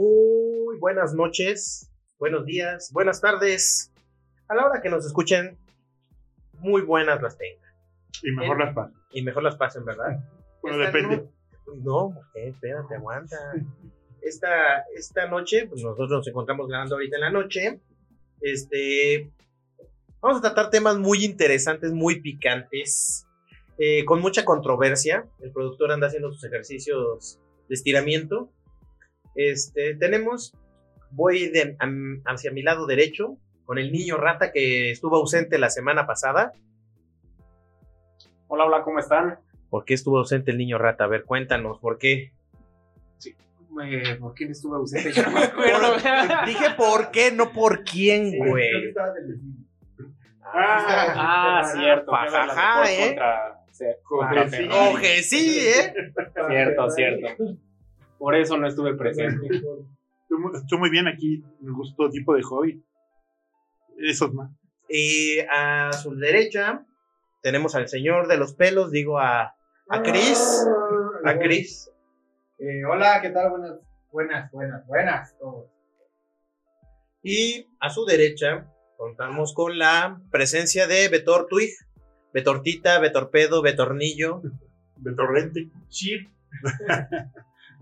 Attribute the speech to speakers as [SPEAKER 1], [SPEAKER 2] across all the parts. [SPEAKER 1] Muy buenas noches, buenos días, buenas tardes. A la hora que nos escuchen, muy buenas las tengan.
[SPEAKER 2] Y mejor
[SPEAKER 1] Eh,
[SPEAKER 2] las paso.
[SPEAKER 1] Y mejor las pasen, ¿verdad?
[SPEAKER 2] Bueno,
[SPEAKER 1] Esta
[SPEAKER 2] depende.
[SPEAKER 1] no- No, mujer, espérate, aguanta. Esta, esta noche, pues nosotros nos encontramos grabando ahorita en la noche. Este. Vamos a tratar temas muy interesantes, muy picantes, eh, con mucha controversia. El productor anda haciendo sus ejercicios de estiramiento. Este, tenemos, voy de- am- hacia mi lado derecho con el niño rata que estuvo ausente la semana pasada.
[SPEAKER 3] Hola, hola, ¿cómo están?
[SPEAKER 1] ¿Por qué estuvo ausente el niño rata? A ver, cuéntanos, ¿por qué?
[SPEAKER 3] Eh, ¿Por quién estuve
[SPEAKER 4] Pues,
[SPEAKER 3] ausente? Yo no me acuerdo. Ah,
[SPEAKER 1] Dije por qué, no por
[SPEAKER 3] Sí,
[SPEAKER 1] quién,
[SPEAKER 2] Creo que
[SPEAKER 1] güey.
[SPEAKER 2] estaba del-
[SPEAKER 3] Ah, cierto.
[SPEAKER 4] pues,
[SPEAKER 1] Ajá,
[SPEAKER 3] fue la de
[SPEAKER 1] ajá,
[SPEAKER 3] Ford
[SPEAKER 1] ¿eh?
[SPEAKER 3] Contra, se-
[SPEAKER 2] Contra
[SPEAKER 3] contra
[SPEAKER 2] sí.
[SPEAKER 3] Ferrari.
[SPEAKER 1] Oje, sí, ¿eh?
[SPEAKER 3] Cierto, cierto. Por eso no estuve presente.
[SPEAKER 2] Estoy muy- estoy muy bien aquí, me gusta todo tipo de hobby. Esos más.
[SPEAKER 1] Y a su derecha tenemos al señor de los pelos, digo a, a Chris. A Chris.
[SPEAKER 5] Eh, hola, ¿qué tal? Buenas, buenas, buenas, buenas. todos.
[SPEAKER 1] Y a su derecha contamos con la presencia de Betor Twig, Betortita, Betorpedo, Betornillo.
[SPEAKER 2] De torrente. Chip.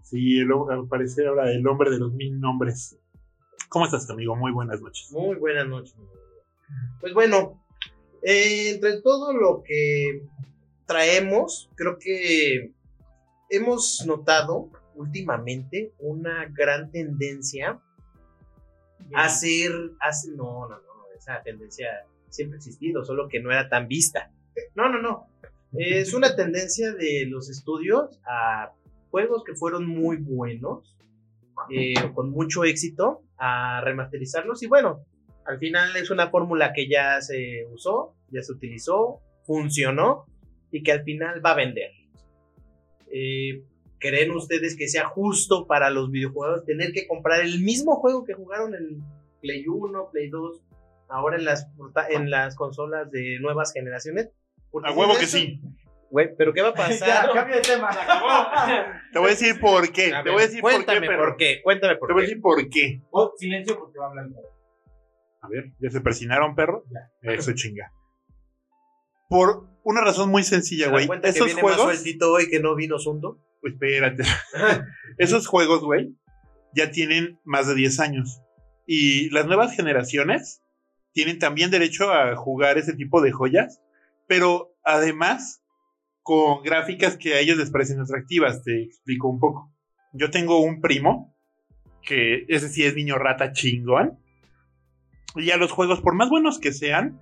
[SPEAKER 2] sí, el, hom- al parecer ahora el hombre de los mil nombres. ¿Cómo estás, amigo? Muy buenas noches.
[SPEAKER 1] Muy buenas noches. mi amigo. Pues bueno, eh, entre todo lo que traemos, creo que hemos notado últimamente una gran tendencia a hacer, hacer- no, no, no, esa tendencia siempre ha existido, solo que no era tan vista. No, no, no. Es una tendencia de los estudios a juegos que fueron muy buenos, eh, con mucho éxito, a remasterizarlos. Y bueno, al final es una fórmula que ya se usó, ya se utilizó, funcionó y que al final va a vender. Eh, ¿Creen ustedes que sea justo para los videojuegos tener que comprar el mismo juego que jugaron en Play 1, Play 2, ahora en las, porta- en las consolas de nuevas generaciones? Porque
[SPEAKER 2] A huevo
[SPEAKER 1] si
[SPEAKER 2] que
[SPEAKER 1] eso-
[SPEAKER 2] sí.
[SPEAKER 1] Güey, pero ¿qué va a
[SPEAKER 5] Ya,
[SPEAKER 1] pasar?
[SPEAKER 5] cambio de tema.
[SPEAKER 2] Te voy a decir por qué.
[SPEAKER 1] A
[SPEAKER 2] Te
[SPEAKER 1] ver,
[SPEAKER 2] voy a decir por qué,
[SPEAKER 1] cuéntame
[SPEAKER 2] perro.
[SPEAKER 1] por qué, cuéntame
[SPEAKER 2] Te
[SPEAKER 1] por
[SPEAKER 2] voy a
[SPEAKER 1] qué.
[SPEAKER 2] decir por qué.
[SPEAKER 5] Oh, silencio porque va hablando.
[SPEAKER 2] A ver, ¿ya se persinaron, perro? Eso chinga. Por una razón muy
[SPEAKER 1] ¿Te
[SPEAKER 2] sencilla,
[SPEAKER 1] das
[SPEAKER 2] güey.
[SPEAKER 1] cuenta que
[SPEAKER 2] Esos
[SPEAKER 1] viene más
[SPEAKER 2] juegos.
[SPEAKER 1] sueltito hoy que no vino Zundo?
[SPEAKER 2] Pues espérate. Esos juegos, güey, ya tienen más de 10 años. Y las nuevas generaciones tienen también derecho a jugar ese tipo de joyas, pero además con gráficas que a ellos les parecen atractivas. Te explico un poco. Yo tengo un primo, que ese sí es niño rata chingón. Y ya los juegos, por más buenos que sean,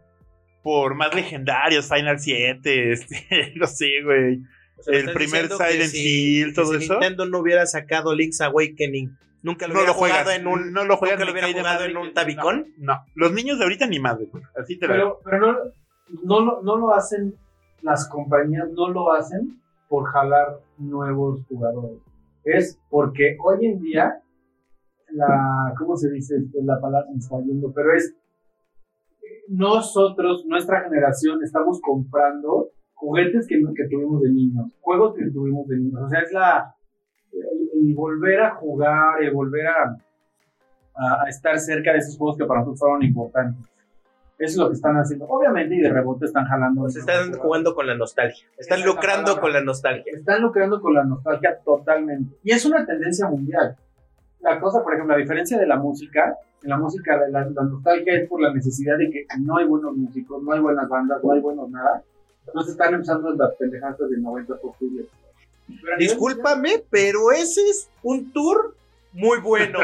[SPEAKER 2] por más legendarios, Final 7, este, no sé, güey,
[SPEAKER 1] O sea, me
[SPEAKER 2] El
[SPEAKER 1] estás
[SPEAKER 2] primer
[SPEAKER 1] diciendo que
[SPEAKER 2] Silent
[SPEAKER 1] si-
[SPEAKER 2] Hill,
[SPEAKER 1] que
[SPEAKER 2] todo
[SPEAKER 1] si
[SPEAKER 2] eso.
[SPEAKER 1] Nintendo no hubiera sacado Link's Awakening, nunca lo hubiera jugado
[SPEAKER 2] juegas,
[SPEAKER 1] en un
[SPEAKER 2] no lo juegas
[SPEAKER 1] nunca lo
[SPEAKER 2] ni
[SPEAKER 1] hubiera
[SPEAKER 2] cae de
[SPEAKER 1] jugado
[SPEAKER 2] madre.
[SPEAKER 1] en un tabicón.
[SPEAKER 2] No, los niños de ahorita ni madre, güey. Así te lo digo.
[SPEAKER 5] Pero, pero no, no, lo- no lo hacen, las compañías no lo hacen por jalar nuevos jugadores. Es porque hoy en día, la, ¿cómo se dice? Pues la palabra se me está yendo, pero es, eh, nosotros, nuestra generación, estamos comprando juguetes que, no- que tuvimos de niños, juegos que tuvimos de niños. O sea, es la, el, el volver a jugar, el volver a, a- a estar cerca de esos juegos que para nosotros fueron importantes. Eso es lo que están haciendo. Obviamente, y de rebote están jalando.
[SPEAKER 1] Se están jugando con la nostalgia. Están
[SPEAKER 5] Esa es la
[SPEAKER 1] lucrando
[SPEAKER 5] palabra.
[SPEAKER 1] con la nostalgia.
[SPEAKER 5] Están lucrando con la nostalgia totalmente. Y es una tendencia mundial. La cosa, por ejemplo, la diferencia de la música, en la música la, la nostalgia es por la necesidad de que no hay buenos músicos, no hay buenas bandas, no hay buenos nada. Entonces están empezando las pendejadas del 90 posible. Pero a nivel
[SPEAKER 1] Discúlpame, pero ese es un tour muy bueno.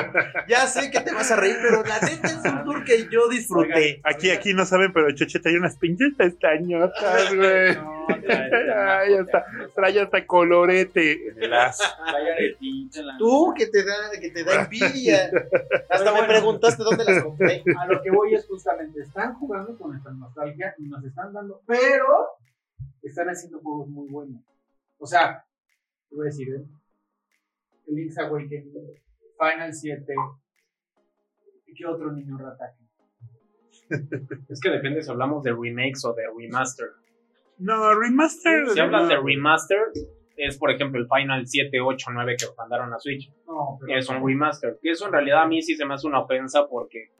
[SPEAKER 1] Ya sé que te vas a reír, pero la neta es un tour que yo disfruté.
[SPEAKER 2] Aquí, aquí no saben, pero Choche trae unas pinches pestañotas, güey.
[SPEAKER 3] No, Ah,
[SPEAKER 2] Ay, ya está. Trae hasta colorete. Las.
[SPEAKER 1] Tú que te da, que te da envidia. Hasta me preguntaste dónde las compré.
[SPEAKER 5] A lo que voy es justamente, están jugando con nuestra nostalgia y nos están dando, pero están haciendo juegos muy buenos. O sea, te voy a decir, ¿eh? Link's Awakening, Final 7, ¿qué otro niño rata?
[SPEAKER 3] Es que depende si hablamos de remakes o de remaster.
[SPEAKER 2] No, remaster.
[SPEAKER 3] Si hablas de remaster,
[SPEAKER 4] es, por ejemplo, el Final 7, 8, 9 que mandaron a Switch.
[SPEAKER 5] No, pero.
[SPEAKER 4] es un remaster. Que eso en realidad a mí sí se me hace una ofensa porque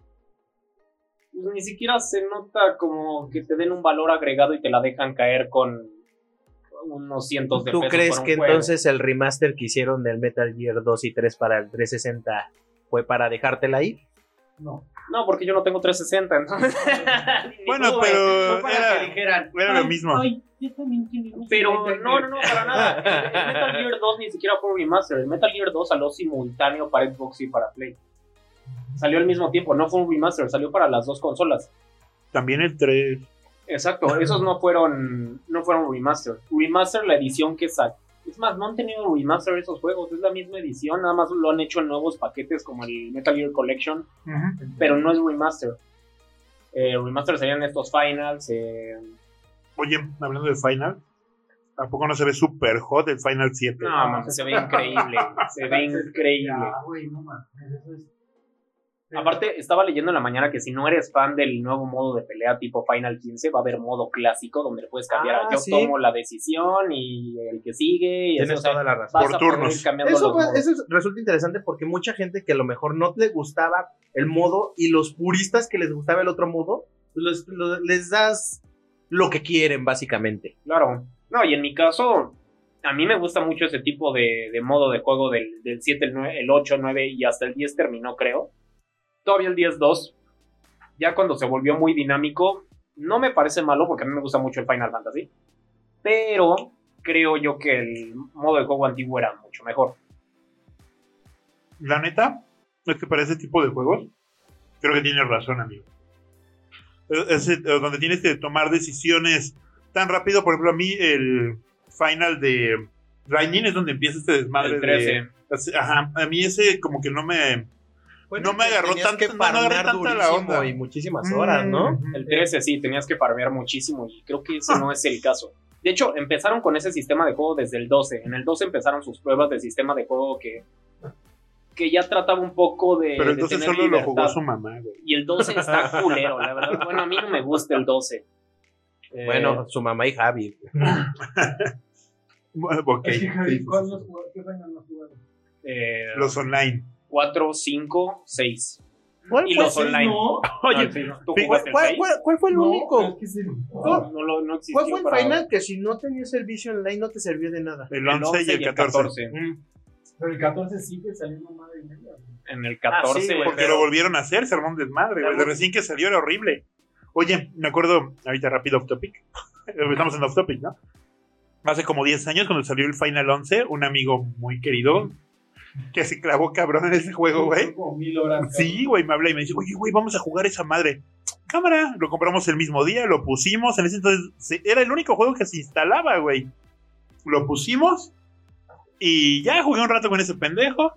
[SPEAKER 4] pues, ni siquiera se nota como que te den un valor agregado y te la dejan caer con unos cientos de
[SPEAKER 6] ¿Tú
[SPEAKER 4] pesos
[SPEAKER 6] crees
[SPEAKER 4] por un
[SPEAKER 6] que
[SPEAKER 4] juego.
[SPEAKER 6] entonces el remaster que hicieron del Metal Gear 2 y 3 para el 360 fue para dejártela ahí?
[SPEAKER 5] No.
[SPEAKER 4] No, porque yo no tengo 360, entonces. Ni
[SPEAKER 2] Bueno,
[SPEAKER 4] tú, güey.
[SPEAKER 2] pero
[SPEAKER 5] eh,
[SPEAKER 4] No para
[SPEAKER 2] era-
[SPEAKER 4] que dijeran.
[SPEAKER 2] Era lo mismo.
[SPEAKER 4] Pero no, no, no, para nada. El el Metal Gear 2 ni siquiera fue un remaster. El Metal Gear 2 salió simultáneo para Xbox y para Play. Salió al mismo tiempo, no fue un remaster, salió para las dos consolas.
[SPEAKER 2] También el 3.
[SPEAKER 4] Exacto, esos no fueron no fueron remaster. Remaster la edición que sacó. Es más, no han tenido remaster esos juegos, es la misma edición, nada más lo han hecho en nuevos paquetes como el Metal Gear Collection, pero no es remaster. Eh, remaster serían estos finals, eh,
[SPEAKER 2] Oye, hablando de Final, tampoco no se ve super hot el Final Ah, 7.
[SPEAKER 4] No, mames, se ve increíble. Se ve increíble.
[SPEAKER 5] Ya, güey, no mames. Eso es.
[SPEAKER 4] Aparte, estaba leyendo en la mañana que si no eres fan del nuevo modo de pelea tipo Final 15, va a haber modo clásico donde le puedes cambiar.
[SPEAKER 6] Ah,
[SPEAKER 4] Yo
[SPEAKER 6] sí.
[SPEAKER 4] tomo la decisión y el que sigue. Y así,
[SPEAKER 6] Tienes
[SPEAKER 4] o sea,
[SPEAKER 6] toda la razón.
[SPEAKER 4] vas
[SPEAKER 2] Por
[SPEAKER 4] a poder
[SPEAKER 2] turnos.
[SPEAKER 4] ir cambiando
[SPEAKER 1] Eso,
[SPEAKER 4] los
[SPEAKER 1] va-
[SPEAKER 4] modos.
[SPEAKER 1] eso es- resulta interesante porque mucha gente que a lo mejor no le gustaba el modo y los puristas que les gustaba el otro modo, los- los- les das
[SPEAKER 6] Lo que quieren, básicamente.
[SPEAKER 4] Claro. No, y en mi caso, a mí me gusta mucho ese tipo de, de modo de juego del, del 7, el, 9, el 8, 9 y hasta el 10 terminó, creo. Todavía el 10-2, ya cuando se volvió muy dinámico, no me parece malo porque a mí me gusta mucho el Final Fantasy, pero creo yo que el modo de juego antiguo era mucho mejor.
[SPEAKER 2] La neta, es que para ese tipo de juegos, creo que tienes razón, amigo. Es- es, eh, donde tienes que tomar decisiones tan rápido, por ejemplo, a mí el final de Lightning es donde empieza este desmadre
[SPEAKER 4] El
[SPEAKER 2] de-
[SPEAKER 4] 13.
[SPEAKER 2] Ajá, a mí ese como que no me...
[SPEAKER 1] Bueno,
[SPEAKER 2] No me
[SPEAKER 1] que
[SPEAKER 2] agarró
[SPEAKER 1] tenías
[SPEAKER 2] tanto-
[SPEAKER 1] que
[SPEAKER 2] no me agarró
[SPEAKER 1] farmear
[SPEAKER 2] tanta la
[SPEAKER 1] durísimo
[SPEAKER 2] onda.
[SPEAKER 1] y muchísimas horas, ¿no?
[SPEAKER 2] Mm,
[SPEAKER 4] El 13 sí, tenías que farmear muchísimo y creo que ese no es el caso. De hecho, empezaron con ese sistema de juego desde el 12. En el 12 empezaron sus pruebas de sistema de juego que, que ya trataba un poco de...
[SPEAKER 2] Pero
[SPEAKER 4] de
[SPEAKER 2] entonces
[SPEAKER 4] tener
[SPEAKER 2] solo lo jugó
[SPEAKER 4] libertad.
[SPEAKER 2] su mamá, güey.
[SPEAKER 4] Y el 12 está culero, la verdad. Bueno, a mí no me gusta el 12. Eh,
[SPEAKER 6] Bueno, su mamá y Javi.
[SPEAKER 2] Bueno, ok,
[SPEAKER 5] Es que,
[SPEAKER 2] sí,
[SPEAKER 5] Javi,
[SPEAKER 2] sí,
[SPEAKER 5] ¿cuándo
[SPEAKER 2] sí.
[SPEAKER 5] jugaste? ¿Qué final no jugaste?
[SPEAKER 4] eh,
[SPEAKER 2] Los online.
[SPEAKER 4] 4, 5, 6.
[SPEAKER 6] ¿Cuál
[SPEAKER 1] Pues,
[SPEAKER 4] Y los online.
[SPEAKER 5] No,
[SPEAKER 4] Oye, ¿tú
[SPEAKER 6] ¿Cuál,
[SPEAKER 4] jugaste el
[SPEAKER 6] cuál-
[SPEAKER 4] 6?
[SPEAKER 6] cuál- cuál fue el
[SPEAKER 5] no, es
[SPEAKER 6] único?
[SPEAKER 5] que sí.
[SPEAKER 4] No, no, lo- no existió
[SPEAKER 1] ¿Cuál fue el
[SPEAKER 4] para-
[SPEAKER 1] final que si no tenías servicio online no te sirvió de nada?
[SPEAKER 2] El 11 y el 14. Mm,
[SPEAKER 5] Pero el 14 sigue saliendo madre y media. güey.
[SPEAKER 4] En el 14,
[SPEAKER 6] Ah, sí,
[SPEAKER 4] güey,
[SPEAKER 2] Porque
[SPEAKER 4] pero-
[SPEAKER 2] lo volvieron a hacer, se armó un desmadre, güey. De recién que salió era horrible. Oye, me acuerdo, ahorita rápido off topic. Estamos en off topic, ¿no? Hace como 10 años, cuando salió el Final 11, un amigo muy querido que se clavó cabrón en ese juego, güey.
[SPEAKER 5] Son Como mil horas.
[SPEAKER 2] Sí, güey, me habla y me dice, oye, güey, vamos a jugar esa madre. Cámara, lo compramos el mismo día, lo pusimos. En ese entonces se- era el único juego que se instalaba, güey. Lo pusimos y ya jugué un rato con ese pendejo.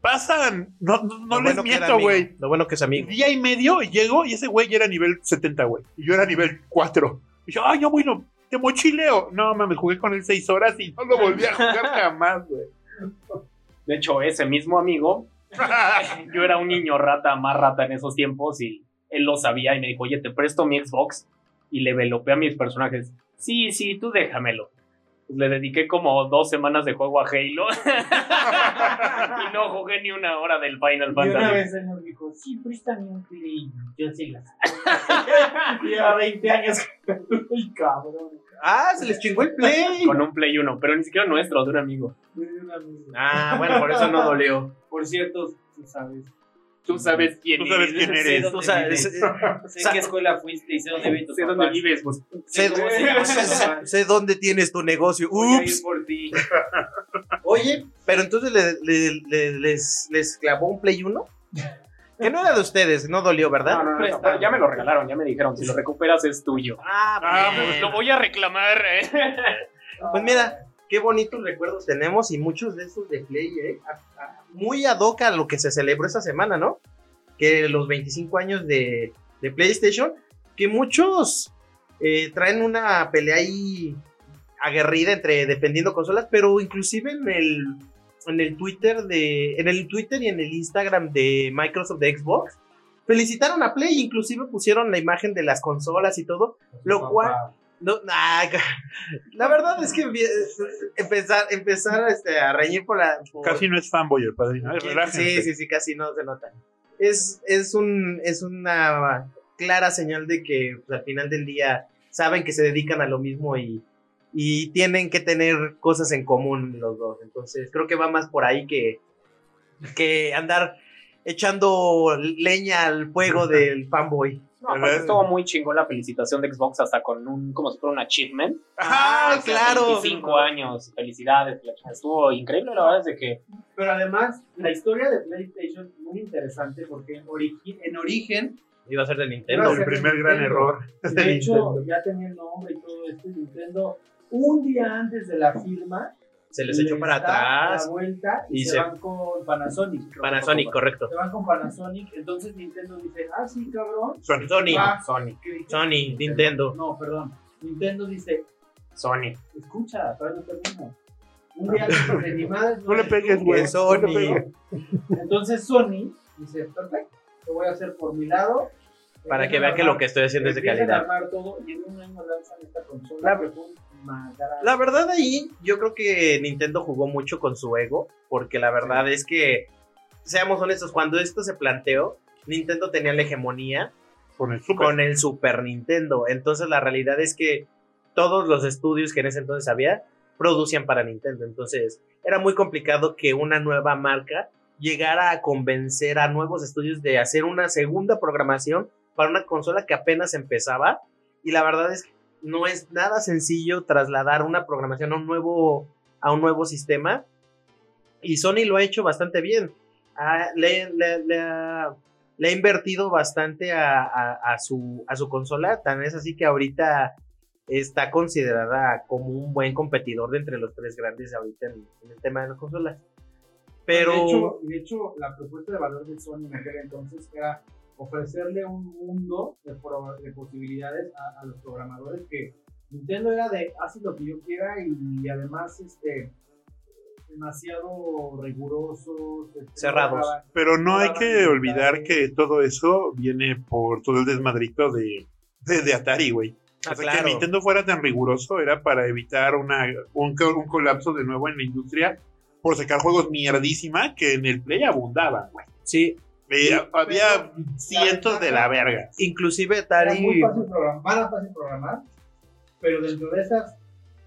[SPEAKER 2] Pasan, no, no, no
[SPEAKER 6] Lo
[SPEAKER 2] les
[SPEAKER 6] bueno que era
[SPEAKER 2] miento,
[SPEAKER 6] amigo,
[SPEAKER 2] güey.
[SPEAKER 6] Lo bueno que es amigo.
[SPEAKER 2] Día y medio y llego y ese güey ya era nivel 70, güey. Y yo era nivel 4. Y yo, ay, yo bueno, te mochileo. No, mames, jugué con él 6 horas y no lo volví a jugar jamás, güey.
[SPEAKER 4] De hecho, ese mismo amigo yo era un niño rata, más rata en esos tiempos y él lo sabía y me dijo, oye, te presto mi Xbox y le velopé a mis personajes. Sí, sí, tú déjamelo. Pues le dediqué como dos semanas de juego a Halo y no jugué ni una hora del Final
[SPEAKER 5] Y una
[SPEAKER 4] Fantasy.
[SPEAKER 5] vez él nos dijo, sí, préstame un play. Yo sí las. Lleva 20 años. Ay, cabrón.
[SPEAKER 1] Ah, se les chingó el play.
[SPEAKER 4] Con un Play 1, pero ni siquiera nuestro, de un amigo.
[SPEAKER 5] Me dio una mierda.
[SPEAKER 1] Ah, bueno, por eso no dolió.
[SPEAKER 5] Por cierto, tú sabes.
[SPEAKER 4] Tú sabes quién
[SPEAKER 2] Tú sabes quién eres.
[SPEAKER 6] O sea, es- es-
[SPEAKER 3] Sé en qué escuela fuiste y sé dónde vives.
[SPEAKER 4] Sé dónde vives, pues.
[SPEAKER 6] sé,
[SPEAKER 3] ¿Cómo se llama tu papá?
[SPEAKER 6] sé dónde tienes tu negocio.
[SPEAKER 3] Voy a ir
[SPEAKER 6] Ups.
[SPEAKER 3] por ti.
[SPEAKER 1] Oye, pero entonces le- le- le- les, les clavó un play 1.
[SPEAKER 6] Que no era de ustedes, no dolió, ¿verdad?
[SPEAKER 4] No, no, no,
[SPEAKER 3] Presta.
[SPEAKER 4] bueno, ya me lo regalaron, ya me dijeron, si lo recuperas es tuyo.
[SPEAKER 2] Ah,
[SPEAKER 4] pues lo voy a reclamar, ¿eh?
[SPEAKER 1] Pues mira, qué bonitos recuerdos tenemos y muchos de esos de play, ¿eh? A- a- Muy ad hoc a lo que se celebró esta semana, ¿no? Que los 25 años de, de PlayStation, que muchos eh, traen una pelea ahí aguerrida entre dependiendo consolas, pero inclusive en el en el Twitter de en el Twitter y en el Instagram de Microsoft de Xbox felicitaron a Play, inclusive pusieron la imagen de las consolas y todo, lo cual No, nah, la verdad es que empie- empezar, empezar este, a reñir por la. por-
[SPEAKER 2] Casi no es fanboy el padrino. Ay,
[SPEAKER 1] Sí,
[SPEAKER 2] relájense.
[SPEAKER 1] Sí, sí, sí, casi no se nota. Es, es, un, es una clara señal de que pues, al final del día saben que se dedican a lo mismo y, y tienen que tener cosas en común los dos. Entonces creo que va más por ahí que, que andar echando leña al fuego del fanboy.
[SPEAKER 4] No, aparte
[SPEAKER 2] ¿Verdad?
[SPEAKER 4] estuvo muy chingón la felicitación de Xbox hasta con un, como si fuera un achievement.
[SPEAKER 2] Ajá,
[SPEAKER 1] Ah, claro.
[SPEAKER 4] 25 años, felicidades. la chingada. Estuvo increíble, la verdad es de que
[SPEAKER 5] Pero además, la historia de PlayStation es muy interesante porque en, origi- en origen.
[SPEAKER 1] Iba a ser de Nintendo.
[SPEAKER 5] iba a
[SPEAKER 2] el
[SPEAKER 5] ser
[SPEAKER 2] primer
[SPEAKER 5] de
[SPEAKER 2] gran
[SPEAKER 5] Nintendo.
[SPEAKER 2] error.
[SPEAKER 5] De hecho, ya tenía el nombre y todo esto, y Nintendo, un día antes de la firma,
[SPEAKER 1] Se les echó
[SPEAKER 5] le
[SPEAKER 1] para
[SPEAKER 5] da
[SPEAKER 1] atrás.
[SPEAKER 5] La vuelta y,
[SPEAKER 1] y
[SPEAKER 5] se,
[SPEAKER 1] se-
[SPEAKER 5] van con Panasonic. creo.
[SPEAKER 1] Panasonic, correcto.
[SPEAKER 5] Se van con Panasonic, entonces Nintendo dice, ah, sí, cabrón.
[SPEAKER 2] Son-
[SPEAKER 1] Sony,
[SPEAKER 5] Ah,
[SPEAKER 4] Sony,
[SPEAKER 5] ¿qué dije?
[SPEAKER 1] Sony, Nintendo.
[SPEAKER 5] No, perdón. Nintendo dice,
[SPEAKER 4] Sony.
[SPEAKER 5] escucha, todavía no termino. Un día antes de ni madre,
[SPEAKER 2] No le pegues, güey.
[SPEAKER 1] Que Sony.
[SPEAKER 2] No le pegues.
[SPEAKER 5] Entonces Sony dice, perfecto, lo voy a hacer por mi lado.
[SPEAKER 1] Para que vean que lo que estoy haciendo es de
[SPEAKER 5] Empiezan a
[SPEAKER 1] calidad.
[SPEAKER 5] armar todo y en un año lanzan esta consola. que fue un madrazo.
[SPEAKER 1] La verdad ahí yo creo que Nintendo jugó mucho con su ego, porque la verdad es que, seamos honestos, cuando esto se planteó, Nintendo tenía la hegemonía
[SPEAKER 2] Con el super.
[SPEAKER 1] con el Super Nintendo. Entonces la realidad es que todos los estudios que en ese entonces había producían para Nintendo. Entonces era muy complicado que una nueva marca llegara a convencer a nuevos estudios de hacer una segunda programación para una consola que apenas empezaba. Y la verdad es que no es nada sencillo trasladar una programación a un nuevo, a un nuevo sistema. Y Sony lo ha hecho bastante bien. Ah, le- le- le ha- le ha invertido bastante a, a- a su, a su consola. Tan es así que ahorita está considerada como un buen competidor de entre los tres grandes ahorita en, en el tema de las consolas. Pero
[SPEAKER 5] Ah, De hecho, de hecho, la propuesta de valor de Sony en aquel entonces era ofrecerle un mundo de, pro- de posibilidades a, a los programadores que Nintendo era de hace lo que yo quiera y, además este demasiado rigurosos este,
[SPEAKER 1] Cerrados.
[SPEAKER 2] Pero no hay que olvidar que todo eso viene por todo el desmadrito de, de, de Atari, güey.
[SPEAKER 1] Ah,
[SPEAKER 2] O sea,
[SPEAKER 1] claro.
[SPEAKER 2] que Nintendo fuera tan riguroso era para evitar una, un, co- un colapso de nuevo en la industria por sacar juegos mierdísima que en el Play abundaban, güey.
[SPEAKER 1] sí,
[SPEAKER 2] Eh, había cientos de la verga.
[SPEAKER 1] inclusive
[SPEAKER 5] Era
[SPEAKER 1] Atari,
[SPEAKER 5] muy fácil programar, era fácil programar, pero dentro de esas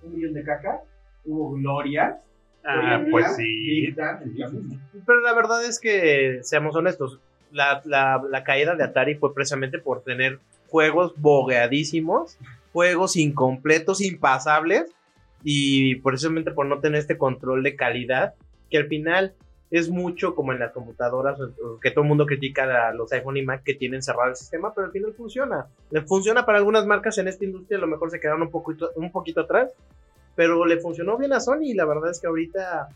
[SPEAKER 5] un millón de caca hubo glorias.
[SPEAKER 2] Ah,
[SPEAKER 5] Oye,
[SPEAKER 2] pues
[SPEAKER 5] y
[SPEAKER 2] sí.
[SPEAKER 5] tan- la misma.
[SPEAKER 1] pero la verdad es que, seamos honestos, la, la- la caída de Atari fue precisamente por tener juegos bogeadísimos, juegos incompletos, impasables, y precisamente por no tener este control de calidad, que al final es mucho como en las computadoras, o- o que todo el mundo critica a los iPhone y Mac que tienen cerrado el sistema, pero al final funciona. Le funciona para algunas marcas en esta industria, a lo mejor se quedaron un poquito, un poquito atrás, pero le funcionó bien a Sony y la verdad es que ahorita...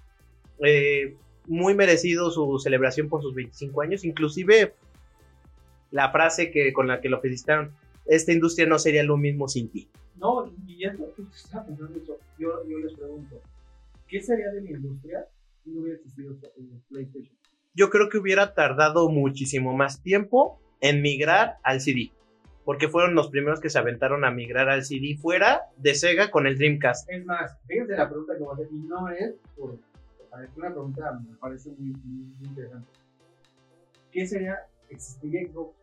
[SPEAKER 1] eh, muy merecido su celebración por sus 25 años. Inclusive la frase que con la que lo felicitaron, esta industria no sería lo mismo sin ti.
[SPEAKER 5] No, y eso, justo estaba pensando eso. Yo, yo les pregunto, ¿qué sería de la industria si no hubiera existido el PlayStation?
[SPEAKER 1] Yo creo que hubiera tardado muchísimo más tiempo en migrar al CD, porque fueron los primeros que se aventaron a migrar al CD fuera de Sega con el Dreamcast.
[SPEAKER 5] Es más, fíjense la pregunta que voy a hacer, y no es por. Es una pregunta, me parece muy, muy interesante. ¿Qué sería, existiría Xbox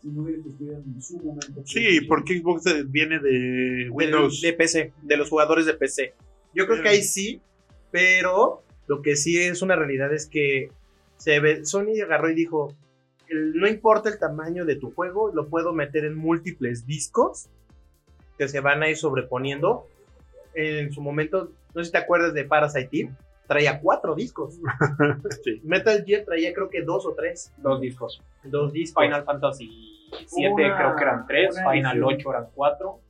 [SPEAKER 5] si no hubiera existido en su momento?
[SPEAKER 2] Sí,
[SPEAKER 5] PlayStation?
[SPEAKER 2] porque Xbox eh, viene de Windows.
[SPEAKER 1] Del- de PC, de los jugadores de PC. Yo creo que ahí sí, pero lo que sí es una realidad es que se ve, Sony agarró y dijo, "El- no importa el tamaño de tu juego, lo puedo meter en múltiples discos que se van a ir sobreponiendo. En su momento, no sé si te acuerdas de Parasite Eve, traía cuatro discos.
[SPEAKER 2] Sí.
[SPEAKER 1] Metal Gear traía creo que dos o tres,
[SPEAKER 4] Dos discos.
[SPEAKER 1] dos discos.
[SPEAKER 4] Final Fantasy 7
[SPEAKER 5] Una-
[SPEAKER 4] creo que eran 3,
[SPEAKER 5] una
[SPEAKER 4] Final
[SPEAKER 5] edición.
[SPEAKER 4] 8 eran 4,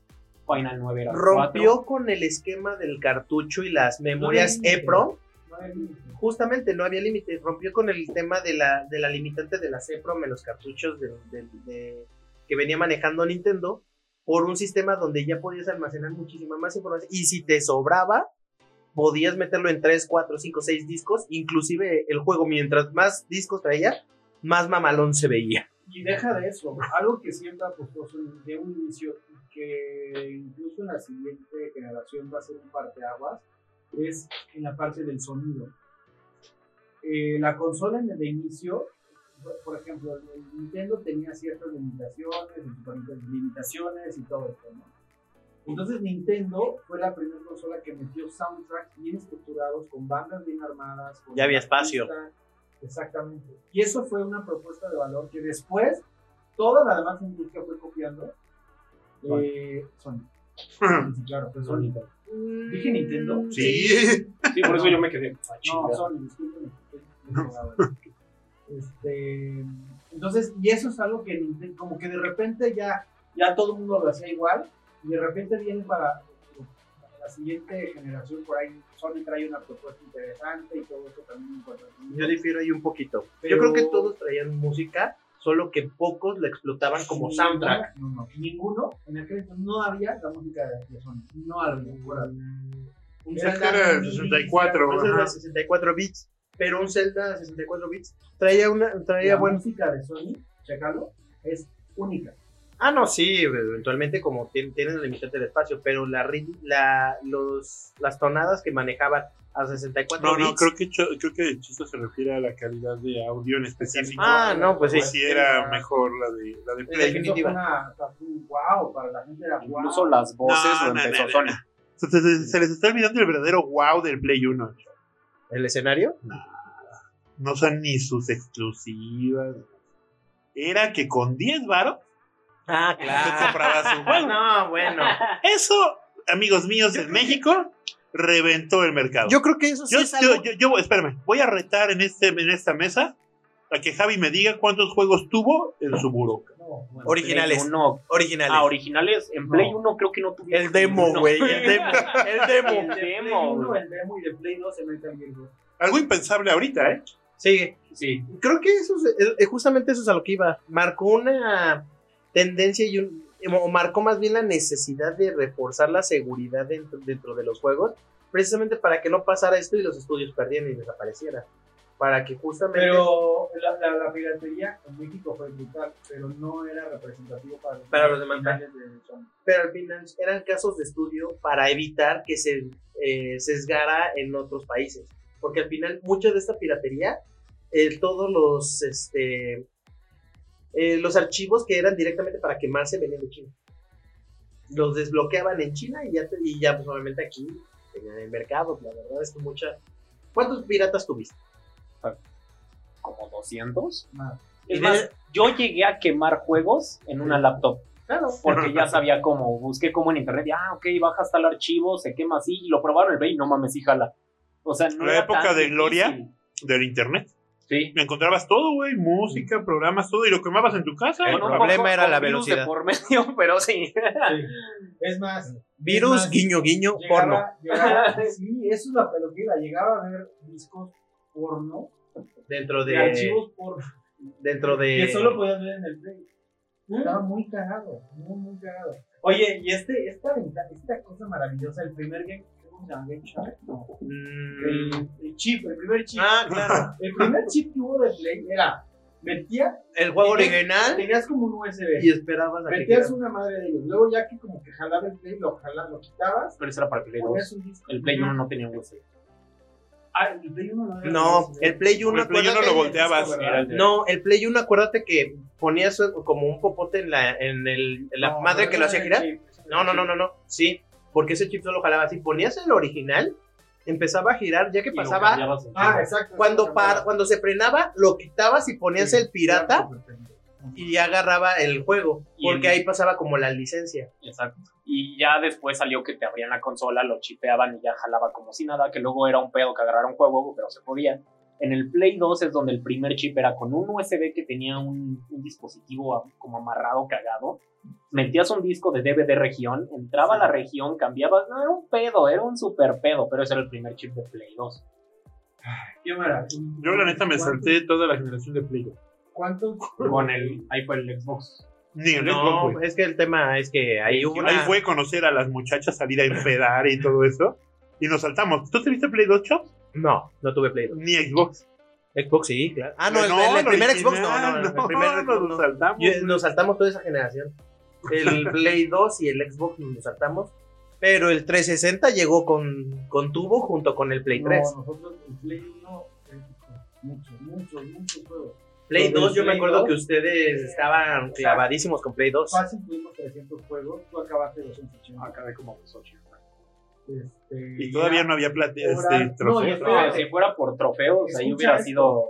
[SPEAKER 4] Final 9 eran 4.
[SPEAKER 1] Rompió con el esquema del cartucho y las memorias
[SPEAKER 5] límite.
[SPEAKER 1] EPROM.
[SPEAKER 5] No hay límite.
[SPEAKER 1] justamente no había límite, rompió con el tema de la, de la limitante de la CEPROM en los cartuchos de, de- de- que venía manejando Nintendo por un sistema donde ya podías almacenar muchísima más información y si te sobraba, podías meterlo en 3, 4, 5, 6 discos, inclusive el juego mientras más discos traía, más mamalón se veía.
[SPEAKER 5] Y deja de eso, algo que siempre apostó Sony de un inicio que incluso en la siguiente generación va a ser un parteaguas es en la parte del sonido. Eh, la consola en el inicio, por ejemplo, el Nintendo tenía ciertas limitaciones, el Super Nintendo, limitaciones y todo esto, ¿no? Entonces Nintendo fue la primera consola que metió soundtracks bien estructurados, con bandas bien armadas. con
[SPEAKER 6] Ya había
[SPEAKER 5] un artista.
[SPEAKER 6] espacio.
[SPEAKER 5] Exactamente. Y eso fue una propuesta de valor que después toda la demás industria fue copiando. Eh, Sony. Sí, claro, fue Sony. ¿Dije Nintendo?
[SPEAKER 2] Sí.
[SPEAKER 4] Sí, por eso yo me quedé. "Ah,
[SPEAKER 5] No,
[SPEAKER 4] chinga".
[SPEAKER 5] Sony, discúlpeme. Este, entonces, y eso es algo que Ninte- como que de repente ya, ya todo el mundo lo hacía igual, y de repente viene para, para la siguiente generación, por ahí Sony trae una propuesta interesante y todo eso también encuentra.
[SPEAKER 1] Yo difiero ahí un poquito.
[SPEAKER 5] Pero-
[SPEAKER 1] Yo creo que todos traían música, solo que pocos la explotaban como soundtrack.
[SPEAKER 5] No, no, ninguno, en aquel entonces no había la música de, de Sony, no había. por ahí.
[SPEAKER 1] Un
[SPEAKER 2] Era
[SPEAKER 1] Zelda
[SPEAKER 2] el
[SPEAKER 1] mini,
[SPEAKER 2] 64,
[SPEAKER 1] un Zelda
[SPEAKER 2] ajá.
[SPEAKER 1] 64 bits, pero un Zelda 64 bits traía una traía
[SPEAKER 5] La
[SPEAKER 1] bueno,
[SPEAKER 5] música de Sony, checalo, es única.
[SPEAKER 1] ah no, sí, eventualmente como tien- tienen el limitante del espacio, pero la ri- la los las tonadas que manejaban a 64
[SPEAKER 2] No,
[SPEAKER 1] bits.
[SPEAKER 2] no, creo que, cho- creo que Chisto se refiere a la calidad de audio en específico.
[SPEAKER 1] Ah, no, pues sí.
[SPEAKER 2] si era mejor la de, la de Play.
[SPEAKER 5] Eso fue una, wow, para la gente era wow.
[SPEAKER 4] Incluso las voces
[SPEAKER 2] No,
[SPEAKER 4] lo
[SPEAKER 2] no,
[SPEAKER 4] empezó
[SPEAKER 2] no, no,
[SPEAKER 4] Sony.
[SPEAKER 2] no. Se, se- se les está olvidando el verdadero wow del Play 1.
[SPEAKER 1] ¿El escenario?
[SPEAKER 2] No son ni sus exclusivas. Era que con 10 varos
[SPEAKER 1] Ah,
[SPEAKER 2] tú comprabas un juego.
[SPEAKER 1] no, bueno.
[SPEAKER 2] Eso, amigos míos, en México reventó el mercado.
[SPEAKER 1] Yo creo que eso sí
[SPEAKER 2] Yo,
[SPEAKER 1] es algo
[SPEAKER 2] yo- yo- yo- espérame, voy a retar en, este, en esta mesa a que Javi me diga cuántos juegos tuvo en su buró.
[SPEAKER 5] No, bueno.
[SPEAKER 1] originales,
[SPEAKER 4] Play uno.
[SPEAKER 1] originales.
[SPEAKER 4] Ah, originales. En Play 1 creo que no tuvieron.
[SPEAKER 1] el demo,
[SPEAKER 4] No.
[SPEAKER 1] güey, el demo, el demo.
[SPEAKER 4] El
[SPEAKER 5] De Play
[SPEAKER 4] demo,
[SPEAKER 5] 1,
[SPEAKER 4] güey.
[SPEAKER 5] el demo y de Play 2 se mete al Virgo.
[SPEAKER 2] Algo impensable ahorita, ¿eh?
[SPEAKER 1] Sigue.
[SPEAKER 4] Sí.
[SPEAKER 1] creo que eso es- eh, justamente eso es a lo que iba. Marcó una tendencia y un, o marcó más bien la necesidad de reforzar la seguridad dentro, dentro de los juegos, precisamente para que no pasara esto y los estudios perdieran y desaparecieran. Para que justamente.
[SPEAKER 5] Pero la, la, la piratería en México fue brutal, pero no era representativo para los,
[SPEAKER 1] Para los demás
[SPEAKER 5] finales de Sony.
[SPEAKER 1] pero al final eran casos de estudio para evitar que se eh, sesgara en otros países. Porque al final, mucha de esta piratería, eh, todos los, este, eh, los archivos que eran directamente para quemarse venían de China. Los desbloqueaban en China y ya, te- y ya pues, obviamente aquí tenían el mercado. La verdad es que mucha. ¿Cuántos piratas tuviste?
[SPEAKER 4] Como 200.
[SPEAKER 5] Más.
[SPEAKER 4] Es
[SPEAKER 1] Y
[SPEAKER 4] más,
[SPEAKER 1] de-
[SPEAKER 4] yo llegué a quemar juegos en una laptop.
[SPEAKER 1] Claro.
[SPEAKER 4] Porque ya sabía cómo. Busqué cómo en internet. y, ah, ok, bajas tal archivo, se quema así. Y lo probaron el Bay. No mames, sí, jala. O sea, no
[SPEAKER 2] La
[SPEAKER 4] era
[SPEAKER 2] época
[SPEAKER 4] tan
[SPEAKER 2] de gloria.
[SPEAKER 4] difícil.
[SPEAKER 2] Del internet.
[SPEAKER 4] Sí.
[SPEAKER 2] Me encontrabas todo, güey.
[SPEAKER 1] Mm.
[SPEAKER 2] Música, programas, todo. Y lo quemabas en tu casa.
[SPEAKER 4] Con
[SPEAKER 1] El
[SPEAKER 4] un poco-
[SPEAKER 1] problema era
[SPEAKER 4] con
[SPEAKER 1] la
[SPEAKER 4] virus de
[SPEAKER 1] velocidad.
[SPEAKER 4] por medio, pero sí.
[SPEAKER 5] Sí. Es más,
[SPEAKER 1] Virus,
[SPEAKER 5] Es más,
[SPEAKER 1] guiño, guiño, porno.
[SPEAKER 5] llegaba, llegaba- sí, eso es la pelotera, llegaba a ver discos porno,
[SPEAKER 1] Dentro
[SPEAKER 5] de,
[SPEAKER 1] de.
[SPEAKER 5] archivos porno,
[SPEAKER 1] Dentro de.
[SPEAKER 5] que solo podías ver en el Play.
[SPEAKER 1] ¿Mm?
[SPEAKER 5] Estaba muy cagado, muy, muy cagado. Oye, y este, esta ventana, esta cosa maravillosa, el primer game, ¿cómo se llama? Game Shark, no.
[SPEAKER 1] Mm,
[SPEAKER 5] el, el chip, el primer chip.
[SPEAKER 1] Ah, claro.
[SPEAKER 5] El primer chip que hubo de Play era, metía,
[SPEAKER 1] El juego
[SPEAKER 5] Tenías-
[SPEAKER 1] original
[SPEAKER 5] tenías como un USB,
[SPEAKER 1] y esperabas a que
[SPEAKER 5] metías
[SPEAKER 1] girara.
[SPEAKER 5] una madre de ellos, luego ya que como que jalaba el Play, lo jalaba, lo quitabas,
[SPEAKER 4] Pero eso era para Play 2.
[SPEAKER 5] ponías un disco.
[SPEAKER 4] El Play 1 no tenía USB.
[SPEAKER 5] Ah, el Play 1 no era
[SPEAKER 1] No,
[SPEAKER 5] USB.
[SPEAKER 1] el Play 1
[SPEAKER 2] El Play uno lo volteabas.
[SPEAKER 4] Era el de-
[SPEAKER 1] No, el Play 1 acuérdate que ponías como un popote en la, en el, en la
[SPEAKER 5] No,
[SPEAKER 1] madre
[SPEAKER 5] no
[SPEAKER 1] que lo
[SPEAKER 5] era
[SPEAKER 1] hacía
[SPEAKER 5] el
[SPEAKER 1] girar.
[SPEAKER 5] chip, ese
[SPEAKER 1] No, no, no, no, no. Sí, porque ese chip solo jalaba. Si ponías el original, empezaba a girar ya que
[SPEAKER 4] Y lo
[SPEAKER 1] pasaba.
[SPEAKER 4] cambiabas en
[SPEAKER 5] Ah, exacto.
[SPEAKER 1] Cuando, par-
[SPEAKER 5] para
[SPEAKER 1] cuando se frenaba, lo quitabas y ponías el pirata y agarraba el juego.
[SPEAKER 4] Y
[SPEAKER 1] Porque
[SPEAKER 4] el-
[SPEAKER 1] ahí pasaba como la licencia.
[SPEAKER 4] Exacto. Y ya después salió que te abrían la consola, lo chipeaban y ya jalaba como si nada, que luego era un pedo que agarraron juego, pero se podía. En el Play 2 es donde el primer chip era con un USB que tenía un, un dispositivo a- como amarrado, cagado. Metías un disco de DVD región, entraba a la región, cambiabas. No, era un pedo, era un super pedo, pero ese era el primer chip de Play 2.
[SPEAKER 5] Qué maravilla.
[SPEAKER 2] Yo, la neta, me salté toda la generación de Play.
[SPEAKER 5] ¿Cuántos?
[SPEAKER 4] Con el, ahí fue el Xbox.
[SPEAKER 2] Ni el Xbox, güey.
[SPEAKER 1] No, es que el tema es que ahí hubo
[SPEAKER 2] Ahí
[SPEAKER 1] una...
[SPEAKER 2] fue conocer a las muchachas, salir a empedar y todo eso. Y nos saltamos. ¿Tú te viste Play 2, Chops?
[SPEAKER 1] No, no tuve Play
[SPEAKER 2] Ni Xbox.
[SPEAKER 1] Xbox sí, claro. Ah, no, el, el
[SPEAKER 2] lo
[SPEAKER 1] primer
[SPEAKER 2] original,
[SPEAKER 1] Xbox no, no, no, el primer Xbox
[SPEAKER 2] nos
[SPEAKER 1] no.
[SPEAKER 2] saltamos.
[SPEAKER 1] Yo- nos saltamos toda esa generación. El Play 2 y el Xbox nos lo saltamos. Pero el 360 llegó con, con tubo junto con el Play 3.
[SPEAKER 5] No, nosotros el Play 1, eh, muchos, muchos, muchos juegos.
[SPEAKER 1] Play Eh,
[SPEAKER 5] Con el
[SPEAKER 1] 2, yo me
[SPEAKER 5] Play
[SPEAKER 1] acuerdo
[SPEAKER 5] 2.
[SPEAKER 1] que ustedes estaban clavadísimos con Play 2.
[SPEAKER 5] Fácil tuvimos 300 juegos, tú acabaste 280.
[SPEAKER 3] Acabé como los ocho.
[SPEAKER 5] Este,
[SPEAKER 2] Y todavía no había plata.
[SPEAKER 5] Ahora-
[SPEAKER 2] Este,
[SPEAKER 5] no,
[SPEAKER 2] trofeo.
[SPEAKER 5] y
[SPEAKER 4] No,
[SPEAKER 5] espérate.
[SPEAKER 4] si fuera por trofeos, ahí
[SPEAKER 5] Escucha
[SPEAKER 4] hubiera
[SPEAKER 5] esto.
[SPEAKER 4] sido.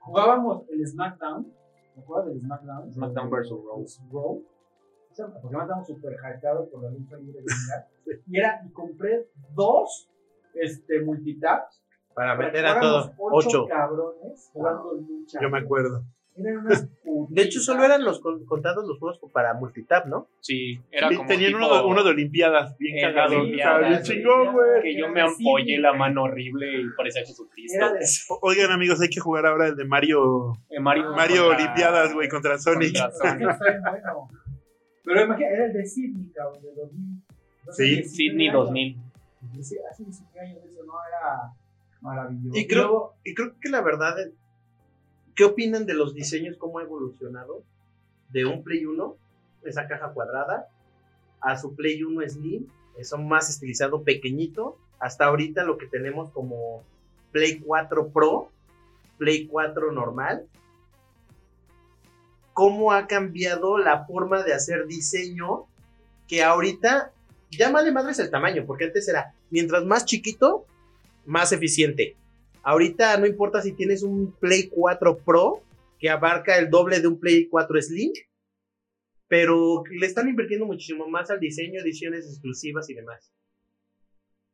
[SPEAKER 5] Jugábamos el SmackDown. ¿Te acuerdas del SmackDown?
[SPEAKER 4] SmackDown versus Raw.
[SPEAKER 5] Raw. O sea, Porque además estábamos súper hypeados por la lucha libre gringa. Y era, y compré dos este, multitaps.
[SPEAKER 1] Para
[SPEAKER 5] para que
[SPEAKER 1] meter a
[SPEAKER 5] fuéramos
[SPEAKER 1] todos.
[SPEAKER 5] Ocho,
[SPEAKER 1] 8.
[SPEAKER 5] cabrones jugando lucha.
[SPEAKER 2] yo me acuerdo.
[SPEAKER 5] Eran unas
[SPEAKER 1] De hecho, solo eran los con- contados los juegos para multitap, ¿no?
[SPEAKER 4] Sí, era
[SPEAKER 2] Sí,
[SPEAKER 4] como.
[SPEAKER 2] Tenían
[SPEAKER 4] tipo-
[SPEAKER 2] uno, de- uno de Olimpiadas bien
[SPEAKER 4] Eh,
[SPEAKER 2] cagado.
[SPEAKER 4] de
[SPEAKER 2] Estaba bien
[SPEAKER 4] Olimpiadas,
[SPEAKER 2] chingón, güey.
[SPEAKER 4] Que yo
[SPEAKER 5] Era
[SPEAKER 4] me
[SPEAKER 5] así,
[SPEAKER 4] ampollé la
[SPEAKER 5] güey.
[SPEAKER 4] mano horrible y parecía Jesucristo.
[SPEAKER 5] Era de
[SPEAKER 2] O- Oigan, amigos, hay que jugar ahora el de Mario,
[SPEAKER 4] Eh, Mario,
[SPEAKER 2] Mario
[SPEAKER 4] contra-
[SPEAKER 2] Olimpiadas, güey, contra Sonic.
[SPEAKER 4] contra Sonic.
[SPEAKER 5] Está bien bueno. Pero imagínate, era el de Sydney, cabrón, de 2000.
[SPEAKER 2] Sí.
[SPEAKER 4] Sydney 2000.
[SPEAKER 5] Hace 19 años eso, ¿no? Era maravilloso.
[SPEAKER 1] Y creo-
[SPEAKER 5] luego,
[SPEAKER 1] Y creo que la verdad, es- ¿qué opinan de los diseños? ¿Cómo ha evolucionado? De un Play 1, esa caja cuadrada, a su Play 1 Slim, eso más estilizado pequeñito, hasta ahorita lo que tenemos como Play 4 Pro, Play 4 normal. ¿Cómo ha cambiado la forma de hacer diseño que ahorita ya vale madres el tamaño? Porque antes era, mientras más chiquito, más eficiente. Ahorita no importa si tienes un Play 4 Pro que abarca el doble de un Play 4 Slim, pero le están invirtiendo muchísimo más al diseño, ediciones exclusivas y demás.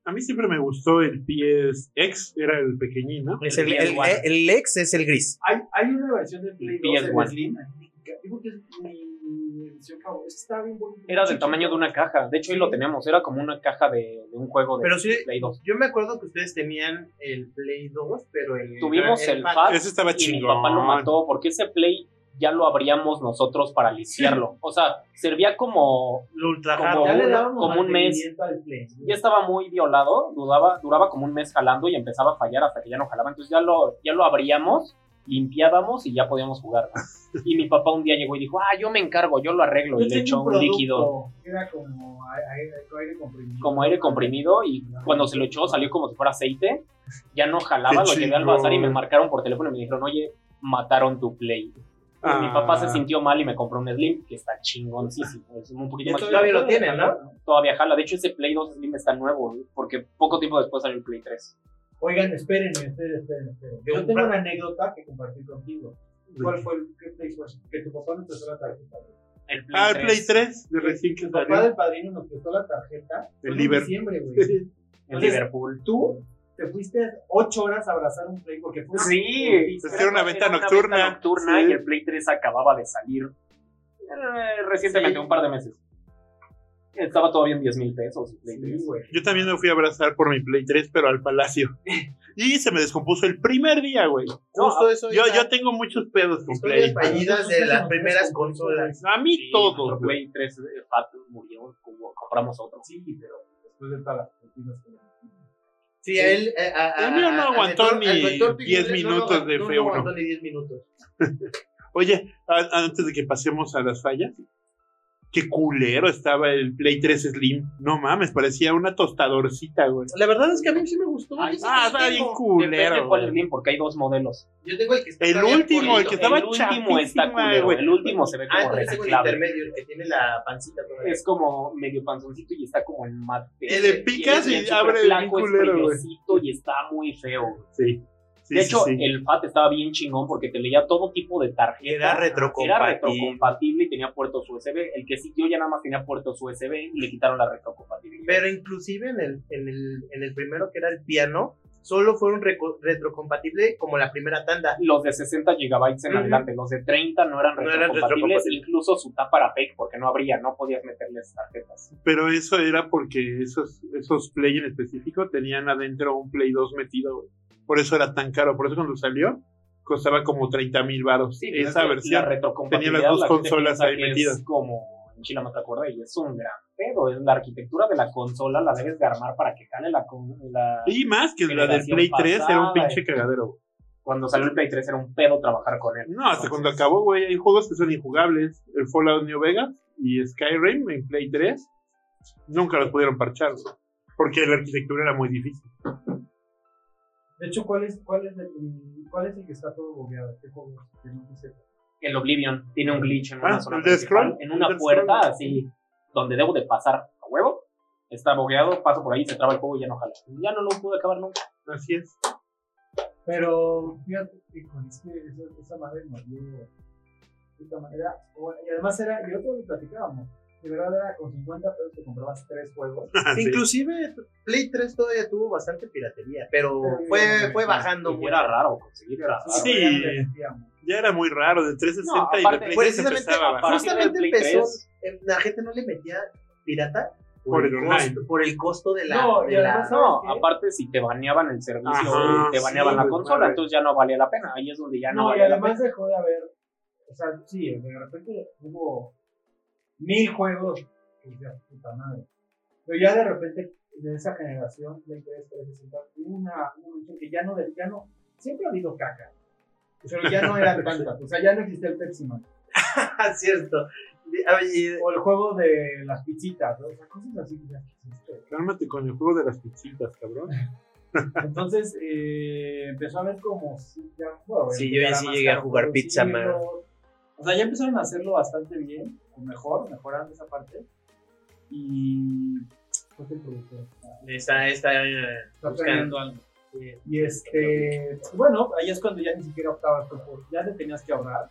[SPEAKER 2] A mí siempre me gustó el PSX, era el pequeñín, ¿no?
[SPEAKER 1] Es el,
[SPEAKER 4] El
[SPEAKER 1] el-
[SPEAKER 4] PS1.
[SPEAKER 1] el ex es el gris.
[SPEAKER 5] hay, hay una versión de Play 2
[SPEAKER 4] PS1.
[SPEAKER 5] en Slim. a mí me encanta. Digo que es mi, mi versión favorita. Es que estaba bien bonito.
[SPEAKER 4] Era del tamaño de una caja. De hecho, ahí lo tenemos. Era como una caja de, de un juego de
[SPEAKER 1] Pero sí,
[SPEAKER 4] Play 2.
[SPEAKER 1] yo me acuerdo que ustedes tenían el Play 2, pero el...
[SPEAKER 4] Tuvimos el
[SPEAKER 1] pack-
[SPEAKER 4] FAT
[SPEAKER 2] Ese estaba
[SPEAKER 4] y mi
[SPEAKER 2] chingón.
[SPEAKER 4] papá lo mató porque ese Play ya lo abríamos nosotros para lisiarlo. O sea, servía como...
[SPEAKER 1] el Ultra
[SPEAKER 4] como
[SPEAKER 1] Hard.
[SPEAKER 5] Ya le
[SPEAKER 4] una-
[SPEAKER 5] dábamos
[SPEAKER 4] como un mes.
[SPEAKER 5] mantenimiento Al Play.
[SPEAKER 4] Ya estaba muy violado, dudaba, duraba como un mes jalando y empezaba a fallar hasta que ya no jalaba. Entonces ya lo, ya lo abríamos, limpiábamos y ya podíamos jugar. ¿no? Y mi papá un día llegó y dijo, ah, yo me encargo, yo lo arreglo.
[SPEAKER 5] Yo
[SPEAKER 4] y le
[SPEAKER 5] tengo
[SPEAKER 4] echó un
[SPEAKER 5] producto
[SPEAKER 4] líquido
[SPEAKER 5] que Era como a- a- a- aire, comprimido.
[SPEAKER 4] como aire comprimido y cuando se lo echó salió como si fuera aceite. Ya no jalaba,
[SPEAKER 2] Qué
[SPEAKER 4] lo llevé al
[SPEAKER 2] chingón.
[SPEAKER 4] bazar y me marcaron por teléfono y me dijeron, oye, mataron tu Play. Pues Mi
[SPEAKER 2] Ah.
[SPEAKER 4] papá se sintió mal y me compró un Slim, que está chingoncísimo. Es un poquito
[SPEAKER 1] Y
[SPEAKER 4] más
[SPEAKER 1] todavía
[SPEAKER 4] chiquito.
[SPEAKER 1] lo tienen, ¿no?
[SPEAKER 4] Todavía jala. De hecho, ese Play 2 Slim está nuevo, güey, porque poco tiempo después salió el Play 3.
[SPEAKER 5] Oigan, espérenme, espérenme, espérenme. espérenme. Yo
[SPEAKER 1] Yo
[SPEAKER 5] tengo
[SPEAKER 1] compra-
[SPEAKER 5] una anécdota que compartir contigo. ¿Cuál fue el qué Play fue? Que tu papá nos prestó la tarjeta.
[SPEAKER 4] El Play
[SPEAKER 2] Ah, el
[SPEAKER 4] 3.
[SPEAKER 2] Play 3, de recién que
[SPEAKER 5] Tu papá
[SPEAKER 2] salió.
[SPEAKER 5] del padrino nos prestó la tarjeta. fue
[SPEAKER 2] El
[SPEAKER 5] en
[SPEAKER 2] Liber.
[SPEAKER 5] diciembre, güey.
[SPEAKER 4] En Liverpool.
[SPEAKER 5] tú te fuiste ocho horas a abrazar un play porque fue
[SPEAKER 4] Sí.
[SPEAKER 2] Es que era una venta nocturna.
[SPEAKER 4] venta nocturna
[SPEAKER 2] Sí.
[SPEAKER 4] y el Play 3 acababa de salir eh, recientemente,
[SPEAKER 5] Sí.
[SPEAKER 4] un par de meses. Estaba todavía en 10 mil pesos el Play 3.
[SPEAKER 5] güey.
[SPEAKER 2] Yo también me fui a abrazar por mi Play 3, pero al Palacio. Y se me descompuso el primer día, güey.
[SPEAKER 1] Justo
[SPEAKER 4] ah,
[SPEAKER 1] eso.
[SPEAKER 2] Yo,
[SPEAKER 1] era-
[SPEAKER 2] yo tengo muchos pedos con
[SPEAKER 1] Historias
[SPEAKER 2] Play.
[SPEAKER 1] fallidas de las primeras
[SPEAKER 5] Sí,
[SPEAKER 1] consolas.
[SPEAKER 2] A mí
[SPEAKER 4] Sí,
[SPEAKER 2] todo.
[SPEAKER 4] nuestro
[SPEAKER 2] güey.
[SPEAKER 4] Play 3 eh, Fat murió, como compramos otro.
[SPEAKER 5] Sí, pero después de todas las cortinas que
[SPEAKER 1] Sí, a él... eh, a- a-
[SPEAKER 2] El mío no
[SPEAKER 1] a- a-
[SPEAKER 2] aguantó
[SPEAKER 1] al doctor-
[SPEAKER 2] ni
[SPEAKER 1] al doctor
[SPEAKER 2] 10
[SPEAKER 1] Piglet no lo
[SPEAKER 2] minutos de
[SPEAKER 1] aguantó-
[SPEAKER 2] F1.
[SPEAKER 1] No aguantó ni 10 minutos.
[SPEAKER 2] Oye, a- antes de que pasemos a las fallas, qué culero estaba el Play 3 Slim. No mames, parecía una tostadorcita, güey.
[SPEAKER 1] La verdad es que a mí sí me gustó.
[SPEAKER 4] Ay,
[SPEAKER 1] Yo sí
[SPEAKER 2] Ah,
[SPEAKER 1] lo
[SPEAKER 2] estaba bien
[SPEAKER 1] tengo.
[SPEAKER 4] Depende
[SPEAKER 2] culero.
[SPEAKER 4] cuál
[SPEAKER 2] güey.
[SPEAKER 4] Slim, porque hay dos modelos.
[SPEAKER 1] Yo tengo el que está
[SPEAKER 2] El
[SPEAKER 1] todavía
[SPEAKER 2] último, el
[SPEAKER 1] pulito.
[SPEAKER 2] que estaba
[SPEAKER 4] el último está
[SPEAKER 2] chapísima,
[SPEAKER 4] culero,
[SPEAKER 2] güey.
[SPEAKER 4] el último se ve
[SPEAKER 1] Ah,
[SPEAKER 4] como
[SPEAKER 1] entonces tengo el
[SPEAKER 4] reciclable.
[SPEAKER 1] intermedio, el que tiene la pancita todavía.
[SPEAKER 4] es como medio panzoncito y está como en mate.
[SPEAKER 2] Y le picas y abre el
[SPEAKER 4] blanco, es
[SPEAKER 2] culero, güey.
[SPEAKER 4] brillosito y está muy feo.
[SPEAKER 2] Sí. sí,
[SPEAKER 4] de
[SPEAKER 2] sí,
[SPEAKER 4] hecho, eh,
[SPEAKER 2] sí.
[SPEAKER 4] el FAT estaba bien chingón porque te leía todo tipo de tarjeta.
[SPEAKER 1] Era retrocompatible.
[SPEAKER 4] Era retrocompatible y tenía puertos USB. El que siguió ya nada más tenía puertos USB y le quitaron la retrocompatibilidad.
[SPEAKER 1] Pero inclusive en el, en, el, en el primero que era el piano, solo fueron reco- retrocompatible como la primera tanda.
[SPEAKER 4] los de 60 gigabytes en
[SPEAKER 1] Ujú.
[SPEAKER 4] adelante, los de 30 no eran
[SPEAKER 1] No
[SPEAKER 4] retrocompatibles,
[SPEAKER 1] eran retrocompatibles.
[SPEAKER 4] incluso su tapa era fake porque no abría, no podías meterles tarjetas.
[SPEAKER 2] Pero eso era porque esos, esos Play en específico tenían adentro un Play 2 metido, güey. Por eso era tan caro. Por eso cuando salió, costaba como 30 mil baros. Esa
[SPEAKER 4] es que
[SPEAKER 2] versión.
[SPEAKER 4] La retrocompatibilidad,
[SPEAKER 2] Tenía las dos
[SPEAKER 4] la gente
[SPEAKER 2] consolas
[SPEAKER 4] piensa
[SPEAKER 2] ahí
[SPEAKER 4] que
[SPEAKER 2] metidas.
[SPEAKER 4] Es como en Chila Matacorda y es un gran pedo. Es la arquitectura de la consola, la debes de armar para que jale la. con- la-
[SPEAKER 2] Y más que la del
[SPEAKER 4] Generación
[SPEAKER 2] Play 3 era un
[SPEAKER 4] pasada, eh.
[SPEAKER 2] pinche cagadero. güey.
[SPEAKER 4] Cuando salió el Play 3 era un pedo trabajar con él.
[SPEAKER 2] No, hasta
[SPEAKER 4] Entonces,
[SPEAKER 2] cuando acabó, güey. Hay juegos que son injugables. El Fallout New Vegas y Skyrim en Play 3 nunca los pudieron parchar, güey, Porque la arquitectura era muy difícil.
[SPEAKER 5] De hecho, ¿cuál es, cuál es, el, cuál es el que está todo bobeado? ¿Qué juego? Que no sé.
[SPEAKER 4] El Oblivion tiene un glitch en una
[SPEAKER 2] Ah,
[SPEAKER 4] zona
[SPEAKER 2] el de
[SPEAKER 4] principal,
[SPEAKER 2] scroll,
[SPEAKER 4] en
[SPEAKER 2] el
[SPEAKER 4] una
[SPEAKER 2] de
[SPEAKER 4] puerta
[SPEAKER 2] scroll.
[SPEAKER 4] así donde debo de pasar a huevo. Está bogueado, paso por ahí, se traba el juego y ya no jala. Ya no lo pude acabar nunca.
[SPEAKER 2] Así es.
[SPEAKER 5] Pero fíjate, híjole, es que esa, esa madre nos dio de esta manera. o- Y además era, y otro lo platicábamos, de verdad era con 50 pesos te comprabas tres juegos.
[SPEAKER 2] Así.
[SPEAKER 1] Inclusive Play 3 todavía tuvo bastante piratería, pero
[SPEAKER 5] Pero
[SPEAKER 1] fue,
[SPEAKER 5] digamos,
[SPEAKER 1] fue
[SPEAKER 5] sí,
[SPEAKER 1] bajando.
[SPEAKER 4] Y
[SPEAKER 1] mucho.
[SPEAKER 4] era raro conseguir, era raro.
[SPEAKER 2] Sí,
[SPEAKER 5] ya no le metíamos.
[SPEAKER 2] Ya era muy raro. De 360
[SPEAKER 4] No,
[SPEAKER 2] y de
[SPEAKER 4] aparte,
[SPEAKER 2] Play 3
[SPEAKER 4] pues,
[SPEAKER 1] Precisamente,
[SPEAKER 2] empezaba a bajar.
[SPEAKER 4] aparte-
[SPEAKER 1] justamente
[SPEAKER 4] Play
[SPEAKER 1] empezó,
[SPEAKER 4] 3.
[SPEAKER 1] eh, la gente no le metía pirata
[SPEAKER 2] Por el
[SPEAKER 1] costo,
[SPEAKER 2] online.
[SPEAKER 1] por el costo de la...
[SPEAKER 5] No,
[SPEAKER 1] de
[SPEAKER 5] y
[SPEAKER 1] la-
[SPEAKER 5] además-
[SPEAKER 4] No,
[SPEAKER 5] Ah, ¿Sabes qué?
[SPEAKER 4] aparte si te baneaban el servicio,
[SPEAKER 2] Ajá,
[SPEAKER 4] te
[SPEAKER 2] sí,
[SPEAKER 4] baneaban la
[SPEAKER 2] güey,
[SPEAKER 4] consola,
[SPEAKER 2] madre.
[SPEAKER 4] entonces ya no valía la pena. Ahí es donde ya no,
[SPEAKER 5] No, y
[SPEAKER 4] valía la pena.
[SPEAKER 5] además dejó de haber, o sea, sí, de repente hubo mil juegos, pues ya, puta madre. Pero ya de repente, de esa generación, de 3, 360, hubo una, un momento que ya no, ya no, siempre ha habido caca, pero ya no eran tantas, o sea, ya no existía el Pepsi Man,
[SPEAKER 1] Ah, cierto. De- a ver, y-
[SPEAKER 5] o el juego de las pizzitas, ¿no? o sea, cosas así que ya existen.
[SPEAKER 2] Cálmate con el juego de las pizzitas, cabrón.
[SPEAKER 5] Entonces eh, empezó a ver como. si- ya, bueno,
[SPEAKER 6] Sí,
[SPEAKER 5] ya
[SPEAKER 6] yo ya
[SPEAKER 5] era
[SPEAKER 6] sí
[SPEAKER 5] más
[SPEAKER 6] llegué a
[SPEAKER 5] caro
[SPEAKER 6] jugar Pizza Man.
[SPEAKER 5] producirlo. O sea, ya empezaron a hacerlo bastante bien, o mejor, mejorando esa parte. Y. ¿Cuál es el productor?
[SPEAKER 1] está, está, eh,
[SPEAKER 5] Está
[SPEAKER 1] buscando.
[SPEAKER 5] algo. Y este. Bueno, ahí es cuando ya ni siquiera optabas tú por. Ya te tenías que ahorrar.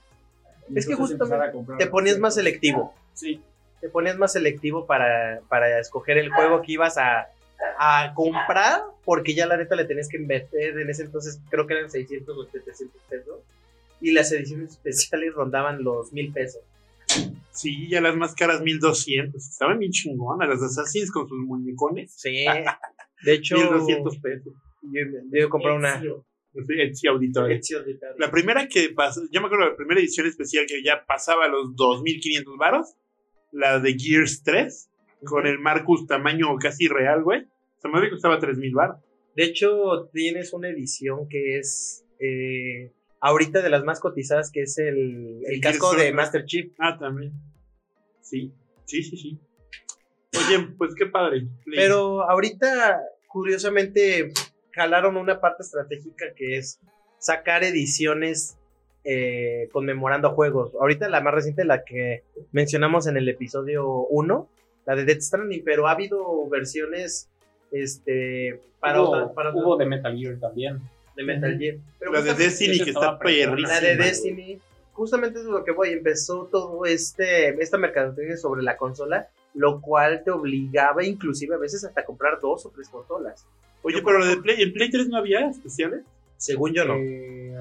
[SPEAKER 5] Y
[SPEAKER 1] Es que
[SPEAKER 5] entonces empezar
[SPEAKER 1] justamente
[SPEAKER 5] a comprar
[SPEAKER 1] Te ponías más
[SPEAKER 5] ciertos-
[SPEAKER 1] selectivo.
[SPEAKER 5] Sí.
[SPEAKER 1] Te ponías más selectivo para, para escoger el juego que ibas a, a comprar, porque ya la neta le tenías que invertir. En ese entonces creo que eran 600 o 700 pesos. Y las ediciones especiales rondaban los mil pesos.
[SPEAKER 2] Sí, ya las más caras 1200. Estaban bien chingonas. Las Assassins con sus muñecones.
[SPEAKER 1] Sí. De hecho,
[SPEAKER 2] 1200 pesos.
[SPEAKER 1] yo, yo compré una.
[SPEAKER 2] No sé, Etsy Auditorio.
[SPEAKER 1] Ezio Auditore.
[SPEAKER 2] La primera que pasó, yo me acuerdo la primera edición especial que ya pasaba los 2500 varos, la de Gears 3,
[SPEAKER 1] e-
[SPEAKER 2] con el Marcus tamaño casi real, güey. Esa madre costaba 3000 varos.
[SPEAKER 1] De hecho, tienes una edición que es eh, ahorita de las más cotizadas, que es el, el
[SPEAKER 2] El
[SPEAKER 1] casco
[SPEAKER 2] Gears
[SPEAKER 1] de
[SPEAKER 2] Solid.
[SPEAKER 1] Master Chief.
[SPEAKER 2] Ah, también. Sí, sí, sí, sí. Oye, pues qué padre. Play.
[SPEAKER 1] Pero ahorita, curiosamente, jalaron una parte estratégica que es sacar ediciones eh, conmemorando juegos. Ahorita la más reciente, la que mencionamos en el episodio 1, la de Death Stranding, pero ha habido versiones este, para,
[SPEAKER 4] hubo,
[SPEAKER 1] otra- para otra-
[SPEAKER 4] hubo de Metal Gear también.
[SPEAKER 1] de Metal Gear. Pero
[SPEAKER 2] la de
[SPEAKER 1] justamente-
[SPEAKER 2] Destiny
[SPEAKER 4] esa
[SPEAKER 2] que
[SPEAKER 4] estaba
[SPEAKER 2] está perrísima.
[SPEAKER 4] perrísima,
[SPEAKER 1] La de Destiny. Justamente es lo que voy. Empezó todo este esta mercadotecnia sobre la consola, lo cual te obligaba inclusive a veces hasta comprar dos o tres consolas.
[SPEAKER 2] Oye, pero la de Play, ¿en Play 3 no había especiales?
[SPEAKER 1] Según yo
[SPEAKER 5] Eh,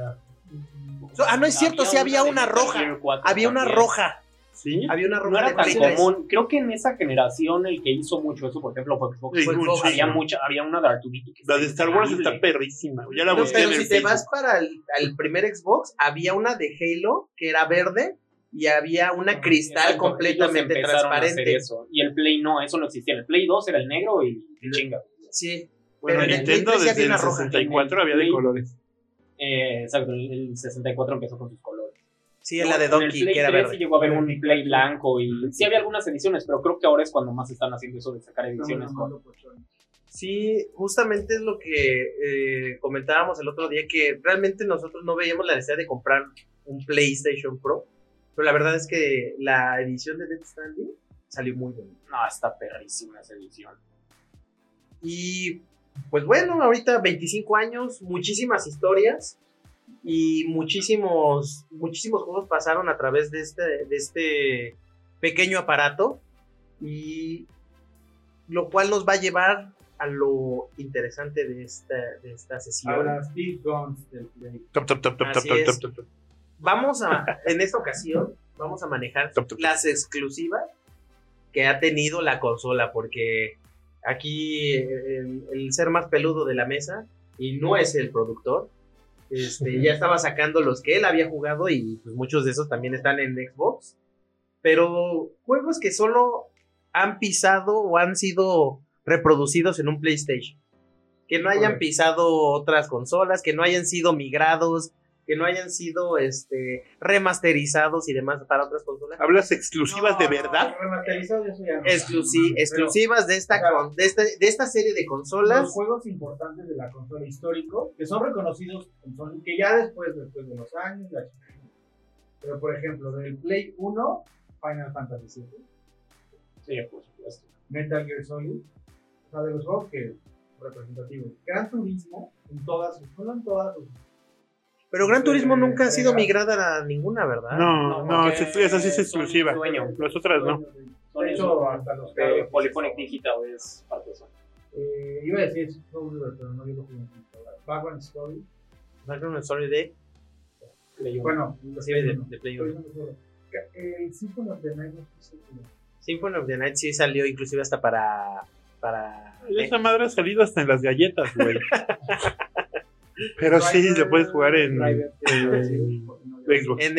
[SPEAKER 1] So- ah, no es cierto, sí había
[SPEAKER 4] de
[SPEAKER 1] una
[SPEAKER 4] Metal
[SPEAKER 1] roja.
[SPEAKER 4] Gear 4
[SPEAKER 1] Había una
[SPEAKER 4] también.
[SPEAKER 1] roja.
[SPEAKER 2] Sí.
[SPEAKER 1] Había una roja
[SPEAKER 4] No
[SPEAKER 1] de
[SPEAKER 4] era tan
[SPEAKER 1] Play 3.
[SPEAKER 4] común. Creo que en esa generación el que hizo mucho eso, por ejemplo, fue Xbox.
[SPEAKER 2] Sí,
[SPEAKER 1] fue
[SPEAKER 2] un
[SPEAKER 1] Xbox,
[SPEAKER 4] Había
[SPEAKER 2] chingo.
[SPEAKER 4] mucha, había una de Arturito. que
[SPEAKER 2] La de
[SPEAKER 4] está
[SPEAKER 2] Star Wars
[SPEAKER 4] increíble.
[SPEAKER 2] está perrísima. güey. Ya la
[SPEAKER 1] No,
[SPEAKER 2] busqué
[SPEAKER 1] pero
[SPEAKER 2] en el
[SPEAKER 1] si te
[SPEAKER 2] Facebook.
[SPEAKER 1] vas para el, al primer Xbox, había una de Halo que era verde y había una cristal
[SPEAKER 4] Ah, Exacto, ellos
[SPEAKER 1] completamente
[SPEAKER 4] empezaron a hacer
[SPEAKER 1] transparente.
[SPEAKER 4] eso, Y el Play no, eso no existía. El Play 2 era el negro y y chinga.
[SPEAKER 1] Sí, pero en
[SPEAKER 2] Bueno,
[SPEAKER 1] el Play
[SPEAKER 2] Nintendo
[SPEAKER 1] 3 ya
[SPEAKER 2] desde
[SPEAKER 1] había
[SPEAKER 2] el
[SPEAKER 1] una roja.
[SPEAKER 2] 64 había de
[SPEAKER 4] Play-
[SPEAKER 2] colores.
[SPEAKER 4] Eh, exacto, el el 64 empezó con sus colores.
[SPEAKER 1] sí,
[SPEAKER 4] No,
[SPEAKER 1] la de
[SPEAKER 4] en el
[SPEAKER 1] Donkey
[SPEAKER 4] Play
[SPEAKER 1] que era
[SPEAKER 4] 3
[SPEAKER 1] verde.
[SPEAKER 4] sí llegó a haber un Play blanco y sí había algunas ediciones, pero creo que ahora es cuando más están haciendo eso de sacar ediciones con
[SPEAKER 1] Sí, justamente es lo que eh, comentábamos el otro día, que realmente nosotros no veíamos la necesidad de comprar un PlayStation Pro, pero la verdad es que la edición de Death Stranding salió muy bien.
[SPEAKER 4] No, está perrísima esa edición.
[SPEAKER 1] Y pues bueno, ahorita 25 años, muchísimas historias y muchísimos, muchísimos juegos pasaron a través de este, de este pequeño aparato y lo cual nos va a llevar a lo interesante de esta, de esta sesión.
[SPEAKER 5] a las Big Guns del Play.
[SPEAKER 2] Top, top, top, top, top,
[SPEAKER 1] Así
[SPEAKER 2] top,
[SPEAKER 1] es.
[SPEAKER 2] top, top, top.
[SPEAKER 1] Vamos a, en esta ocasión, vamos a manejar
[SPEAKER 2] Top, top, top.
[SPEAKER 1] las exclusivas que ha tenido la consola, porque aquí eh, el, el ser más peludo de la mesa, y no es el productor, este, ya estaba sacando los que él había jugado y pues muchos de esos también están en Xbox, pero juegos que solo han pisado o han sido reproducidos en un PlayStation, que no hayan
[SPEAKER 5] Correcto.
[SPEAKER 1] pisado otras consolas, que no hayan sido migrados, que no hayan sido este remasterizados y demás para otras consolas.
[SPEAKER 2] ¿Hablas exclusivas de verdad?
[SPEAKER 5] Remasterizado, eso ya no.
[SPEAKER 1] Exclusi-
[SPEAKER 5] Pero
[SPEAKER 1] exclusivas de esta,
[SPEAKER 5] Claro.
[SPEAKER 1] con- de, esta, de esta serie de consolas.
[SPEAKER 5] Los juegos importantes de la consola histórico, que son reconocidos, en Sony, que ya después, después de los años, la chingada. pero por ejemplo, del Play 1, Final Fantasy VII,
[SPEAKER 4] Sí, por supuesto.
[SPEAKER 5] Metal Gear Solid, o sea, de los juegos que representativos. Gran Turismo, en todas sus, no en todas sus.
[SPEAKER 1] Pero Gran Turismo
[SPEAKER 5] Eh,
[SPEAKER 1] nunca ha sido
[SPEAKER 5] venga.
[SPEAKER 1] migrada a ninguna, ¿verdad?
[SPEAKER 2] No, no,
[SPEAKER 4] porque
[SPEAKER 2] esa esa sí es
[SPEAKER 4] son
[SPEAKER 2] exclusiva.
[SPEAKER 4] dueño.
[SPEAKER 2] Las otras no.
[SPEAKER 4] Son
[SPEAKER 5] De
[SPEAKER 4] esos,
[SPEAKER 5] hecho, hasta los
[SPEAKER 4] eh,
[SPEAKER 5] carros,
[SPEAKER 4] Polyphonic
[SPEAKER 5] eso.
[SPEAKER 4] Digital es parte de eso.
[SPEAKER 5] Eh, iba a decir Snowbird, pero no yo lo jugué en computadora. Background Story.
[SPEAKER 1] Background Story de,
[SPEAKER 5] Bueno,
[SPEAKER 1] sí, de, de Play
[SPEAKER 5] yo
[SPEAKER 1] One.
[SPEAKER 5] no me acuerdo. El Symphony of the Night no sé si lo-
[SPEAKER 1] Symphony of the Night sí salió inclusive hasta para... para
[SPEAKER 2] Esa madre ha salido hasta en las galletas, güey. Pero sí, lo puedes jugar en,
[SPEAKER 5] Driver,
[SPEAKER 2] en Xbox.
[SPEAKER 1] en,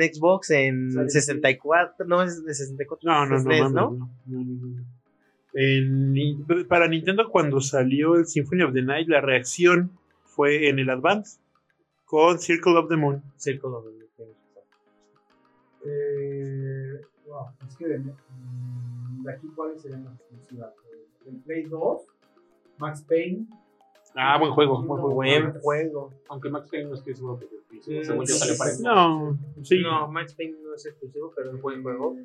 [SPEAKER 1] en Xbox, en 64, no, es de 64.
[SPEAKER 2] No, no, no,
[SPEAKER 1] es NES,
[SPEAKER 2] mames,
[SPEAKER 1] ¿no?
[SPEAKER 2] no, no, no, no. En Ni- para Nintendo, cuando salió el Symphony of the Night, la reacción fue en el Advance con Circle of the Moon.
[SPEAKER 1] Circle of the Night.
[SPEAKER 5] Eh, wow, es que de, mm, de aquí cuáles serían las exclusivas. Eh, El Play 2, Max Payne.
[SPEAKER 2] Ah, buen juego.
[SPEAKER 5] buen
[SPEAKER 1] Buen juego.
[SPEAKER 4] Aunque Max Payne no estoy seguro que es exclusivo,
[SPEAKER 1] Mm,
[SPEAKER 4] según yo salió para
[SPEAKER 1] sí.
[SPEAKER 4] Xbox.
[SPEAKER 2] No, sí.
[SPEAKER 1] No, Max Payne no es exclusivo, pero es un buen juego.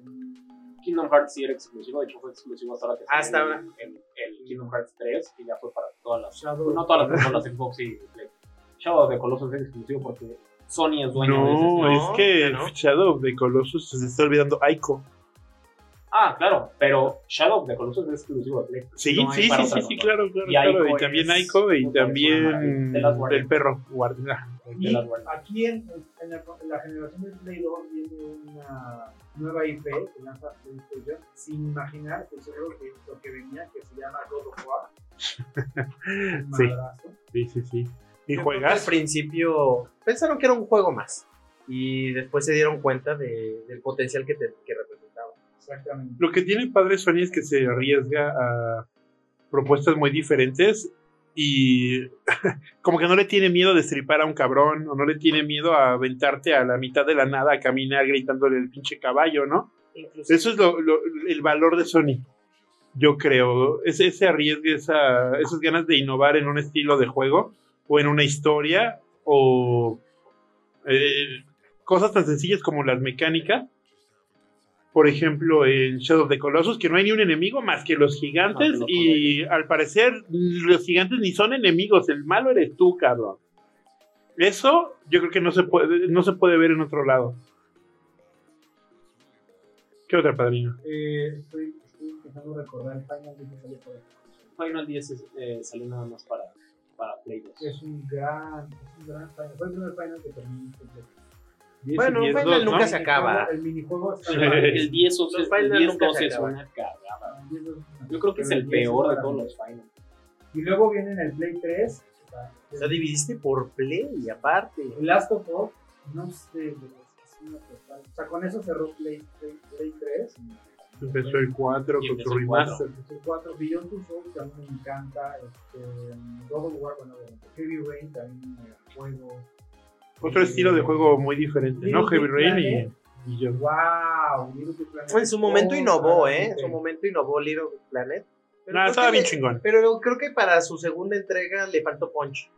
[SPEAKER 4] Kingdom Hearts sí era exclusivo, de hecho fue exclusivo hasta ahora que salió
[SPEAKER 1] Hasta ahora.
[SPEAKER 4] El, el Kingdom Hearts 3, que ya fue para todas las.
[SPEAKER 5] Shadow.
[SPEAKER 4] No todas las consolas Xbox y Play. Shadow of the Colossus es exclusivo porque Sony es dueño de ese.
[SPEAKER 2] No,
[SPEAKER 1] no,
[SPEAKER 2] es que
[SPEAKER 1] no.
[SPEAKER 2] Shadow of the Colossus se está olvidando Aiko.
[SPEAKER 4] Ah, claro, pero Shadow of the Colossus es exclusivo de Play.
[SPEAKER 2] Sí,
[SPEAKER 4] No hay
[SPEAKER 2] sí,
[SPEAKER 4] para
[SPEAKER 2] sí, sí,
[SPEAKER 4] otra
[SPEAKER 2] sí,
[SPEAKER 4] consola.
[SPEAKER 2] claro, claro,
[SPEAKER 4] Y
[SPEAKER 2] claro.
[SPEAKER 4] Ico
[SPEAKER 2] y también
[SPEAKER 4] es
[SPEAKER 2] Aiko y
[SPEAKER 4] una persona
[SPEAKER 2] también
[SPEAKER 4] de las guardias.
[SPEAKER 2] el perro guardia.
[SPEAKER 4] de las buenas.
[SPEAKER 5] Aquí en, en la, en la generación del Play 2 viene una nueva IP que lanza PlayStation sin imaginar que seguro que lo que venía que se llama God of War. Un
[SPEAKER 2] Sí.
[SPEAKER 5] madrazo.
[SPEAKER 2] Sí, sí, sí. ¿Y
[SPEAKER 1] Yo creo que Al
[SPEAKER 2] juegas?
[SPEAKER 1] principio pensaron que era un juego más. Y después se dieron cuenta de- del potencial que, te- que representaba.
[SPEAKER 5] Exactamente.
[SPEAKER 2] Lo que tiene padre Sony es que se arriesga a propuestas muy diferentes y como que no le tiene miedo de destripar a un cabrón o no le tiene miedo a aventarte a la mitad de la nada a caminar gritándole el pinche caballo, ¿no? Eso es lo- lo- el valor de Sony, yo creo. Ese, ese arriesgue, esa, esas ganas de innovar en un estilo de juego o en una historia o eh, cosas tan sencillas como las mecánicas. Por ejemplo, en Shadow of the Colossus, que no hay ni un enemigo más que los gigantes
[SPEAKER 4] Ah, que lo
[SPEAKER 2] y al parecer los gigantes ni son enemigos, el malo eres tú, cabrón. Eso yo creo que no se puede, no se puede ver en otro lado. ¿Qué otra padrino?
[SPEAKER 5] Eh, estoy, estoy intentando recordar el final que salió por aquí.
[SPEAKER 4] Final 10 es, eh, salió nada más para, para Play 2.
[SPEAKER 5] Es un gran, es un gran final. Fue el primer final que terminé.
[SPEAKER 2] Diez
[SPEAKER 1] Bueno,
[SPEAKER 2] y diez,
[SPEAKER 1] Final
[SPEAKER 2] dos, ¿no?
[SPEAKER 1] nunca se acaba.
[SPEAKER 5] El minijuego está
[SPEAKER 2] Sí.
[SPEAKER 4] El 10 o sea,
[SPEAKER 1] Los Final
[SPEAKER 4] el 10
[SPEAKER 1] nunca se
[SPEAKER 4] 12 es
[SPEAKER 1] acaban.
[SPEAKER 4] una cagada. Yo creo que es el
[SPEAKER 5] Pero diez
[SPEAKER 4] peor de
[SPEAKER 5] para
[SPEAKER 4] todos
[SPEAKER 5] mí.
[SPEAKER 4] los Final.
[SPEAKER 5] Y luego viene en el Play 3. o sea,
[SPEAKER 1] O sea, dividiste por play y aparte.
[SPEAKER 5] El Last of Us, no sé, güey, es una total. O sea, con eso cerró Play, Play, Play 3.
[SPEAKER 2] Empezó el 4
[SPEAKER 4] Y
[SPEAKER 2] con
[SPEAKER 4] empezó
[SPEAKER 2] su
[SPEAKER 4] el cuatro.
[SPEAKER 2] remaster.
[SPEAKER 5] Empezó el 4. Beyond Two Souls también me encanta. Este, Double War, bueno, bueno, Heavy Rain también me juego.
[SPEAKER 2] Otro estilo de juego muy diferente, ¿no?
[SPEAKER 5] Little
[SPEAKER 2] Heavy
[SPEAKER 5] Big
[SPEAKER 2] Rain y, y yo.
[SPEAKER 5] ¡Wow! Little Big Planet.
[SPEAKER 1] En su momento
[SPEAKER 5] Oh,
[SPEAKER 1] innovó,
[SPEAKER 5] claramente.
[SPEAKER 1] ¿eh? En su momento innovó Little Big Planet. Pero creo
[SPEAKER 2] Nada, Ah, estaba
[SPEAKER 1] que
[SPEAKER 2] bien
[SPEAKER 1] le-
[SPEAKER 2] chingón.
[SPEAKER 1] Pero creo que para su segunda entrega le faltó punch.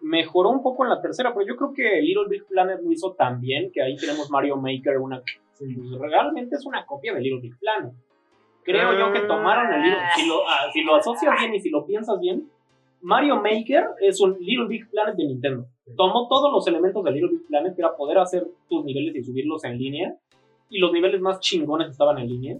[SPEAKER 4] Mejoró un poco en la tercera, pero yo creo que Little Big Planet lo hizo tan bien que ahí tenemos Mario Maker, una
[SPEAKER 5] Sí.
[SPEAKER 4] pues, realmente es una copia de Little Big Planet. Creo yo que tomaron el Little, si lo, ah, si lo asocias bien y si lo piensas bien, Mario Maker es un Little Big Planet de Nintendo. Tomó todos los elementos de Little Big Planet, que era poder hacer tus niveles y subirlos en línea, y los niveles más chingones estaban en línea,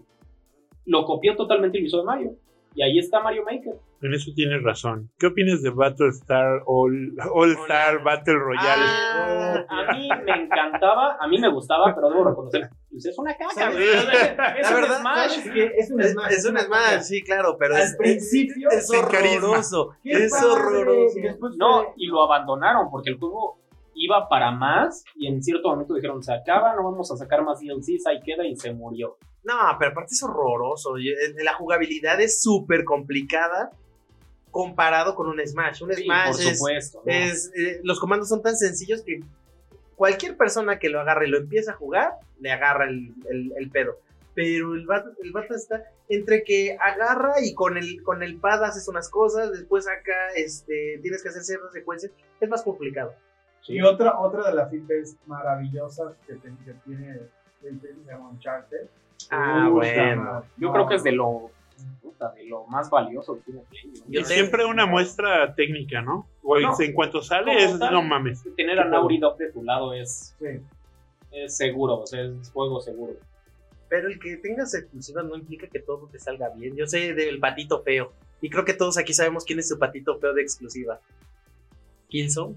[SPEAKER 4] lo copió totalmente y lo hizo de Mario. Y ahí está Mario Maker.
[SPEAKER 2] En eso tienes razón. ¿Qué opinas de Battlestar All, All Star Battle
[SPEAKER 4] Pues
[SPEAKER 2] Royale?
[SPEAKER 1] Ah,
[SPEAKER 4] A mí me encantaba, a mí me gustaba, pero debo reconocer, pues es una caca. güey. Es, es
[SPEAKER 1] La
[SPEAKER 4] un
[SPEAKER 1] verdad,
[SPEAKER 4] Smash.
[SPEAKER 5] Es que es un
[SPEAKER 1] es,
[SPEAKER 5] Smash.
[SPEAKER 1] es un Smash, sí, claro, pero
[SPEAKER 5] Al
[SPEAKER 1] es,
[SPEAKER 5] principio,
[SPEAKER 1] es, es
[SPEAKER 2] sin carisma.
[SPEAKER 1] horroroso.
[SPEAKER 5] ¡Qué
[SPEAKER 1] Es
[SPEAKER 5] padre!
[SPEAKER 1] horroroso.
[SPEAKER 5] Y después
[SPEAKER 4] No,
[SPEAKER 5] fue-
[SPEAKER 4] y lo abandonaron porque el juego iba para más y en cierto momento dijeron, se acaba, no vamos a sacar más DLCs, ahí queda y se murió.
[SPEAKER 1] No, pero aparte es horroroso. y, eh, La jugabilidad es súper complicada. comparado con un Smash. Un
[SPEAKER 4] Sí,
[SPEAKER 1] Smash
[SPEAKER 4] por
[SPEAKER 1] es,
[SPEAKER 4] supuesto. ¿no?
[SPEAKER 1] es, eh, los comandos son tan sencillos que cualquier persona que lo agarre y lo empiece a jugar, le agarra el, el- el pedo. Pero el vato, el vato está entre que agarra y con el, con el pad haces unas cosas, después acá este, tienes que hacer ciertas secuencias, es más complicado.
[SPEAKER 5] Y otra, otra de las IPs maravillosas que, te- que tiene el film de Uncharted.
[SPEAKER 1] Ah,
[SPEAKER 5] Puta
[SPEAKER 6] bueno.
[SPEAKER 5] madre.
[SPEAKER 4] Yo creo que es de lo, puta, de lo más valioso que tiene Play. ¿no?
[SPEAKER 1] Yo
[SPEAKER 2] Y
[SPEAKER 1] sé.
[SPEAKER 2] siempre una muestra técnica, ¿no? Güey,
[SPEAKER 4] No.
[SPEAKER 2] en cuanto
[SPEAKER 4] Como
[SPEAKER 2] sale, es,
[SPEAKER 4] tal.
[SPEAKER 2] no mames.
[SPEAKER 4] Tener a Naughty Dog de tu lado es,
[SPEAKER 5] Sí.
[SPEAKER 4] es seguro, o sea, es juego seguro.
[SPEAKER 1] Pero el que tengas exclusiva no implica que todo te salga bien. Yo sé del patito feo. Y creo que todos aquí sabemos quién es su patito feo de exclusiva. ¿Quién son?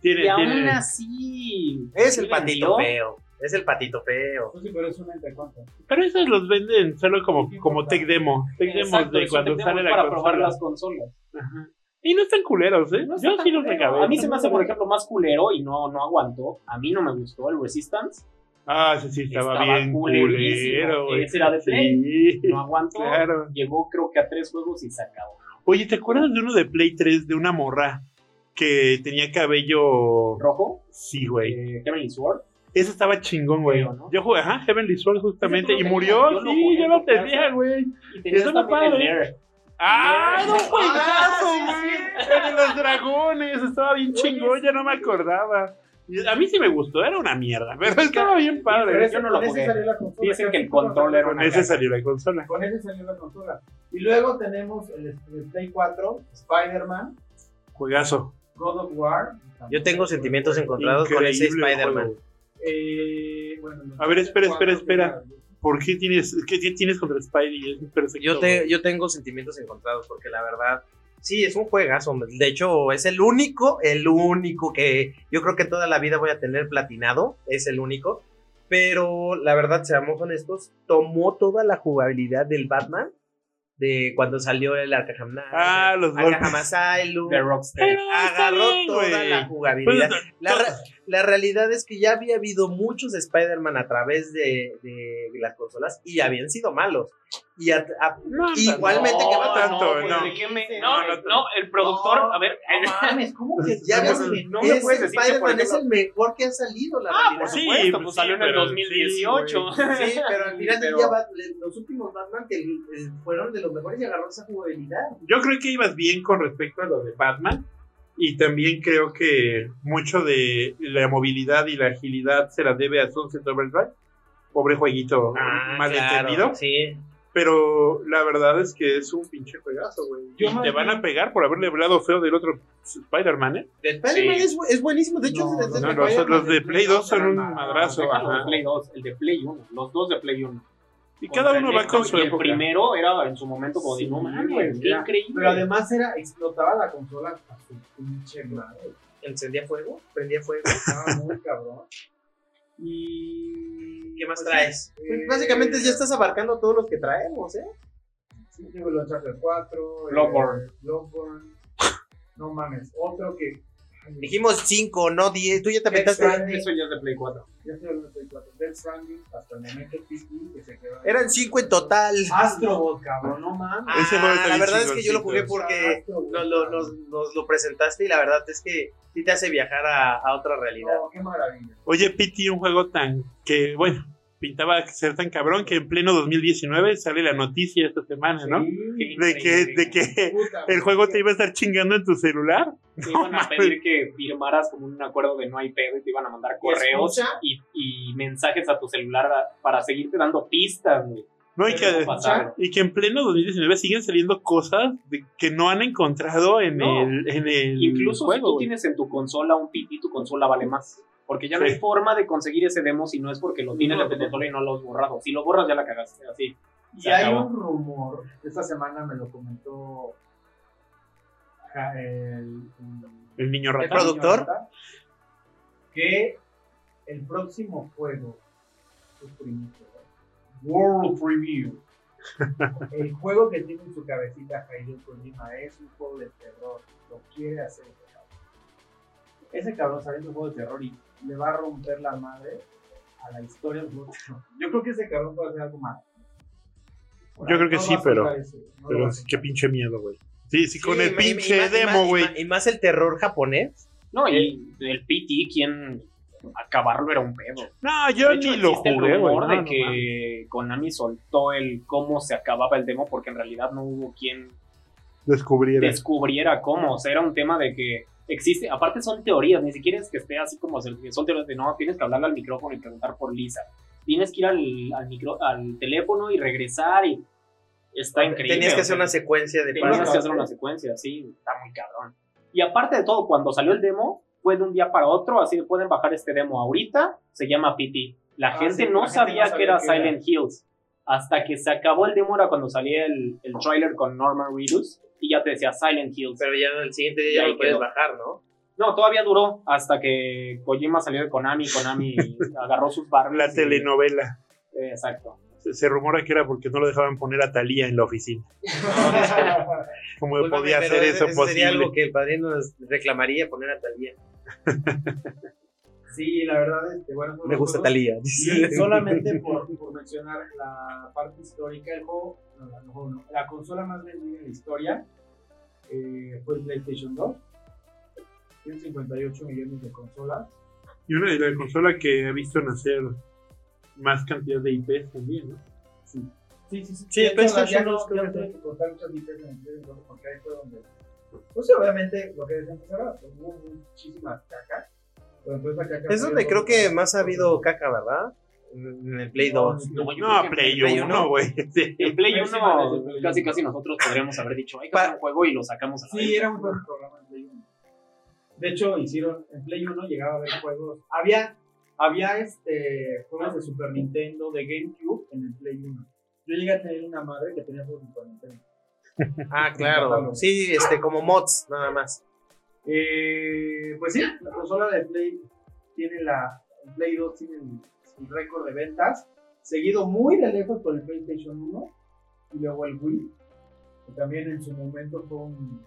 [SPEAKER 2] Tiene,
[SPEAKER 4] y aún
[SPEAKER 2] tiene-
[SPEAKER 4] así.
[SPEAKER 1] Es
[SPEAKER 4] sí
[SPEAKER 1] el
[SPEAKER 4] vendió.
[SPEAKER 1] patito feo. Es el patito feo.
[SPEAKER 5] Pues sí, pero es una entre cuánto.
[SPEAKER 2] Pero esos los venden solo como,
[SPEAKER 5] Sí,
[SPEAKER 2] como
[SPEAKER 5] claro.
[SPEAKER 2] tech demo. Tech demos
[SPEAKER 4] Exacto,
[SPEAKER 2] de
[SPEAKER 4] eso,
[SPEAKER 2] cuando
[SPEAKER 4] tenemos
[SPEAKER 2] sale la
[SPEAKER 4] Para
[SPEAKER 2] consola.
[SPEAKER 4] probar las consolas.
[SPEAKER 2] Ajá. Y no están culeros, ¿eh?
[SPEAKER 4] No está
[SPEAKER 2] Yo
[SPEAKER 4] tan
[SPEAKER 2] sí los
[SPEAKER 4] culero.
[SPEAKER 2] recabé.
[SPEAKER 4] A mí se me hace, por ejemplo, más culero y no, no aguantó. A mí no me gustó el Resistance.
[SPEAKER 2] Ah, sí, sí, estaba,
[SPEAKER 4] Estaba
[SPEAKER 2] bien
[SPEAKER 4] culerísimo.
[SPEAKER 2] culero, güey.
[SPEAKER 4] Ese era de
[SPEAKER 2] Sí,
[SPEAKER 4] No aguantó.
[SPEAKER 2] claro.
[SPEAKER 4] Llegó, creo que a tres juegos y se acabó.
[SPEAKER 2] Oye, ¿te acuerdas de uno de Play 3 de una morra que tenía cabello...
[SPEAKER 4] Rojo,
[SPEAKER 2] Sí, güey.
[SPEAKER 4] eh, Heavenly Sword.
[SPEAKER 2] Ese estaba chingón, güey.
[SPEAKER 4] Creo, ¿no?
[SPEAKER 2] Yo jugué, ajá, Heavenly Sword justamente.
[SPEAKER 4] Ese tú
[SPEAKER 2] Y
[SPEAKER 4] lo
[SPEAKER 2] murió,
[SPEAKER 4] tenías, yo lo
[SPEAKER 2] sí,
[SPEAKER 4] jugué
[SPEAKER 2] yo
[SPEAKER 4] en
[SPEAKER 2] lo
[SPEAKER 4] tu casa.
[SPEAKER 2] tenía, güey.
[SPEAKER 4] Y tenías
[SPEAKER 2] Eso me
[SPEAKER 4] también el
[SPEAKER 2] padre.
[SPEAKER 4] Lair.
[SPEAKER 2] ¡Ah, no
[SPEAKER 4] Ah,
[SPEAKER 2] juegazo,
[SPEAKER 4] sí,
[SPEAKER 2] güey! El de los dragones, estaba bien chingón, ya no me acordaba. Y A mí sí me gustó, era una mierda, pero estaba bien
[SPEAKER 5] Pero
[SPEAKER 2] padre.
[SPEAKER 5] ese-
[SPEAKER 4] yo no lo
[SPEAKER 5] con ese
[SPEAKER 4] jugué.
[SPEAKER 5] salió la consola.
[SPEAKER 4] Dicen que el
[SPEAKER 5] Casi todos
[SPEAKER 4] control era
[SPEAKER 5] salieron
[SPEAKER 4] una
[SPEAKER 5] con
[SPEAKER 2] Ese
[SPEAKER 5] ese.
[SPEAKER 2] salió la consola.
[SPEAKER 5] Con ese salió la consola. Y luego tenemos el, el Play 4, Spider-Man,
[SPEAKER 2] Juegazo.
[SPEAKER 5] God of War.
[SPEAKER 1] Yo tengo sentimientos encontrados con
[SPEAKER 2] Increíble
[SPEAKER 1] ese
[SPEAKER 2] el
[SPEAKER 1] Spider-Man.
[SPEAKER 2] juego.
[SPEAKER 5] Eh, bueno, los
[SPEAKER 2] A ver, espera,
[SPEAKER 5] cuatro
[SPEAKER 2] espera,
[SPEAKER 5] que eran-
[SPEAKER 2] ¿Por qué tienes, qué qué tienes contra Spidey? Es perfecto,
[SPEAKER 1] Yo, te-
[SPEAKER 2] güey.
[SPEAKER 1] yo tengo sentimientos encontrados porque la verdad, sí, es un juegazo. hombre. De hecho, es el único, el único que yo creo que toda la vida voy a tener platinado. Es el único. Pero la verdad, seamos honestos, tomó toda la jugabilidad del Batman de cuando salió el Arkham Knight,
[SPEAKER 2] Ah, los
[SPEAKER 1] Arkham
[SPEAKER 2] golpes.
[SPEAKER 1] Asylum.
[SPEAKER 4] De Rockstar.
[SPEAKER 2] Pero Ah, está
[SPEAKER 1] Agarró
[SPEAKER 2] bien,
[SPEAKER 1] toda
[SPEAKER 2] güey.
[SPEAKER 1] la jugabilidad.
[SPEAKER 2] Pues,
[SPEAKER 1] La, ra- la realidad es que ya había habido muchos Spider-Man a través de, de las consolas y habían sido malos. Y a- a-
[SPEAKER 2] no,
[SPEAKER 1] Igualmente
[SPEAKER 2] no,
[SPEAKER 1] que
[SPEAKER 2] no
[SPEAKER 1] va-
[SPEAKER 2] tanto,
[SPEAKER 4] güey,
[SPEAKER 2] no.
[SPEAKER 4] ¿de qué me-
[SPEAKER 2] No,
[SPEAKER 4] no,
[SPEAKER 2] no,
[SPEAKER 4] no, el productor,
[SPEAKER 5] No,
[SPEAKER 4] a ver,
[SPEAKER 5] No mames, ¿cómo que
[SPEAKER 1] ya
[SPEAKER 5] no,
[SPEAKER 1] ves,
[SPEAKER 5] no, no,
[SPEAKER 4] no me
[SPEAKER 1] ese
[SPEAKER 4] puedes decir que, por
[SPEAKER 1] Spider-Man es
[SPEAKER 4] ejemplo-
[SPEAKER 1] el mejor que ha salido, la
[SPEAKER 4] por
[SPEAKER 1] realidad.
[SPEAKER 2] sí,
[SPEAKER 4] supuesto,
[SPEAKER 2] pues
[SPEAKER 4] pues
[SPEAKER 2] sí,
[SPEAKER 4] salió en el
[SPEAKER 2] pero sí,
[SPEAKER 4] 2018.
[SPEAKER 1] Sí, pero al final del
[SPEAKER 4] Pero-
[SPEAKER 1] día va- le- los últimos Batman que eh, fueron de los mejores y agarró esa jugabilidad.
[SPEAKER 2] Yo creo que ibas bien con respecto a lo de Batman. Y también creo que mucho de la movilidad y la agilidad se la debe a Sunset Overdrive. Pobre jueguito
[SPEAKER 4] Ah,
[SPEAKER 2] malentendido.
[SPEAKER 1] Ah, Sí.
[SPEAKER 2] Pero la verdad es que es un pinche juegazo, güey.
[SPEAKER 5] Yo
[SPEAKER 2] Y
[SPEAKER 5] más
[SPEAKER 2] te van
[SPEAKER 5] bien-
[SPEAKER 2] a pegar por haberle hablado feo del otro Spider-Man, ¿eh?
[SPEAKER 1] Spider-Man
[SPEAKER 4] Sí.
[SPEAKER 1] es, bu- es buenísimo. De hecho,
[SPEAKER 5] No,
[SPEAKER 1] desde
[SPEAKER 2] No,
[SPEAKER 1] el
[SPEAKER 2] los,
[SPEAKER 1] Spider-Man
[SPEAKER 2] los de
[SPEAKER 1] del
[SPEAKER 2] Play 2 son un
[SPEAKER 5] no, no,
[SPEAKER 2] madrazo.
[SPEAKER 4] Deja los de
[SPEAKER 2] ajá.
[SPEAKER 4] Play 2, el de Play 1, los dos de Play 1.
[SPEAKER 2] Y cada uno va con su
[SPEAKER 4] El
[SPEAKER 2] época.
[SPEAKER 4] primero era en su momento como de
[SPEAKER 5] Sí,
[SPEAKER 4] no
[SPEAKER 5] güey,
[SPEAKER 4] mames, qué
[SPEAKER 5] ya.
[SPEAKER 4] increíble.
[SPEAKER 5] Pero además era, explotaba la consola a su pinche madre.
[SPEAKER 1] Encendía fuego, prendía fuego.
[SPEAKER 5] Estaba muy cabrón. Y.
[SPEAKER 1] ¿Qué más
[SPEAKER 5] pues,
[SPEAKER 1] traes?
[SPEAKER 5] eh,
[SPEAKER 1] Pues básicamente ya estás abarcando todos los que traemos, ¿eh?
[SPEAKER 5] Sí, digo, el Uncharted 4. eh,
[SPEAKER 4] Bloodborne.
[SPEAKER 5] Bloodborne. No mames, otro que. ay,
[SPEAKER 1] Dijimos 5, no 10. Tú ya te
[SPEAKER 5] Death
[SPEAKER 1] aventaste.
[SPEAKER 5] Stranding,
[SPEAKER 4] Eso ya es de Play 4.
[SPEAKER 5] Ya estoy hablando de Play 4. Death Stranding, hasta el momento PT, que se quedó.
[SPEAKER 1] Eran 5 en total.
[SPEAKER 5] Astrobot, cabrón, no mames.
[SPEAKER 2] Ah, Ese juego está
[SPEAKER 1] la
[SPEAKER 2] bien
[SPEAKER 1] verdad es que yo lo
[SPEAKER 2] chingoncito.
[SPEAKER 1] jugué porque
[SPEAKER 5] Astrobot,
[SPEAKER 1] nos lo, nos-
[SPEAKER 5] cabrón.
[SPEAKER 1] nos lo presentaste y la verdad es que sí te hace viajar a, a otra realidad.
[SPEAKER 5] No, qué maravilla.
[SPEAKER 2] Oye, Pity, un juego tan que, bueno, pintaba ser tan cabrón que en pleno 2019 sale la noticia esta semana, ¿no?
[SPEAKER 5] Sí,
[SPEAKER 2] De que, de
[SPEAKER 1] Eh,
[SPEAKER 2] que
[SPEAKER 5] puta,
[SPEAKER 2] el juego te iba a estar chingando en tu celular.
[SPEAKER 4] Te iban a pedir que firmaras como un acuerdo de no hay pedo y te iban a mandar correos
[SPEAKER 5] escucha?
[SPEAKER 4] y, y mensajes a tu celular a- para seguirte dando pistas, güey.
[SPEAKER 2] ¿no? Y,
[SPEAKER 4] Pero
[SPEAKER 2] que,
[SPEAKER 4] no pasaron.
[SPEAKER 2] y que en pleno 2019 siguen saliendo cosas de- que no han encontrado en
[SPEAKER 4] No.
[SPEAKER 2] el, en el
[SPEAKER 4] Incluso si
[SPEAKER 2] juego.
[SPEAKER 4] tú
[SPEAKER 2] güey.
[SPEAKER 4] tienes en tu consola un PT, tu consola vale más. Porque ya no
[SPEAKER 2] Sí.
[SPEAKER 4] hay forma de conseguir ese demo si no es porque lo tienes en tu consola y no lo has borrado. Si lo borras ya la cagaste, así.
[SPEAKER 5] Y
[SPEAKER 4] Se
[SPEAKER 5] hay
[SPEAKER 4] acabó.
[SPEAKER 5] un rumor, esta semana me lo comentó ja- el, el-
[SPEAKER 2] El niño
[SPEAKER 1] El
[SPEAKER 2] rata.
[SPEAKER 1] produ- productor?
[SPEAKER 5] que el próximo juego, su primicia, ¿eh? World Preview, el juego que tiene en su cabecita Jairo Kojima es un juego de terror, lo quiere hacer. ese cabrón. Ese cabrón sabe un juego de terror y le va a romper la madre a la historia del juego de terror. Yo creo que ese cabrón puede hacer algo más.
[SPEAKER 2] Yo creo que sí,
[SPEAKER 5] vas a
[SPEAKER 2] pero-
[SPEAKER 5] jugar ese, no lo
[SPEAKER 2] Pero
[SPEAKER 5] vas a
[SPEAKER 2] qué
[SPEAKER 5] jugar.
[SPEAKER 2] pinche miedo, güey. Sí, sí, con
[SPEAKER 1] Sí,
[SPEAKER 2] el
[SPEAKER 1] y-
[SPEAKER 2] pinche
[SPEAKER 1] y más- y más-
[SPEAKER 2] demo,
[SPEAKER 1] y
[SPEAKER 2] güey.
[SPEAKER 1] más- Y más el terror japonés.
[SPEAKER 4] No, y el PT, quien acabarlo era un pedo.
[SPEAKER 2] No, yo
[SPEAKER 4] De hecho,
[SPEAKER 2] ni lo
[SPEAKER 4] existe el
[SPEAKER 2] jugué, güey.
[SPEAKER 4] rumor
[SPEAKER 2] no,
[SPEAKER 4] de
[SPEAKER 2] no mames.
[SPEAKER 4] que Konami soltó el cómo se acababa el demo porque en realidad no hubo quien
[SPEAKER 2] Descubriera.
[SPEAKER 4] descubriera cómo. O sea, era un tema de que existe. Aparte, son teorías, ni siquiera es que esté así como hacer- son teorías de no, tienes que hablarle al micrófono y preguntar por Lisa. Tienes que ir al, al, micro- al teléfono y regresar y. Está increíble.
[SPEAKER 1] Tenías que
[SPEAKER 4] o sea,
[SPEAKER 1] hacer una secuencia de
[SPEAKER 4] Tenías
[SPEAKER 1] pasos.
[SPEAKER 4] que hacer una secuencia, sí, está muy cabrón. Y aparte de todo, cuando salió el demo, fue de un día para otro, así que pueden bajar este demo ahorita, se llama PT. La
[SPEAKER 5] Ah,
[SPEAKER 4] gente
[SPEAKER 5] sí,
[SPEAKER 4] no
[SPEAKER 5] la gente
[SPEAKER 4] sabía
[SPEAKER 5] no sabía
[SPEAKER 4] que era
[SPEAKER 5] qué era.
[SPEAKER 4] Silent Hills. Hasta que se acabó el demo era cuando salía el, el trailer con Norman Reedus y ya te decía Silent Hills.
[SPEAKER 1] Pero ya el siguiente día
[SPEAKER 4] Y
[SPEAKER 1] ya
[SPEAKER 4] ahí
[SPEAKER 1] lo puedes
[SPEAKER 4] quedó.
[SPEAKER 1] bajar, ¿no?
[SPEAKER 4] No, todavía duró hasta que Kojima salió de Konami, Konami agarró sus barbas.
[SPEAKER 2] La
[SPEAKER 4] y-
[SPEAKER 2] telenovela.
[SPEAKER 4] Eh, Exacto.
[SPEAKER 2] Se, se rumora que era porque no lo dejaban poner a Talía en la oficina. Como
[SPEAKER 4] Pues
[SPEAKER 1] Discúlpame,
[SPEAKER 2] que podía
[SPEAKER 1] pero
[SPEAKER 2] hacer eso
[SPEAKER 1] ese
[SPEAKER 2] posible.
[SPEAKER 1] Sería algo que el padrino nos reclamaría poner a Talía.
[SPEAKER 5] Sí, la verdad, este, bueno,
[SPEAKER 6] Me gusta
[SPEAKER 5] tal
[SPEAKER 6] Talía.
[SPEAKER 5] Y solamente por, por mencionar la parte histórica del juego, no, no, no, no, la consola más vendida en la historia eh, fue el PlayStation 2. 158 millones de consolas.
[SPEAKER 2] Y una de las consolas que ha visto nacer más cantidad de IPs también, ¿no?
[SPEAKER 5] Sí, sí, sí.
[SPEAKER 1] Sí,
[SPEAKER 5] De hecho,
[SPEAKER 1] PlayStation
[SPEAKER 5] ya no,
[SPEAKER 1] dos, creo que
[SPEAKER 5] ya no
[SPEAKER 1] fue.
[SPEAKER 5] tiene que contar muchas diferencias en el PlayStation dos, porque ahí fue donde. Pues sí, obviamente, lo que decía antes era, pues, hubo muchísima caca. pero entonces la caca
[SPEAKER 1] Es
[SPEAKER 5] fue
[SPEAKER 1] donde
[SPEAKER 5] lo-
[SPEAKER 1] creo que más ha habido caca, ¿verdad? En en el Play 2.
[SPEAKER 4] No, yo creo
[SPEAKER 2] No,
[SPEAKER 4] que
[SPEAKER 2] Play
[SPEAKER 1] Play
[SPEAKER 2] 1,
[SPEAKER 1] uno.
[SPEAKER 2] güey. Sí.
[SPEAKER 4] En Play
[SPEAKER 5] Encima de ese
[SPEAKER 4] 1
[SPEAKER 5] Play
[SPEAKER 4] casi
[SPEAKER 5] uno.
[SPEAKER 4] casi nosotros podríamos haber dicho, hay que
[SPEAKER 1] Pa-
[SPEAKER 4] hacer un juego y lo sacamos a la
[SPEAKER 5] Sí,
[SPEAKER 4] venta".
[SPEAKER 5] era un buen programa en Play 1. De hecho, hicieron en Play 1 llegaba a haber juegos. Había, había este, juegos de Super Nintendo, de GameCube en el Play 1. Yo llegué a tener una madre que tenía juegos de Super Nintendo.
[SPEAKER 1] Ah, claro. Sí, este, como mods, nada más.
[SPEAKER 5] Eh, pues sí, la consola de Play tiene la. el Play 2 tiene el, el récord de ventas, seguido muy de lejos por el PlayStation 1 y luego el Wii, que también en su momento fue un.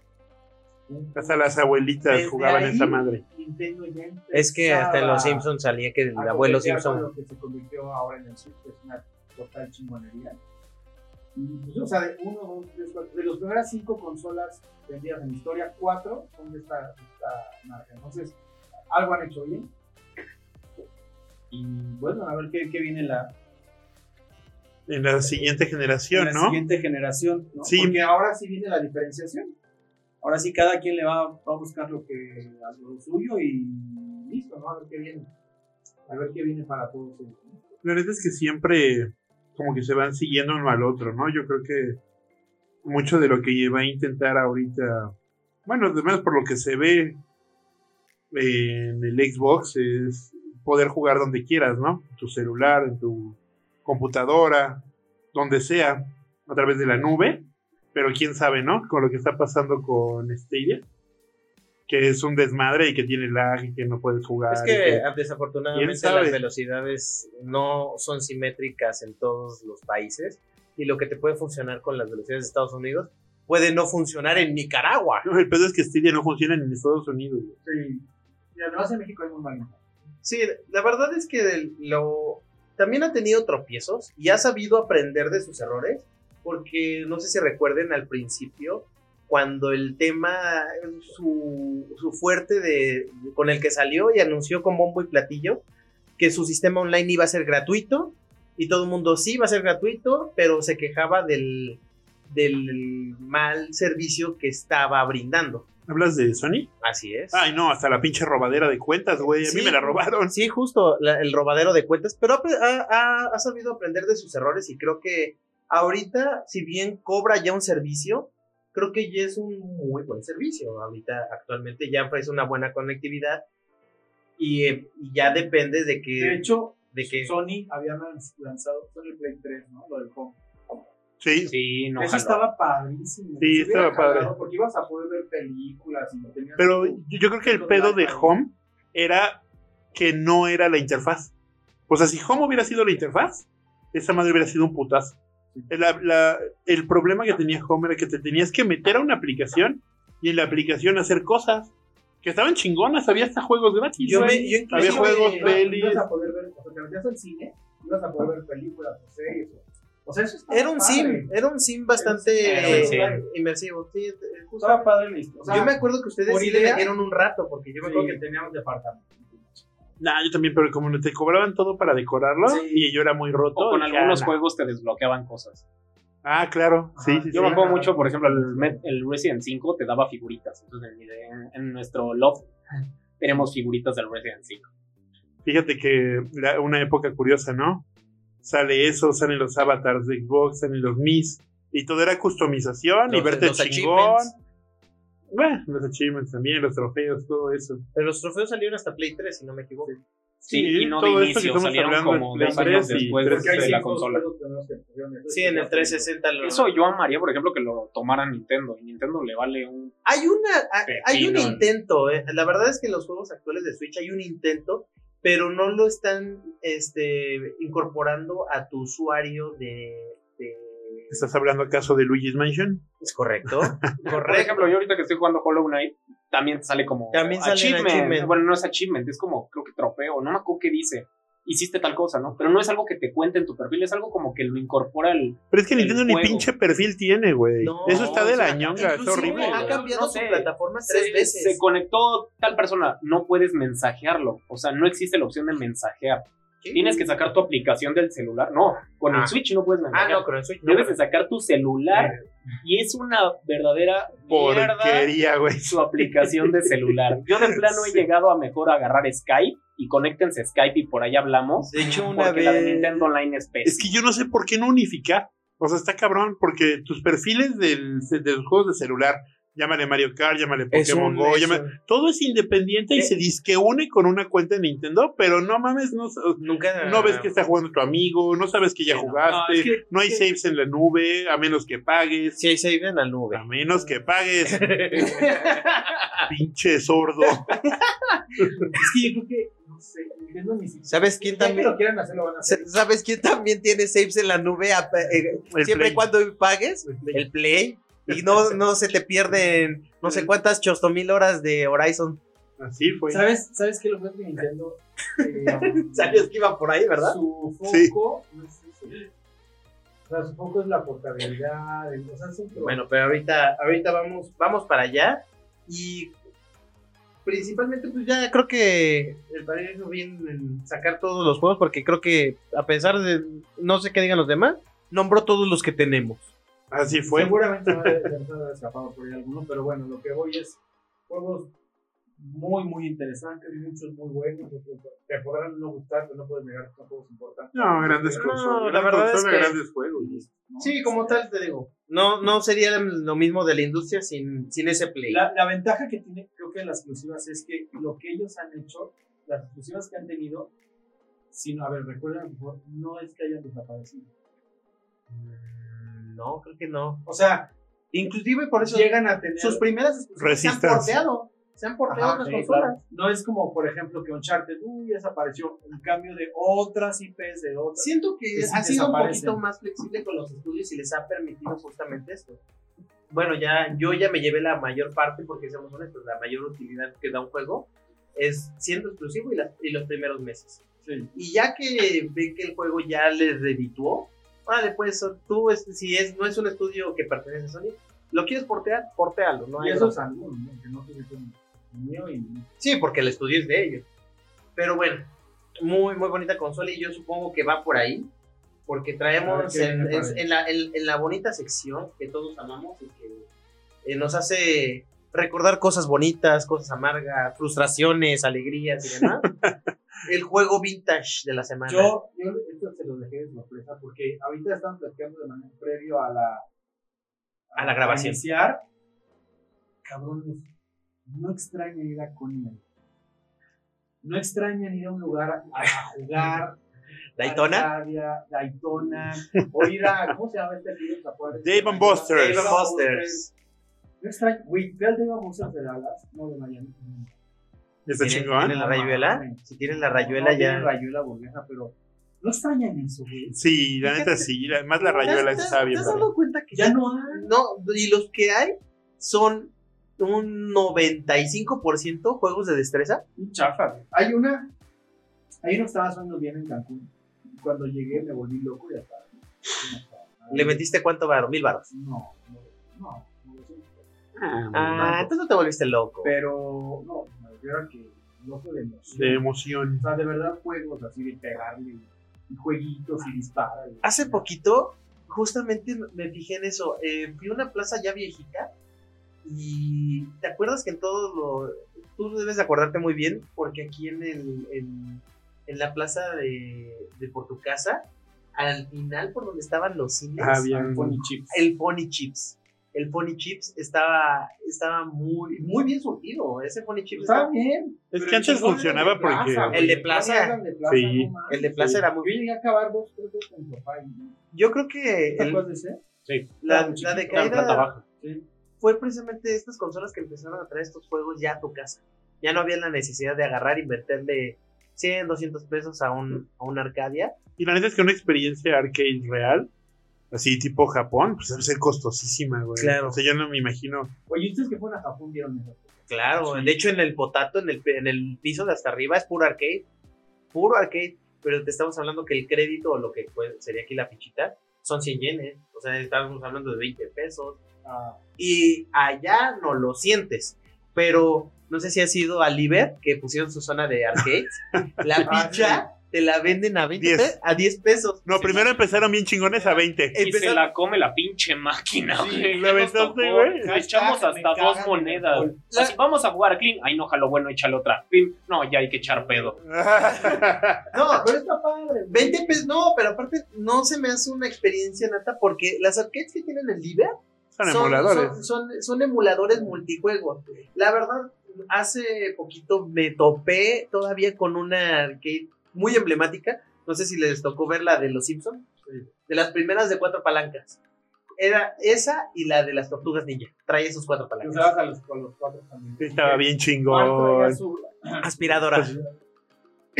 [SPEAKER 5] un-
[SPEAKER 2] Hasta las abuelitas
[SPEAKER 5] Desde
[SPEAKER 2] jugaban
[SPEAKER 5] ahí,
[SPEAKER 2] esa madre.
[SPEAKER 5] Nintendo ya
[SPEAKER 6] Es que hasta en
[SPEAKER 5] empezaba
[SPEAKER 2] Ah.
[SPEAKER 6] Los Simpsons salía que el
[SPEAKER 5] a
[SPEAKER 6] abuelo
[SPEAKER 5] coquetear con
[SPEAKER 6] Simpson.
[SPEAKER 5] Lo que se convirtió ahora en el Switch que es una total chingonería. Y, pues, o sea, de uno, dos, tres, cuatro. De las primeras cinco consolas vendidas en la historia, cuatro son de esta, de esta marca. Entonces, algo han hecho bien. Y bueno, a ver qué, qué viene la,
[SPEAKER 2] En la siguiente generación,
[SPEAKER 5] la
[SPEAKER 2] ¿no?
[SPEAKER 5] siguiente generación. ¿no?
[SPEAKER 2] Sí.
[SPEAKER 5] Porque ahora sí viene la diferenciación. Ahora sí, cada quien le va, va a buscar lo que lo suyo y listo, ¿no? A ver qué viene. A ver qué viene para todos. ellos, ¿no?
[SPEAKER 2] La verdad es que siempre como que se van siguiendo uno al otro, ¿no? Yo creo que mucho de lo que va a intentar ahorita, bueno, además por lo que se ve en el Xbox es poder jugar donde quieras, ¿no? En tu celular, en tu computadora, donde sea, a través de la nube, pero quién sabe, ¿no? Con lo que está pasando con Stadia, que es un desmadre y que tiene lag y que no puedes jugar.
[SPEAKER 1] Es
[SPEAKER 2] y
[SPEAKER 1] que
[SPEAKER 6] Ah,
[SPEAKER 1] desafortunadamente
[SPEAKER 2] ¿Quién sabe?
[SPEAKER 1] las velocidades no son simétricas en todos los países y lo que te puede funcionar con las velocidades de Estados Unidos puede no funcionar en Nicaragua.
[SPEAKER 2] No, el pedo es que Stadia no funciona en Estados Unidos. güey.
[SPEAKER 5] Sí. Y además en México es muy malo.
[SPEAKER 1] Sí, la verdad es que del- lo también ha tenido tropiezos y ha sabido aprender de sus errores, porque no sé si recuerden al principio cuando el tema, su, su fuerte de, con el que salió y anunció con bombo y platillo que su sistema online iba a ser gratuito y todo el mundo sí iba a ser gratuito, pero se quejaba del, del mal servicio que estaba brindando.
[SPEAKER 2] ¿Hablas de Sony?
[SPEAKER 1] Así es.
[SPEAKER 2] Ay, no, hasta la pinche robadera de cuentas, güey. A mí
[SPEAKER 1] Sí.
[SPEAKER 2] me la robaron.
[SPEAKER 1] Sí, justo, la- el robadero de cuentas, pero ha, ha- ha sabido aprender de sus errores y creo que ahorita, si bien cobra ya un servicio, creo que ya es un muy buen servicio. Ahorita, actualmente, ya ofrece una buena conectividad y, eh, y ya depende de
[SPEAKER 5] De
[SPEAKER 1] que...
[SPEAKER 5] hecho,
[SPEAKER 1] De que
[SPEAKER 5] Sony había lanz- lanzado todo el Play 3, ¿no? Lo del home.
[SPEAKER 2] Sí.
[SPEAKER 4] Sí, no.
[SPEAKER 5] Eso
[SPEAKER 4] jaló.
[SPEAKER 5] estaba padrísimo.
[SPEAKER 2] Sí,
[SPEAKER 5] Se hubiera
[SPEAKER 2] estaba padre.
[SPEAKER 5] jalado Porque ibas a poder ver películas y no tenías.
[SPEAKER 2] Pero
[SPEAKER 5] tu-
[SPEAKER 2] yo creo que el pedo de Home era que no era la interfaz. O sea, si Home hubiera sido la interfaz, esa madre hubiera sido un putazo. La- la- el problema que tenía Home era que te tenías que meter a una aplicación y en la aplicación hacer cosas que estaban chingonas. Había hasta juegos gratis.
[SPEAKER 1] yo,
[SPEAKER 2] güey.
[SPEAKER 1] me, yo inclusive-
[SPEAKER 2] había juegos,
[SPEAKER 5] ibas-
[SPEAKER 2] pelis.
[SPEAKER 5] Ibas a poder ver, o sea, te metías al cine, ibas a poder ver películas o series. o- O sea, eso estaba
[SPEAKER 1] Era un
[SPEAKER 5] padre.
[SPEAKER 1] sim, era un sim bastante
[SPEAKER 5] Era un sim.
[SPEAKER 1] eh, inmersivo. Sí, eh, justo.
[SPEAKER 5] Estaba padre listo. O sea,
[SPEAKER 1] yo me acuerdo que ustedes
[SPEAKER 5] por
[SPEAKER 1] sí le
[SPEAKER 5] idea-
[SPEAKER 1] metieron un rato, porque yo me acuerdo que
[SPEAKER 5] tenía un departamento.
[SPEAKER 2] Nah, yo también, pero como te cobraban todo para decorarlo
[SPEAKER 5] Sí.
[SPEAKER 2] y yo era muy roto.
[SPEAKER 4] O con
[SPEAKER 2] dije,
[SPEAKER 4] algunos
[SPEAKER 2] "Ah, nah".
[SPEAKER 4] juegos te desbloqueaban cosas.
[SPEAKER 2] Ah, claro. Sí,
[SPEAKER 5] Ajá.
[SPEAKER 2] sí,
[SPEAKER 4] Yo
[SPEAKER 2] sí.
[SPEAKER 4] me acuerdo mucho, por ejemplo, el, Met- el Resident 5 te daba figuritas. Entonces, en, mi- en nuestro loft tenemos figuritas del Resident 5.
[SPEAKER 2] Fíjate que la- una época curiosa, ¿no? Sale eso, salen los avatars de Xbox, salen los Mis. Y todo era customización y
[SPEAKER 1] Los-
[SPEAKER 2] verte
[SPEAKER 1] los
[SPEAKER 2] chingón.
[SPEAKER 1] achievements.
[SPEAKER 2] Bueno, los achievements también, los trofeos, todo eso.
[SPEAKER 1] Pero los trofeos salieron hasta Play 3, si no me equivoco.
[SPEAKER 4] Sí, y no de
[SPEAKER 2] todo esto que
[SPEAKER 4] inicio,
[SPEAKER 2] estamos
[SPEAKER 4] salieron
[SPEAKER 2] hablando
[SPEAKER 4] como
[SPEAKER 2] en
[SPEAKER 4] dos
[SPEAKER 2] Play
[SPEAKER 4] años
[SPEAKER 2] 3 y
[SPEAKER 4] después
[SPEAKER 2] tres-
[SPEAKER 4] de
[SPEAKER 2] sí,
[SPEAKER 4] la consola.
[SPEAKER 1] Sí, en el 360. lo-
[SPEAKER 4] Eso yo amaría, por ejemplo, que lo tomara Nintendo. Y Nintendo le vale un.
[SPEAKER 1] Hay, una, a- hay un
[SPEAKER 4] Pepino.
[SPEAKER 1] intento, eh. la verdad es que en los juegos actuales de Switch hay un intento, pero no lo están este, incorporando a tu usuario de... de-
[SPEAKER 2] ¿Estás hablando acaso de Luigi's Mansion?
[SPEAKER 1] Es correcto.
[SPEAKER 4] Por ejemplo, yo ahorita que estoy jugando Hollow Knight, también te sale como.
[SPEAKER 1] También salen achievement.
[SPEAKER 4] Bueno, no es achievement, es como, creo que trofeo. No me acuerdo qué dice. Hiciste tal cosa, ¿no? Pero no es algo que te cuente en tu perfil, es algo como que lo incorpora el.
[SPEAKER 2] Pero es que
[SPEAKER 4] El
[SPEAKER 2] Nintendo ni
[SPEAKER 4] juego.
[SPEAKER 2] pinche perfil tiene, güey.
[SPEAKER 1] No,
[SPEAKER 2] Eso está de
[SPEAKER 4] o
[SPEAKER 2] la
[SPEAKER 4] sea,
[SPEAKER 2] ñonga, es
[SPEAKER 1] Inclusive ah,
[SPEAKER 2] horrible.
[SPEAKER 1] Ha
[SPEAKER 4] güey.
[SPEAKER 1] cambiado
[SPEAKER 4] No
[SPEAKER 1] su
[SPEAKER 4] sé.
[SPEAKER 1] plataforma tres
[SPEAKER 4] se,
[SPEAKER 1] veces.
[SPEAKER 4] se conectó tal persona, no puedes mensajearlo. O sea, no existe la opción de mensajear.
[SPEAKER 1] ¿Qué?
[SPEAKER 4] Tienes que sacar tu aplicación del celular. No, con
[SPEAKER 1] Ah.
[SPEAKER 4] el Switch no puedes
[SPEAKER 1] Ah,
[SPEAKER 4] mensajear.
[SPEAKER 1] no, con el Switch. no,
[SPEAKER 4] Debes de sacar tu celular y es una verdadera mierda
[SPEAKER 2] Porquería, güey.
[SPEAKER 4] su aplicación de celular. Yo de plano he
[SPEAKER 2] Sí.
[SPEAKER 4] llegado a mejor agarrar Skype y conéctense Skype y por ahí hablamos.
[SPEAKER 1] De hecho,
[SPEAKER 4] Porque
[SPEAKER 1] una
[SPEAKER 4] la de
[SPEAKER 1] vez.
[SPEAKER 4] Nintendo Online es
[SPEAKER 2] Es
[SPEAKER 4] pésima.
[SPEAKER 2] que yo no sé por qué no unificar. O sea, está cabrón, porque tus perfiles del- de los juegos de celular, llámale Mario Kart, llámale Pokémon Go, llámale- todo es independiente y
[SPEAKER 1] Eh.
[SPEAKER 2] se disque une con una cuenta de Nintendo, pero no mames, no, s-
[SPEAKER 1] Nunca.
[SPEAKER 2] no ves que está jugando tu amigo, no sabes que ya
[SPEAKER 1] Sí, no.
[SPEAKER 2] jugaste, no,
[SPEAKER 4] No, es
[SPEAKER 2] hay
[SPEAKER 4] que-
[SPEAKER 2] saves en la nube, a menos que pagues,
[SPEAKER 1] Sí, se vive en la nube.
[SPEAKER 2] a menos que pagues, pinche sordo.
[SPEAKER 5] Es que yo creo que, no sé, Nintendo ni siquiera.
[SPEAKER 1] ¿Sabes quién
[SPEAKER 5] Ya que
[SPEAKER 1] también?
[SPEAKER 5] lo quieran hacer, lo van a hacer.
[SPEAKER 1] sa- ¿Sabes quién también tiene saves en la nube? A- eh,
[SPEAKER 2] El
[SPEAKER 1] siempre
[SPEAKER 2] Play.
[SPEAKER 1] y cuando pagues el play. Y no, no se te pierden no sé cuántas chostomil horas de Horizon.
[SPEAKER 2] Así fue.
[SPEAKER 5] ¿Sabes, ¿Sabes qué es lo bueno de Nintendo? Eh,
[SPEAKER 1] Sabías que iba por ahí, ¿verdad?
[SPEAKER 5] Su foco
[SPEAKER 2] Sí.
[SPEAKER 5] no es eso. O sea, su foco es la portabilidad. el- O sea, es un pro-
[SPEAKER 1] Bueno, pero ahorita, ahorita vamos, vamos para allá. Y principalmente, pues ya creo que el paraíso bien en sacar todos los juegos, porque creo que a pesar de no sé qué digan los demás, nombró todos los que tenemos.
[SPEAKER 2] Así fue.
[SPEAKER 5] Seguramente va a- se nos habrá escapado por ahí alguno, pero bueno, lo que voy es juegos muy, muy interesantes, muchos muy buenos. que Te podrán no gustar, pero no puedes negar que son juegos importantes.
[SPEAKER 2] No, grandes
[SPEAKER 5] No,
[SPEAKER 2] consolas.
[SPEAKER 1] la
[SPEAKER 2] gran
[SPEAKER 1] verdad es
[SPEAKER 2] consola,
[SPEAKER 1] que-
[SPEAKER 2] grandes juegos.
[SPEAKER 5] ¿no?
[SPEAKER 1] Sí, como tal te digo. No, no sería lo mismo de la industria sin, sin ese play.
[SPEAKER 5] La, la ventaja que tiene, creo que las exclusivas es que lo que ellos han hecho, las exclusivas que han tenido, sino, a ver, recuerden, por favor, no es que hayan desaparecido.
[SPEAKER 1] Mm, No, creo que no.
[SPEAKER 5] O sea,
[SPEAKER 1] Inclusive por eso
[SPEAKER 5] llegan a tener.
[SPEAKER 1] sus primeras exclusivas se han
[SPEAKER 2] Resistance.
[SPEAKER 1] porteado. Se han porteado
[SPEAKER 5] Ajá,
[SPEAKER 1] a otras
[SPEAKER 5] sí,
[SPEAKER 1] consolas.
[SPEAKER 5] claro. No es como, por ejemplo, que Uncharted, uy, desapareció. En cambio de otras IPs, de otras.
[SPEAKER 1] Siento que
[SPEAKER 5] Que sí
[SPEAKER 1] ha sido un
[SPEAKER 5] desaparecen.
[SPEAKER 1] poquito más flexible con los estudios y les ha permitido justamente esto. Bueno, ya yo ya me llevé la mayor parte, porque seamos honestos, la mayor utilidad que da un juego es siendo exclusivo y, las- y los primeros meses.
[SPEAKER 5] Sí.
[SPEAKER 1] Y ya que ven que el juego ya les redituó, vale, pues tú, es- si es, no es un estudio que pertenece a Sony, lo quieres portear, portealo. No
[SPEAKER 5] y
[SPEAKER 1] hay
[SPEAKER 5] eso
[SPEAKER 1] bronca.
[SPEAKER 5] es alguno, ¿no? Que no tiene como mío y.
[SPEAKER 1] Sí, porque el estudio es de ellos. Pero bueno, muy, muy bonita consola y yo supongo que va por ahí. Porque
[SPEAKER 5] A ver
[SPEAKER 1] traemos
[SPEAKER 5] qué
[SPEAKER 1] en,
[SPEAKER 5] viene
[SPEAKER 1] en-
[SPEAKER 5] por ahí.
[SPEAKER 1] en la, en- en la bonita sección que todos amamos y que eh, nos hace recordar cosas bonitas, cosas amargas, frustraciones, alegrías y demás. el juego vintage de la semana.
[SPEAKER 5] Yo, yo esto se lo dejé de sorpresa porque ahorita estamos platicando de manera previo a la
[SPEAKER 1] A la grabación.
[SPEAKER 5] iniciar. Cabrones, no extrañan ir a Coney. No extrañan ir a un lugar a, a jugar.
[SPEAKER 1] Daytona.
[SPEAKER 5] Arcadia, Daytona. O ir a. ¿Cómo se llama este aquí de Zapopan?
[SPEAKER 2] Dave and Buster's.
[SPEAKER 1] Dave and Buster's.
[SPEAKER 5] No extrañan. Güey, ve al Dave and Buster's de Dallas. No, de Miami.
[SPEAKER 2] Está
[SPEAKER 1] ¿Tienen-
[SPEAKER 2] chingón.
[SPEAKER 1] tienen la rayuela?
[SPEAKER 5] mames.
[SPEAKER 1] Si tienen la rayuela
[SPEAKER 5] Ah, no,
[SPEAKER 1] ya.
[SPEAKER 5] tiene rayuela burguesa, pero. No extrañan eso, güey.
[SPEAKER 2] Sí, la neta sí, la- más la rayuela
[SPEAKER 1] ¿Te has-
[SPEAKER 2] está
[SPEAKER 1] ¿Te
[SPEAKER 2] bien.
[SPEAKER 1] has
[SPEAKER 2] padre.
[SPEAKER 1] dado cuenta que
[SPEAKER 5] Ya no hay.
[SPEAKER 1] No, y los que hay son un 95% juegos de destreza.
[SPEAKER 5] Un chafa, güey. Hay una. Hay uno que estaba sonando bien en Cancún. Cuando llegué me volví loco y hasta.
[SPEAKER 1] ¿Le metiste cuánto varo? Mil varos.
[SPEAKER 5] No, no, no. no lo sé.
[SPEAKER 1] Ah, entonces no te volviste loco.
[SPEAKER 5] Pero, no, me refiero a que no fue de emoción.
[SPEAKER 2] de
[SPEAKER 5] O
[SPEAKER 2] emoción.
[SPEAKER 5] sea, de verdad juegos así de pegarle y jueguitos y disparar. y-
[SPEAKER 1] Hace poquito, justamente me fijé en eso. Eh, fui a una plaza ya viejita y ¿te acuerdas que en todo lo... Tú debes de acordarte muy bien porque aquí en, el, en, en la plaza de, de por tu casa, al final por donde estaban los cines,
[SPEAKER 2] Ah, bien.
[SPEAKER 5] Pony chips.
[SPEAKER 1] el Pony Chips. El Pony Chips estaba, estaba muy, muy bien surtido. Ese Pony Chips
[SPEAKER 5] Está
[SPEAKER 1] estaba-
[SPEAKER 5] bien.
[SPEAKER 2] Es que
[SPEAKER 5] pero
[SPEAKER 2] antes
[SPEAKER 5] chingón era
[SPEAKER 2] funcionaba
[SPEAKER 5] de plaza,
[SPEAKER 2] porque.
[SPEAKER 5] güey.
[SPEAKER 1] El de plaza.
[SPEAKER 5] Eran de plaza,
[SPEAKER 2] Sí.
[SPEAKER 5] no mames.
[SPEAKER 1] El de Plaza
[SPEAKER 2] Sí.
[SPEAKER 1] era
[SPEAKER 5] Yo
[SPEAKER 1] muy...
[SPEAKER 5] llegué a acabar dos, tres veces con mi papá. y-
[SPEAKER 1] Yo creo que
[SPEAKER 5] ¿Te
[SPEAKER 1] el-
[SPEAKER 5] acuerdas de ese?
[SPEAKER 1] la,
[SPEAKER 5] Estaba
[SPEAKER 1] la
[SPEAKER 5] muy
[SPEAKER 4] Está en planta
[SPEAKER 1] decaída
[SPEAKER 4] baja.
[SPEAKER 1] fue precisamente estas consolas que empezaron a traer estos juegos ya a tu casa. Ya no había la necesidad de agarrar y meterle 100, 200 pesos a un, a un Arcadia.
[SPEAKER 2] Y la neta es que una experiencia arcade real, así tipo Japón, pues debe ser costosísima, güey.
[SPEAKER 1] Claro.
[SPEAKER 2] O sea, yo no me imagino.
[SPEAKER 5] Oye, ustedes que fueron a Japón vieron eso.
[SPEAKER 1] Claro, de hecho en el potato, en el, en el piso de hasta arriba es puro arcade. Puro arcade. Pero te estamos hablando que el crédito o lo que pues, sería aquí la fichita son 100 yenes. O sea, estamos hablando de 20 pesos.
[SPEAKER 5] Ah,
[SPEAKER 1] y allá no lo sientes. Pero no sé si ha sido a Liber, que pusieron su zona de arcades. la
[SPEAKER 5] Ah,
[SPEAKER 1] picha te la venden a 20
[SPEAKER 2] Diez.
[SPEAKER 1] pe- a 10 pesos.
[SPEAKER 2] No, primero empezaron bien chingones a 20.
[SPEAKER 4] Y se
[SPEAKER 1] Empezaron-
[SPEAKER 4] la come la pinche máquina,
[SPEAKER 2] Sí, la
[SPEAKER 4] güey. ¿Qué nos
[SPEAKER 2] aventaste,
[SPEAKER 4] tocó?
[SPEAKER 2] güey.
[SPEAKER 4] Le Echamos
[SPEAKER 5] Me
[SPEAKER 4] hasta
[SPEAKER 5] cagan en
[SPEAKER 4] dos
[SPEAKER 5] el
[SPEAKER 4] monedas.
[SPEAKER 5] alcohol.
[SPEAKER 4] Así, vamos a jugar clean. Ay, no, jalo bueno, échale otra. Pim. No, ya hay que echar pedo.
[SPEAKER 1] No,
[SPEAKER 5] Pero está padre.
[SPEAKER 1] 20 pesos. No, pero aparte no se me hace una experiencia nata porque las arcades que tienen en Liber
[SPEAKER 2] Son emuladores.
[SPEAKER 1] Son, son- son emuladores multijuegos. La verdad, hace poquito me topé todavía con una arcade muy emblemática. No sé si les tocó ver la de los Simpsons. De las primeras de cuatro palancas. Era esa y la de las tortugas ninja. Trae esos cuatro
[SPEAKER 5] Te
[SPEAKER 1] palancas.
[SPEAKER 5] usabas a los, con los cuatro también.
[SPEAKER 2] Estaba bien
[SPEAKER 5] Cuarto traía
[SPEAKER 2] chingón.
[SPEAKER 5] su-
[SPEAKER 2] Pues
[SPEAKER 1] Aspiradora.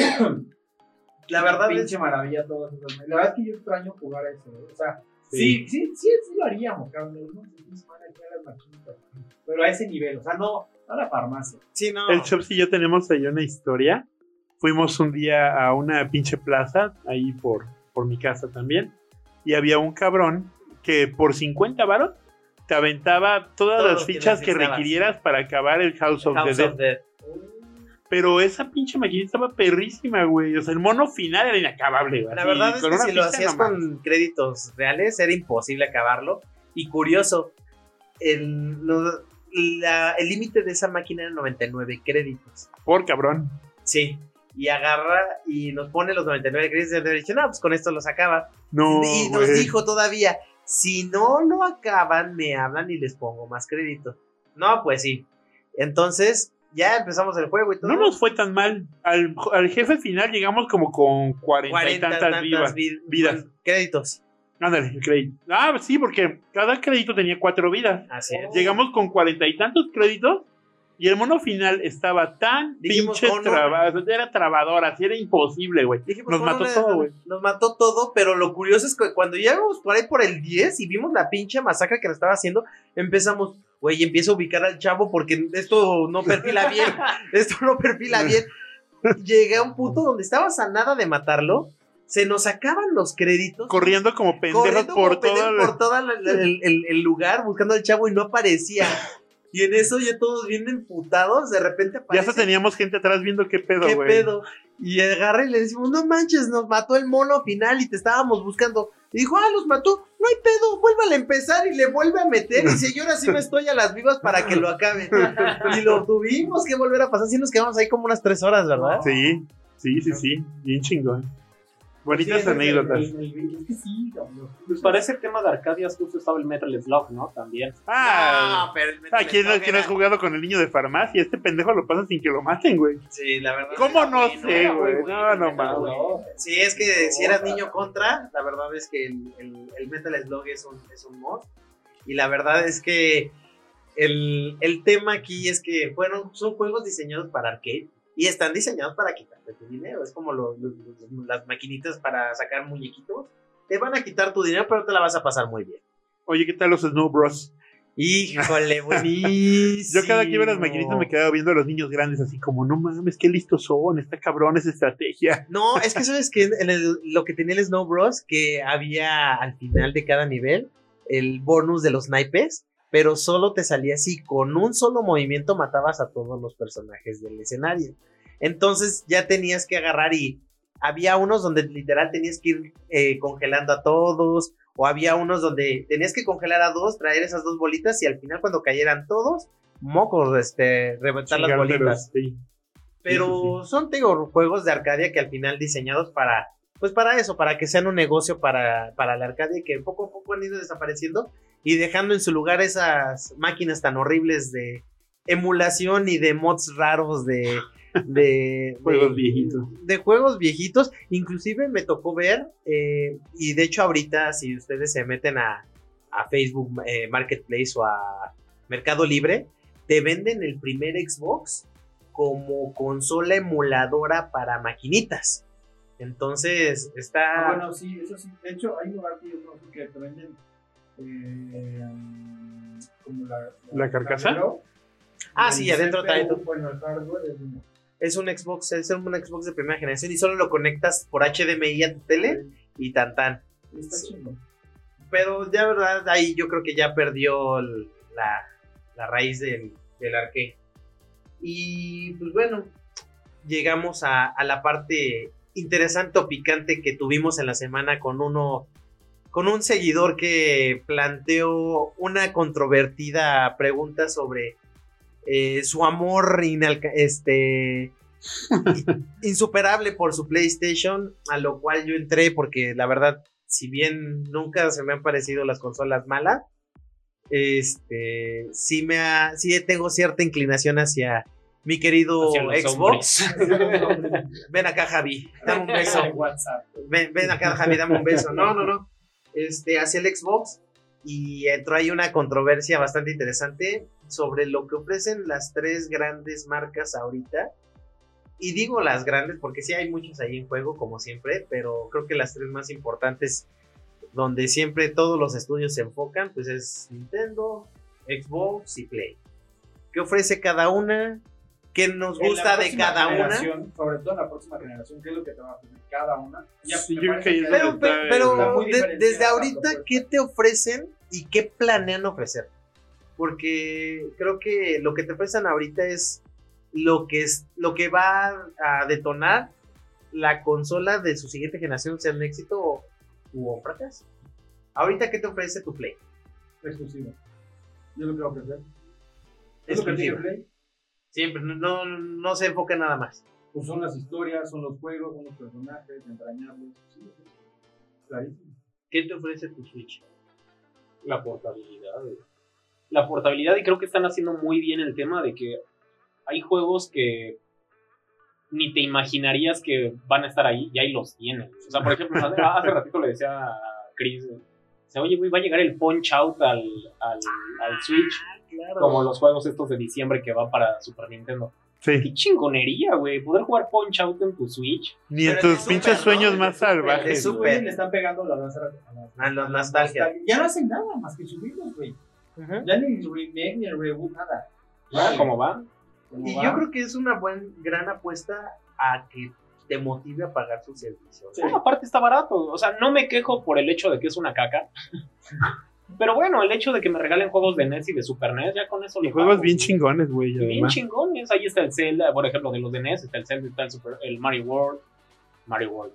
[SPEAKER 1] La verdad es
[SPEAKER 5] pinche maravilla todas esas. La verdad es que yo extraño jugar a eso. ¿eh? O sea,
[SPEAKER 2] Sí.
[SPEAKER 5] sí, sí, sí, sí, lo haríamos, cabrón. No, no, no, van aquí a las maquinitas. Pero a ese nivel, o sea, no, no a la farmacia.
[SPEAKER 1] Sí, no.
[SPEAKER 2] El Chops y yo tenemos ahí una historia. Fuimos un día a una pinche plaza, ahí por, por mi casa también. Y había un cabrón que por 50 varos te aventaba todas
[SPEAKER 1] Todo
[SPEAKER 2] las
[SPEAKER 1] lo que
[SPEAKER 2] fichas que
[SPEAKER 1] necesitabas.
[SPEAKER 2] requirieras para acabar el House of
[SPEAKER 1] House
[SPEAKER 2] the Dead.
[SPEAKER 1] of Dead.
[SPEAKER 2] Pero esa pinche maquinita estaba perrísima, güey. O sea, el mono final era inacabable, güey.
[SPEAKER 1] La
[SPEAKER 2] Así,
[SPEAKER 1] verdad es
[SPEAKER 2] con
[SPEAKER 1] que
[SPEAKER 2] una
[SPEAKER 1] si lo
[SPEAKER 2] pista
[SPEAKER 1] hacías
[SPEAKER 2] nomás.
[SPEAKER 1] con créditos reales era imposible acabarlo. Y curioso, el lo- la- el límite de esa máquina era 99 créditos.
[SPEAKER 2] Por cabrón.
[SPEAKER 1] Sí. Y agarra y nos pone los 99 créditos y dice, no, pues con esto los acaba.
[SPEAKER 2] No,
[SPEAKER 1] y nos
[SPEAKER 2] güey.
[SPEAKER 1] dijo todavía, si no lo acaban, me hablan y les pongo más crédito. No, pues sí. Entonces, ya empezamos el juego y todo.
[SPEAKER 2] No nos fue tan mal. Al, al jefe final llegamos como con cuarenta y
[SPEAKER 1] 40
[SPEAKER 2] tantas,
[SPEAKER 1] tantas
[SPEAKER 2] vivas.
[SPEAKER 1] vid-
[SPEAKER 2] vidas.
[SPEAKER 1] Créditos.
[SPEAKER 2] Ándale, el crédito. Ah, sí, porque cada crédito tenía cuatro vidas.
[SPEAKER 1] Así es.
[SPEAKER 2] Llegamos con cuarenta y tantos créditos y el mono final estaba tan
[SPEAKER 1] Dijimos,
[SPEAKER 2] pinche
[SPEAKER 1] "Oh, no".
[SPEAKER 2] trabado. Era trabadora, así era imposible, güey.
[SPEAKER 1] Dije, pues,
[SPEAKER 2] Nos
[SPEAKER 1] ¿cómo
[SPEAKER 2] mató
[SPEAKER 1] le-
[SPEAKER 2] todo, güey.
[SPEAKER 1] Nos mató todo, pero lo curioso es que cuando ya íbamos por ahí por el 10 y vimos la pinche masacre que nos estaba haciendo, empezamos, güey, empiezo a ubicar al chavo porque esto no perfila bien, esto no perfila bien. Llegué a un punto donde estaba a nada de matarlo, se nos acaban los créditos.
[SPEAKER 2] Corriendo como pendejos
[SPEAKER 1] corriendo
[SPEAKER 2] por
[SPEAKER 1] como pendejo
[SPEAKER 2] todo el-
[SPEAKER 1] por todo la- la- el, el- el lugar buscando al chavo y no aparecía. Y en eso ya todos bien emputados, de repente
[SPEAKER 2] Ya
[SPEAKER 1] aparece
[SPEAKER 2] hasta teníamos gente atrás viendo qué pedo,
[SPEAKER 1] ¿Qué
[SPEAKER 2] güey.
[SPEAKER 1] pedo? Y agarra y le decimos, no manches, nos mató el mono final y te estábamos buscando. Y dijo, ah, los mató, no hay pedo, vuélvale a empezar y le vuelve a meter. Y dice, yo ahora sí me estoy a las vivas para que lo acabe. y lo tuvimos que volver a pasar, si nos quedamos ahí como unas tres horas, ¿verdad?
[SPEAKER 2] Sí, sí, sí, sí. Bien chingón.
[SPEAKER 5] Sí,
[SPEAKER 2] Bonitas
[SPEAKER 5] ese es el-
[SPEAKER 2] anécdotas.
[SPEAKER 5] el- el- Es que sí, cabrón.
[SPEAKER 4] Pues para ese tema de Arcadias justo estaba el Metal Slug, ¿no? También.
[SPEAKER 2] Ah,
[SPEAKER 1] pero el
[SPEAKER 2] ¿a quién,
[SPEAKER 1] Metal
[SPEAKER 2] no- quién has
[SPEAKER 1] Slug
[SPEAKER 2] jugado con el niño de farmacia? Este pendejo lo pasa sin que lo maten, güey.
[SPEAKER 1] era- Sí, la verdad.
[SPEAKER 2] ¿Cómo no
[SPEAKER 4] bueno,
[SPEAKER 2] sé,
[SPEAKER 4] era
[SPEAKER 2] güey?
[SPEAKER 4] muy
[SPEAKER 2] No,
[SPEAKER 4] bueno,
[SPEAKER 2] no
[SPEAKER 4] era
[SPEAKER 2] mames.
[SPEAKER 4] bueno.
[SPEAKER 1] Sí, es que si eras niño contra, la verdad es que el, el- el Metal Slug es un, es un mod. Y la verdad es que el, el tema aquí es que fueron, son juegos diseñados para arcade y están diseñados para quitarte tu dinero. Es como lo- lo- lo- las maquinitas para sacar muñequitos. Te van a quitar tu dinero, pero te la vas a pasar muy bien.
[SPEAKER 2] Oye, ¿qué tal los Snow Bros?
[SPEAKER 1] Híjole, buenísimo.
[SPEAKER 2] Yo cada que iba a las maquinitas me quedaba viendo a los niños grandes así como, no mames, qué listos son, está cabrón esa estrategia.
[SPEAKER 1] No, es que sabes que en el- lo que tenía el Snow Bros, que había al final de cada nivel el bonus de los naipes, pero solo te salía así, con un solo movimiento matabas a todos los personajes del escenario. Entonces ya tenías que agarrar y había unos donde literal tenías que ir eh, congelando a todos, o había unos donde tenías que congelar a dos, traer esas dos bolitas y al final cuando cayeran todos, mocos, este, reventar las
[SPEAKER 2] Chingarme
[SPEAKER 1] bolitas.
[SPEAKER 2] los- sí.
[SPEAKER 1] Pero son, te digo, juegos de Arcadia que al final diseñados para, pues para eso, para que sean un negocio para, para la Arcadia y que poco a poco han ido desapareciendo y dejando en su lugar esas máquinas tan horribles de emulación y de mods raros de... de-
[SPEAKER 2] Juegos
[SPEAKER 1] de-
[SPEAKER 2] viejitos.
[SPEAKER 1] De juegos viejitos. Inclusive me tocó ver, eh, y de hecho ahorita si ustedes se meten a, a Facebook eh, Marketplace o a Mercado Libre, te venden el primer Xbox como consola emuladora para maquinitas. Entonces,
[SPEAKER 5] Ah,
[SPEAKER 1] está...
[SPEAKER 5] bueno, sí, eso sí. De hecho, hay un lugar que yo conozco que te venden eh, um, como la,
[SPEAKER 2] ¿La carcasa?
[SPEAKER 5] reloj.
[SPEAKER 1] Ah,
[SPEAKER 5] El
[SPEAKER 1] sí, adentro
[SPEAKER 5] CPU,
[SPEAKER 1] trae tu-
[SPEAKER 5] Bueno, el hardware es uno.
[SPEAKER 1] Es un Xbox, es un Xbox de primera generación y solo lo conectas por HDMI a tu tele y tan tan.
[SPEAKER 5] Está
[SPEAKER 1] Sí.
[SPEAKER 5] chingón.
[SPEAKER 1] Pero ya verdad, ahí yo creo que ya perdió el- la, la raíz del, del arcade. Y pues bueno, llegamos a, a la parte interesante o picante que tuvimos en la semana con uno, con un seguidor que planteó una controvertida pregunta sobre eh, su amor inalca- este, insuperable por su PlayStation, a lo cual yo entré porque la verdad si bien nunca se me han parecido las consolas malas, este, sí me ha, sí tengo cierta inclinación hacia mi querido
[SPEAKER 4] Hacia los
[SPEAKER 1] Xbox. Ven acá, Javi, dame un beso.
[SPEAKER 5] WhatsApp.
[SPEAKER 1] Ven, ven acá, Javi, dame un beso. No, no, no. Este, hacia el Xbox y entró ahí una controversia bastante interesante sobre lo que ofrecen las tres grandes marcas ahorita. Y digo las grandes porque sí hay muchos ahí en juego, como siempre, pero creo que las tres más importantes donde siempre todos los estudios se enfocan, pues es Nintendo, Xbox y Play. ¿Qué ofrece cada una? ¿Qué nos
[SPEAKER 5] En la
[SPEAKER 1] gusta de
[SPEAKER 5] próxima
[SPEAKER 1] cada una?
[SPEAKER 5] generación, Sobre todo en la próxima generación, ¿qué es lo que te va a ofrecer cada una?
[SPEAKER 2] Sí,
[SPEAKER 5] me
[SPEAKER 2] yo creo
[SPEAKER 5] parece
[SPEAKER 2] que ahí es
[SPEAKER 5] hay-
[SPEAKER 1] Pero,
[SPEAKER 2] Está
[SPEAKER 1] pe-
[SPEAKER 2] bien.
[SPEAKER 1] pero
[SPEAKER 5] Está muy
[SPEAKER 1] de-
[SPEAKER 5] diferenciada
[SPEAKER 1] desde
[SPEAKER 5] la
[SPEAKER 1] ahorita,
[SPEAKER 5] propuesta.
[SPEAKER 1] ¿qué te ofrecen y qué planean ofrecer? Porque creo que lo que te ofrecen ahorita es lo que, es, lo que va a detonar la consola de su siguiente generación, sea un éxito o, o un fracaso. Ahorita, ¿qué te ofrece tu Play?
[SPEAKER 5] exclusiva. Yo lo que va a ofrecer. Es lo que tiene
[SPEAKER 1] Exclusiva.
[SPEAKER 5] Play.
[SPEAKER 1] Siempre, no, no, no se enfoca en nada más.
[SPEAKER 5] Pues son las historias, son los juegos, son los personajes, entrañables. sí, sí. Clarísimo.
[SPEAKER 1] ¿Qué te ofrece tu Switch?
[SPEAKER 4] La portabilidad. güey. La portabilidad, y creo que están haciendo muy bien el tema de que hay juegos que ni te imaginarías que van a estar ahí y ahí los tienen. O sea, por ejemplo, hace, hace ratito le decía a Chris, se oye, güey, va a llegar el Punch Out al, al, al Switch, como los juegos estos de diciembre que va para Super Nintendo.
[SPEAKER 2] Sí.
[SPEAKER 4] Qué chingonería, güey, poder jugar Punch Out en tu Switch.
[SPEAKER 2] Ni en
[SPEAKER 1] Pero de
[SPEAKER 2] tus pinches
[SPEAKER 1] Super, ¿no?
[SPEAKER 2] sueños
[SPEAKER 1] De
[SPEAKER 2] más
[SPEAKER 1] Super, de
[SPEAKER 2] salvajes.
[SPEAKER 1] Super.
[SPEAKER 2] güey.
[SPEAKER 5] Güey, Le están pegando la danza a la-
[SPEAKER 1] A Ah, la nostalgia.
[SPEAKER 5] Ya no hacen nada más que subirlos, güey.
[SPEAKER 1] Ujú.
[SPEAKER 5] Ya ni remake ni reboot, nada.
[SPEAKER 4] ¿Cómo va?
[SPEAKER 5] ¿Cómo
[SPEAKER 1] Y
[SPEAKER 5] va?
[SPEAKER 1] yo creo que es una buen, gran apuesta a que te motive a pagar su servicio. ¿no?
[SPEAKER 5] Sí.
[SPEAKER 4] No, aparte está barato. O sea, no me quejo por el hecho de que es una caca. Pero bueno, el hecho de que me regalen juegos de NES y de Super NES, ya con eso
[SPEAKER 2] Y
[SPEAKER 4] lo
[SPEAKER 2] juegos
[SPEAKER 4] pago.
[SPEAKER 2] bien chingones, güey.
[SPEAKER 4] Bien
[SPEAKER 2] además.
[SPEAKER 4] chingones. Ahí está el Zelda, por ejemplo, de los de NES, está el Zelda, está el, Super- el Mario World. Mario World.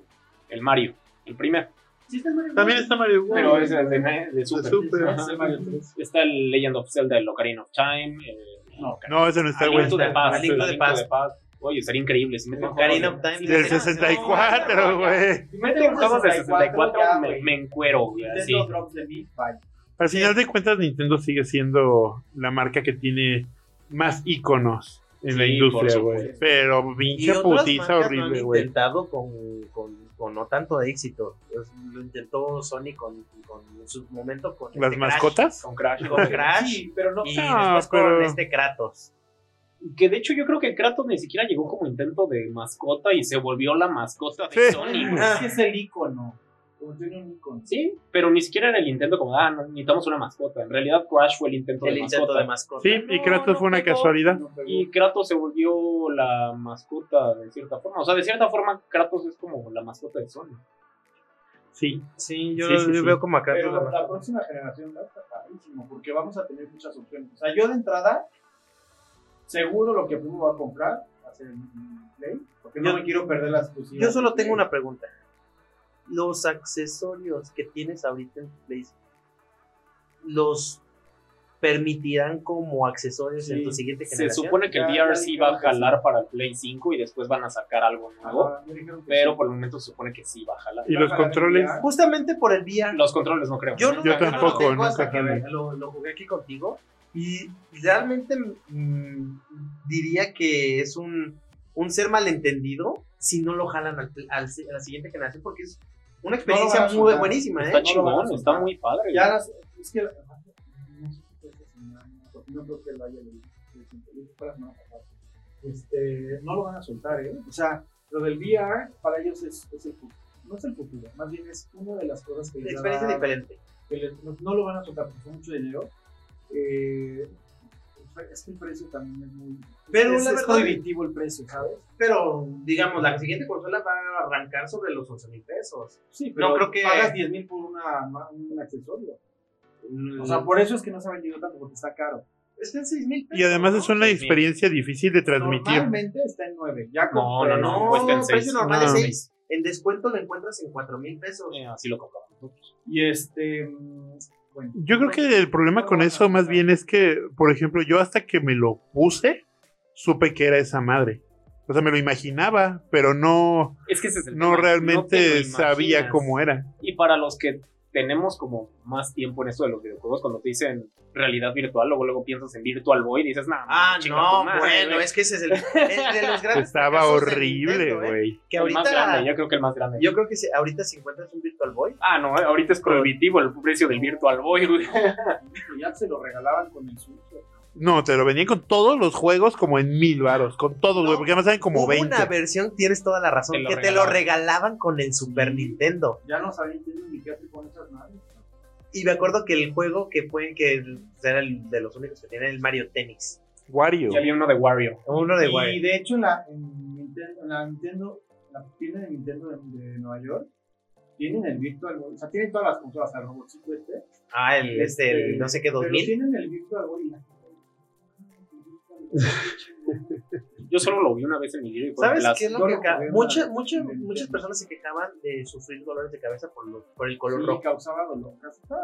[SPEAKER 4] El Mario, el primero.
[SPEAKER 5] Sí, está Mario
[SPEAKER 2] También
[SPEAKER 5] Bros.
[SPEAKER 2] está Mario World.
[SPEAKER 4] Pero es el de, NES, de
[SPEAKER 2] De
[SPEAKER 4] Super. E
[SPEAKER 2] Super.
[SPEAKER 4] Ajá.
[SPEAKER 5] Sí, Mario Bros.
[SPEAKER 4] Está el Legend of Zelda, el Ocarina of Time. El, no,
[SPEAKER 2] No, ese no
[SPEAKER 4] A
[SPEAKER 2] está,
[SPEAKER 4] Link
[SPEAKER 2] güey.
[SPEAKER 4] to the Past,
[SPEAKER 1] A Link to
[SPEAKER 4] a
[SPEAKER 1] the
[SPEAKER 4] Link to
[SPEAKER 1] Past.
[SPEAKER 4] the Past. Oye, sería increíble. Si meten
[SPEAKER 1] Ocarina
[SPEAKER 4] juegos
[SPEAKER 1] of Time.
[SPEAKER 2] Del
[SPEAKER 1] dice, "Ah,
[SPEAKER 2] 64, güey.
[SPEAKER 5] Si
[SPEAKER 4] de- meten juegos de 64,
[SPEAKER 5] ya,
[SPEAKER 4] me,
[SPEAKER 5] güey.
[SPEAKER 4] me encuero, güey. así.
[SPEAKER 5] Nintendo drops de mí, bye.
[SPEAKER 2] Al final de cuentas, Nintendo sigue siendo la marca que tiene más íconos en la
[SPEAKER 4] Sí,
[SPEAKER 2] industria,
[SPEAKER 4] por
[SPEAKER 2] güey.
[SPEAKER 4] supuesto.
[SPEAKER 2] Pero
[SPEAKER 1] Y
[SPEAKER 2] pinche
[SPEAKER 1] otras marcas
[SPEAKER 2] putiza
[SPEAKER 1] lo
[SPEAKER 2] horrible,
[SPEAKER 1] han
[SPEAKER 2] güey.
[SPEAKER 1] intentado con, con- con no tanto éxito. Es- Lo intentó Sony con, con- en su momento con
[SPEAKER 2] ¿Las
[SPEAKER 1] este Crash.
[SPEAKER 2] mascotas?
[SPEAKER 4] Con Crash.
[SPEAKER 1] Con Crash
[SPEAKER 5] Sí, pero no.
[SPEAKER 1] y
[SPEAKER 2] No,
[SPEAKER 1] después con
[SPEAKER 2] pero-
[SPEAKER 1] este Kratos.
[SPEAKER 4] Que de hecho yo creo que Kratos ni siquiera llegó como intento de mascota y se volvió la mascota de
[SPEAKER 2] Sí.
[SPEAKER 4] Sony. güey.
[SPEAKER 5] Es que es el icono. Como tiene un icono.
[SPEAKER 4] Sí, pero ni siquiera era el intento como, ah, no, necesitamos una mascota. En realidad, Crash fue el intento
[SPEAKER 1] El
[SPEAKER 4] de
[SPEAKER 1] intento
[SPEAKER 4] mascota.
[SPEAKER 1] de mascota.
[SPEAKER 2] Sí, y
[SPEAKER 4] No,
[SPEAKER 2] Kratos
[SPEAKER 4] no
[SPEAKER 2] fue una
[SPEAKER 4] pegó.
[SPEAKER 2] casualidad.
[SPEAKER 5] No pegó.
[SPEAKER 4] Y Kratos se volvió la mascota de cierta forma. O sea, de cierta forma, Kratos es como la mascota de Sony.
[SPEAKER 2] Sí.
[SPEAKER 1] Sí, yo,
[SPEAKER 2] Sí, sí,
[SPEAKER 1] yo
[SPEAKER 2] sí.
[SPEAKER 1] veo como acá.
[SPEAKER 5] Pero la, próxima generación va a estar padrísimo, porque vamos a tener muchas opciones. O sea, yo de entrada, seguro lo que primero va a comprar va a ser un Play, porque no
[SPEAKER 1] Yo-
[SPEAKER 5] me quiero perder las exclusivas.
[SPEAKER 1] Yo solo
[SPEAKER 5] de Play.
[SPEAKER 1] tengo una pregunta. Los accesorios que tienes ahorita en Place, ¿los permitirán como accesorios
[SPEAKER 5] Sí,
[SPEAKER 1] en tu siguiente
[SPEAKER 4] Se
[SPEAKER 1] generación?
[SPEAKER 4] supone que el
[SPEAKER 5] Ya- ya
[SPEAKER 4] DRC va a
[SPEAKER 5] dijeron que sí.
[SPEAKER 4] jalar para el Play 5 y después van a sacar algo nuevo.
[SPEAKER 5] Ah, me dijeron que
[SPEAKER 4] Pero
[SPEAKER 5] sí.
[SPEAKER 4] por el momento se supone que sí va a jalar.
[SPEAKER 2] Y los
[SPEAKER 5] Baja la
[SPEAKER 2] controles.
[SPEAKER 5] calidad.
[SPEAKER 1] Justamente por el VR.
[SPEAKER 4] Los controles no creo.
[SPEAKER 1] yo no
[SPEAKER 2] Yo
[SPEAKER 1] no lo
[SPEAKER 2] tampoco,
[SPEAKER 1] tengo
[SPEAKER 2] no
[SPEAKER 1] hasta
[SPEAKER 2] sé
[SPEAKER 1] que
[SPEAKER 2] cómo.
[SPEAKER 1] lo, lo jugué aquí contigo y realmente mm, diría que es un, un ser malentendido si no lo jalan al- al- a la siguiente generación porque es una experiencia
[SPEAKER 5] van a
[SPEAKER 1] muy
[SPEAKER 5] soltar.
[SPEAKER 1] buenísima, ¿eh?
[SPEAKER 4] Está
[SPEAKER 5] no lo van a
[SPEAKER 4] chingón, está
[SPEAKER 5] soltar.
[SPEAKER 4] muy padre.
[SPEAKER 5] Ya las- es que la- no sé si fue esta semana, porque no creo que lo haya leído, porque fue la semana pasada. Este, no lo van a soltar, ¿eh? O sea, lo del VR para ellos es, es el futuro. No es el futuro, más bien es una de las cosas que les va a
[SPEAKER 1] experiencia
[SPEAKER 5] dar-
[SPEAKER 1] diferente.
[SPEAKER 5] que les- no, no lo van a soltar porque fue mucho dinero. Eh, es que el precio también es muy.
[SPEAKER 1] Pero
[SPEAKER 5] es,
[SPEAKER 1] la
[SPEAKER 5] es
[SPEAKER 1] verdad-
[SPEAKER 5] prohibitivo el precio, ¿sabes?
[SPEAKER 1] Pero digamos, la siguiente consola va a arrancar sobre los 11 mil pesos.
[SPEAKER 5] Sí,
[SPEAKER 1] pero creo
[SPEAKER 5] pero
[SPEAKER 1] que-
[SPEAKER 5] pagas 10 mil por una, ma- un accesorio.
[SPEAKER 4] Mm,
[SPEAKER 5] O sea, por eso es que no se ha vendido tanto, porque está caro.
[SPEAKER 1] Está en 6 mil pesos.
[SPEAKER 2] Y además es
[SPEAKER 1] ¿no?
[SPEAKER 2] una
[SPEAKER 4] Sí, sí.
[SPEAKER 2] experiencia difícil de transmitir.
[SPEAKER 5] Normalmente está en 9. Ya
[SPEAKER 4] No,
[SPEAKER 5] compré.
[SPEAKER 4] no,
[SPEAKER 1] No, pues
[SPEAKER 4] Cuesta en
[SPEAKER 1] precio
[SPEAKER 4] seis.
[SPEAKER 1] normal es
[SPEAKER 2] No.
[SPEAKER 1] 6. En descuento lo encuentras en 4 mil pesos.
[SPEAKER 4] Eh, así lo compramos.
[SPEAKER 5] Y este. mm, Bueno.
[SPEAKER 2] Yo creo que el problema con eso más bien es que, por ejemplo, yo hasta que me lo puse, supe que era esa madre. O sea, me lo imaginaba, pero no,
[SPEAKER 4] Es que ese es el
[SPEAKER 2] no
[SPEAKER 4] tema, te
[SPEAKER 2] realmente
[SPEAKER 4] lo
[SPEAKER 2] sabía
[SPEAKER 4] imaginas.
[SPEAKER 2] cómo era.
[SPEAKER 4] Y para los que tenemos como más tiempo en eso de los videojuegos, cuando te dicen realidad virtual, luego luego piensas en Virtual Boy y dices, nada,
[SPEAKER 1] Ah, no, bueno, es que ese es el, el de los grandes
[SPEAKER 2] Estaba
[SPEAKER 1] fracasos de
[SPEAKER 2] horrible,
[SPEAKER 1] Nintendo, ¿eh?
[SPEAKER 2] güey.
[SPEAKER 1] Que
[SPEAKER 4] el más grande,
[SPEAKER 1] ahorita,
[SPEAKER 4] yo creo que el más grande.
[SPEAKER 1] yo creo que si- ahorita si encuentras un Virtual Boy,
[SPEAKER 4] Ah, no, eh, ahorita es prohibitivo el precio del Virtual Boy, güey.
[SPEAKER 5] Ya se lo regalaban con el Switch.
[SPEAKER 2] No, te lo venían con todos los juegos como en mil varos, con todos, güey,
[SPEAKER 1] No,
[SPEAKER 2] porque además saben como
[SPEAKER 1] hubo
[SPEAKER 2] 20.
[SPEAKER 1] una versión, tienes toda la razón,
[SPEAKER 4] Te lo
[SPEAKER 1] que te lo
[SPEAKER 4] regalaban.
[SPEAKER 1] regalaban con el Super
[SPEAKER 5] Sí.
[SPEAKER 1] Nintendo.
[SPEAKER 5] Ya no sabían quién indicarse con esas madres.
[SPEAKER 1] Y me acuerdo que el juego que fue, que era el de los únicos que tenía el Mario Tennis.
[SPEAKER 2] Wario.
[SPEAKER 4] Y había uno de Wario.
[SPEAKER 1] Uno de
[SPEAKER 5] Y
[SPEAKER 1] Wario.
[SPEAKER 5] de hecho, en la, en Nintendo, en la Nintendo, la tienda de Nintendo de, de Nueva York, tienen el Virtual Boy. O sea, tienen todas las consolas, el robotcito este.
[SPEAKER 1] Ah, el, este, el
[SPEAKER 5] Este,
[SPEAKER 1] no sé qué,
[SPEAKER 5] Pero
[SPEAKER 1] 2000.
[SPEAKER 5] tienen el Virtual Boy. y la-
[SPEAKER 4] Yo solo lo vi una vez en mi vida y fue en
[SPEAKER 1] ¿Sabes
[SPEAKER 4] Plaza.
[SPEAKER 1] qué es lo
[SPEAKER 5] Yo
[SPEAKER 1] que
[SPEAKER 5] lo
[SPEAKER 1] ca-
[SPEAKER 5] jugué
[SPEAKER 1] mucha-
[SPEAKER 5] una-
[SPEAKER 1] mucha-
[SPEAKER 5] en el
[SPEAKER 1] Muchas
[SPEAKER 5] Nintendo.
[SPEAKER 1] personas se quejaban de sufrir dolores de cabeza por, lo- por el color
[SPEAKER 5] Y
[SPEAKER 1] rojo.
[SPEAKER 5] causaba dolor. causaba-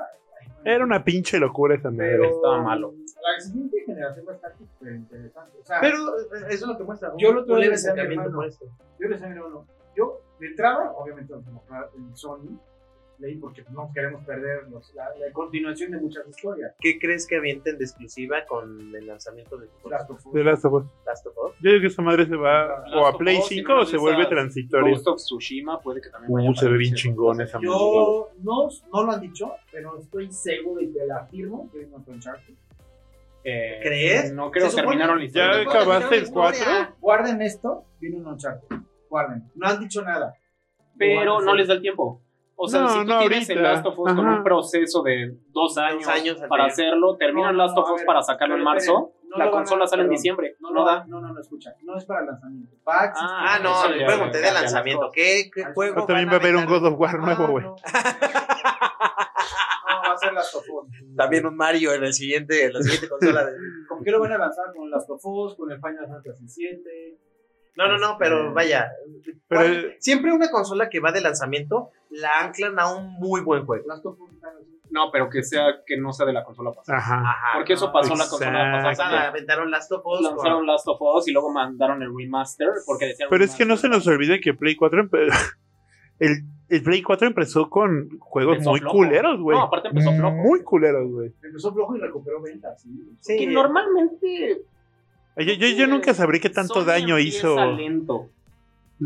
[SPEAKER 2] Era una pinche locura esa madre.
[SPEAKER 5] Pero
[SPEAKER 4] Estaba malo.
[SPEAKER 5] La siguiente generación va a estar súper interesante. O sea,
[SPEAKER 1] Pero eh, eso es lo que muestra.
[SPEAKER 5] Yo lo tuve
[SPEAKER 1] tuve
[SPEAKER 5] en
[SPEAKER 1] el
[SPEAKER 5] el
[SPEAKER 1] acercamiento
[SPEAKER 5] hermano.
[SPEAKER 1] por eso.
[SPEAKER 5] yo les digo, no. Yo, de entrada, obviamente, vamos a comprar en Sony, leí porque no queremos perder los- la, la continuación de muchas historias.
[SPEAKER 1] ¿Qué crees que avienten de exclusiva con el lanzamiento de
[SPEAKER 5] Las dos-
[SPEAKER 2] The Last of Us.
[SPEAKER 1] Last of Us?
[SPEAKER 2] Yo digo que esa madre se va
[SPEAKER 4] Last
[SPEAKER 2] o
[SPEAKER 4] of
[SPEAKER 2] a Play
[SPEAKER 4] Us,
[SPEAKER 2] 5
[SPEAKER 4] sino
[SPEAKER 2] o
[SPEAKER 4] de
[SPEAKER 2] se vuelve
[SPEAKER 4] esas
[SPEAKER 2] transitorio.
[SPEAKER 4] Ghost of Tsushima puede que también vaya
[SPEAKER 2] Uh, se
[SPEAKER 4] para
[SPEAKER 2] ve bien
[SPEAKER 4] PC.
[SPEAKER 2] chingón esa madre.
[SPEAKER 5] Yo no, no lo han dicho, pero estoy seguro y te la afirmo que es una Uncharted.
[SPEAKER 4] Eh,
[SPEAKER 1] ¿Crees?
[SPEAKER 4] No creo
[SPEAKER 1] Se
[SPEAKER 4] que
[SPEAKER 1] supone-
[SPEAKER 4] terminaron la
[SPEAKER 2] Ya
[SPEAKER 4] historia.
[SPEAKER 2] acabaste el
[SPEAKER 1] Historia.
[SPEAKER 2] 4.
[SPEAKER 5] Guarden esto, viene un Uncharted. Guarden. No han dicho nada.
[SPEAKER 4] pero no les
[SPEAKER 5] da.
[SPEAKER 4] da el tiempo. O sea,
[SPEAKER 2] No,
[SPEAKER 4] si tú
[SPEAKER 2] no
[SPEAKER 4] tienes el
[SPEAKER 2] ahorita.
[SPEAKER 4] Last of Us con
[SPEAKER 2] Ajá.
[SPEAKER 4] un proceso de dos años,
[SPEAKER 1] años
[SPEAKER 4] para
[SPEAKER 1] anterior.
[SPEAKER 4] hacerlo, terminan
[SPEAKER 5] No, no,
[SPEAKER 4] Last of
[SPEAKER 5] a
[SPEAKER 4] Us
[SPEAKER 5] ver,
[SPEAKER 4] para sacarlo en
[SPEAKER 5] pero
[SPEAKER 4] marzo,
[SPEAKER 5] esperen, no
[SPEAKER 4] la
[SPEAKER 5] lo van a-
[SPEAKER 4] consola sale en
[SPEAKER 5] perdón,
[SPEAKER 4] diciembre.
[SPEAKER 5] No,
[SPEAKER 4] No,
[SPEAKER 5] lo
[SPEAKER 4] da.
[SPEAKER 5] da. No, no, no, escucha. No es para lanzamiento. Va a existir.
[SPEAKER 1] Ah, no,
[SPEAKER 4] eso
[SPEAKER 1] le
[SPEAKER 4] ya-
[SPEAKER 1] pregunté
[SPEAKER 4] ya-
[SPEAKER 1] de
[SPEAKER 4] ya
[SPEAKER 1] lanzamiento.
[SPEAKER 4] las cosas.
[SPEAKER 1] ¿Qué, qué
[SPEAKER 5] Ah,
[SPEAKER 1] juego?
[SPEAKER 5] no,
[SPEAKER 2] También
[SPEAKER 1] van
[SPEAKER 2] va a haber un
[SPEAKER 1] aventar?
[SPEAKER 2] God of War nuevo, güey.
[SPEAKER 5] Ah, No. No, va a ser Last of Us.
[SPEAKER 1] También un Mario en, el siguiente, en la siguiente consola. de-
[SPEAKER 5] ¿Con qué lo van a lanzar? ¿Con Last of Us? ¿Con el Final Fantasy VII?
[SPEAKER 1] No, no, no, pero vaya.
[SPEAKER 2] Pero-
[SPEAKER 1] Siempre una consola que va de lanzamiento la anclan a un muy buen juego.
[SPEAKER 5] Last of Us está en el-
[SPEAKER 4] No, pero que sea que no sea de la consola pasada.
[SPEAKER 2] Ajá.
[SPEAKER 1] Ajá.
[SPEAKER 4] Porque eso pasó en la consola
[SPEAKER 2] Ah, exacto.
[SPEAKER 1] Pasada,
[SPEAKER 4] pasada.
[SPEAKER 1] aventaron Last of Us. con-
[SPEAKER 4] Lanzaron Last of Us y luego mandaron el remaster porque decían
[SPEAKER 2] Pero es que no se
[SPEAKER 4] remaster.
[SPEAKER 2] nos olvide que Play 4 empe- el, el Play 4 empezó con juegos
[SPEAKER 4] Empezó
[SPEAKER 2] muy
[SPEAKER 4] flojo.
[SPEAKER 2] culeros, güey.
[SPEAKER 4] No, aparte empezó flojo.
[SPEAKER 2] Muy culeros, güey.
[SPEAKER 5] Empezó flojo y recuperó ventas. ¿sí?
[SPEAKER 1] Sí.
[SPEAKER 4] Que normalmente
[SPEAKER 2] Yo, yo, yo nunca sabré qué tanto
[SPEAKER 4] Sony
[SPEAKER 2] daño
[SPEAKER 4] empieza
[SPEAKER 2] hizo.
[SPEAKER 4] lento.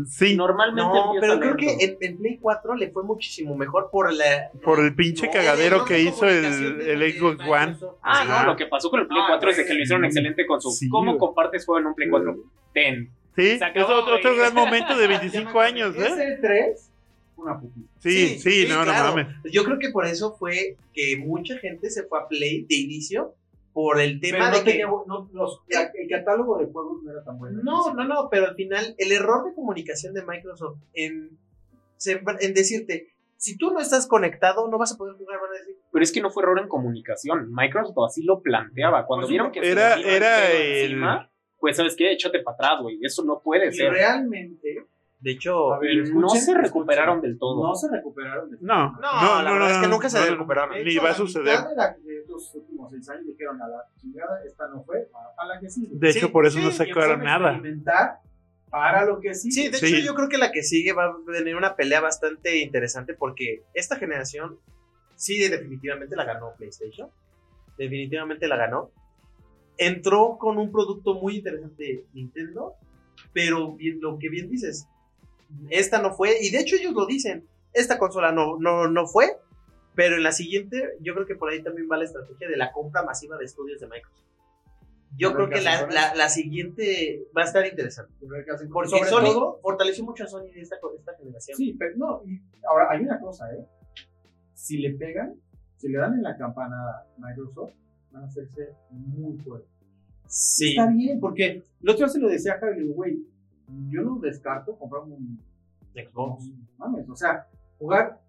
[SPEAKER 2] Sí,
[SPEAKER 4] Normalmente
[SPEAKER 1] No,
[SPEAKER 4] empieza
[SPEAKER 1] pero creo
[SPEAKER 4] lento.
[SPEAKER 1] que en, en Play 4 le fue muchísimo mejor por la.
[SPEAKER 2] por el pinche
[SPEAKER 1] No,
[SPEAKER 2] cagadero
[SPEAKER 1] no,
[SPEAKER 2] que
[SPEAKER 1] no,
[SPEAKER 2] hizo
[SPEAKER 1] comunicación
[SPEAKER 2] el,
[SPEAKER 1] de-
[SPEAKER 2] el
[SPEAKER 1] de
[SPEAKER 2] Xbox One.
[SPEAKER 1] Microsoft.
[SPEAKER 4] Ah,
[SPEAKER 2] Ajá.
[SPEAKER 4] no, lo que pasó con el Play
[SPEAKER 1] Ah,
[SPEAKER 4] 4 es de que lo hicieron
[SPEAKER 2] sí.
[SPEAKER 4] excelente con su.
[SPEAKER 2] Sí,
[SPEAKER 4] ¿Cómo
[SPEAKER 2] güey.
[SPEAKER 4] compartes juego en un Play 4? Ten.
[SPEAKER 2] Sí,
[SPEAKER 4] Se
[SPEAKER 2] es
[SPEAKER 4] acabó,
[SPEAKER 2] otro, otro
[SPEAKER 4] güey.
[SPEAKER 2] gran momento de 25 años, ¿eh?
[SPEAKER 5] Ese 3 una putiza.
[SPEAKER 2] Sí, sí,
[SPEAKER 1] Sí, sí,
[SPEAKER 2] no,
[SPEAKER 1] claro.
[SPEAKER 2] no mames.
[SPEAKER 1] Yo creo que por eso fue que mucha gente se fue a Play de inicio por el
[SPEAKER 5] Pero
[SPEAKER 1] tema
[SPEAKER 5] no
[SPEAKER 1] de que.
[SPEAKER 5] tenía bu- no, los- la- el catálogo de juegos no era tan bueno.
[SPEAKER 1] No, no, no, pero al final el error de comunicación de Microsoft en, sembra- en decirte, si tú no estás conectado, no vas a poder jugar, van a decir,
[SPEAKER 4] Pero es que no fue error en comunicación. Microsoft así lo planteaba. Cuando
[SPEAKER 5] Pues
[SPEAKER 4] vieron que se
[SPEAKER 2] era-
[SPEAKER 4] les vino el
[SPEAKER 2] era
[SPEAKER 4] pedo
[SPEAKER 2] el-
[SPEAKER 4] encima, pues sabes qué, échate para atrás, güey. Eso no puede
[SPEAKER 1] y
[SPEAKER 4] ser.
[SPEAKER 1] realmente, de hecho,
[SPEAKER 5] A ver,
[SPEAKER 4] Y no
[SPEAKER 5] escuchen,
[SPEAKER 4] se recuperaron del todo.
[SPEAKER 5] No se recuperaron de
[SPEAKER 2] No,
[SPEAKER 1] No, la verdad es que nunca se recuperaron.
[SPEAKER 2] Ni
[SPEAKER 5] hecho,
[SPEAKER 2] va a
[SPEAKER 5] la
[SPEAKER 2] suceder.
[SPEAKER 5] mitad De, la- de estos últimos seis años dijeron a la chingada, esta no fue, a, a la que sigue.
[SPEAKER 2] De hecho,
[SPEAKER 1] Sí,
[SPEAKER 2] por eso
[SPEAKER 5] Sí,
[SPEAKER 2] no
[SPEAKER 5] y
[SPEAKER 2] sacaron
[SPEAKER 5] empezaron a
[SPEAKER 2] nada.
[SPEAKER 5] experimentar para lo que sigue.
[SPEAKER 1] Sí, de
[SPEAKER 2] Sí.
[SPEAKER 1] hecho yo creo que la que sigue va a tener una pelea bastante interesante porque esta generación sí definitivamente la ganó PlayStation, definitivamente la ganó. Entró con un producto muy interesante Nintendo, pero bien- lo que bien dices, esta no fue, y de hecho ellos lo dicen, esta consola no, no, no fue, pero en la siguiente yo creo que por ahí también va la estrategia de la compra masiva de estudios de Microsoft. Yo
[SPEAKER 5] A ver
[SPEAKER 1] creo
[SPEAKER 5] qué
[SPEAKER 1] que la,
[SPEAKER 5] hacen con
[SPEAKER 1] la- la siguiente va a estar interesante.
[SPEAKER 5] A ver qué hacen con-
[SPEAKER 1] Porque
[SPEAKER 5] sobre
[SPEAKER 1] Sony
[SPEAKER 5] todo-
[SPEAKER 1] fortaleció mucho a Sony de esta, esta generación.
[SPEAKER 5] Sí, pero no, y ahora hay una cosa, ¿eh? Si le pegan, si le dan en la campana a Microsoft, van a hacerse muy fuertes.
[SPEAKER 1] Sí.
[SPEAKER 5] Está bien, porque el otro día se lo decía a Javi, le digo, güey, yo no descarto comprar un
[SPEAKER 1] Xbox.
[SPEAKER 5] No mames, o sea, jugar,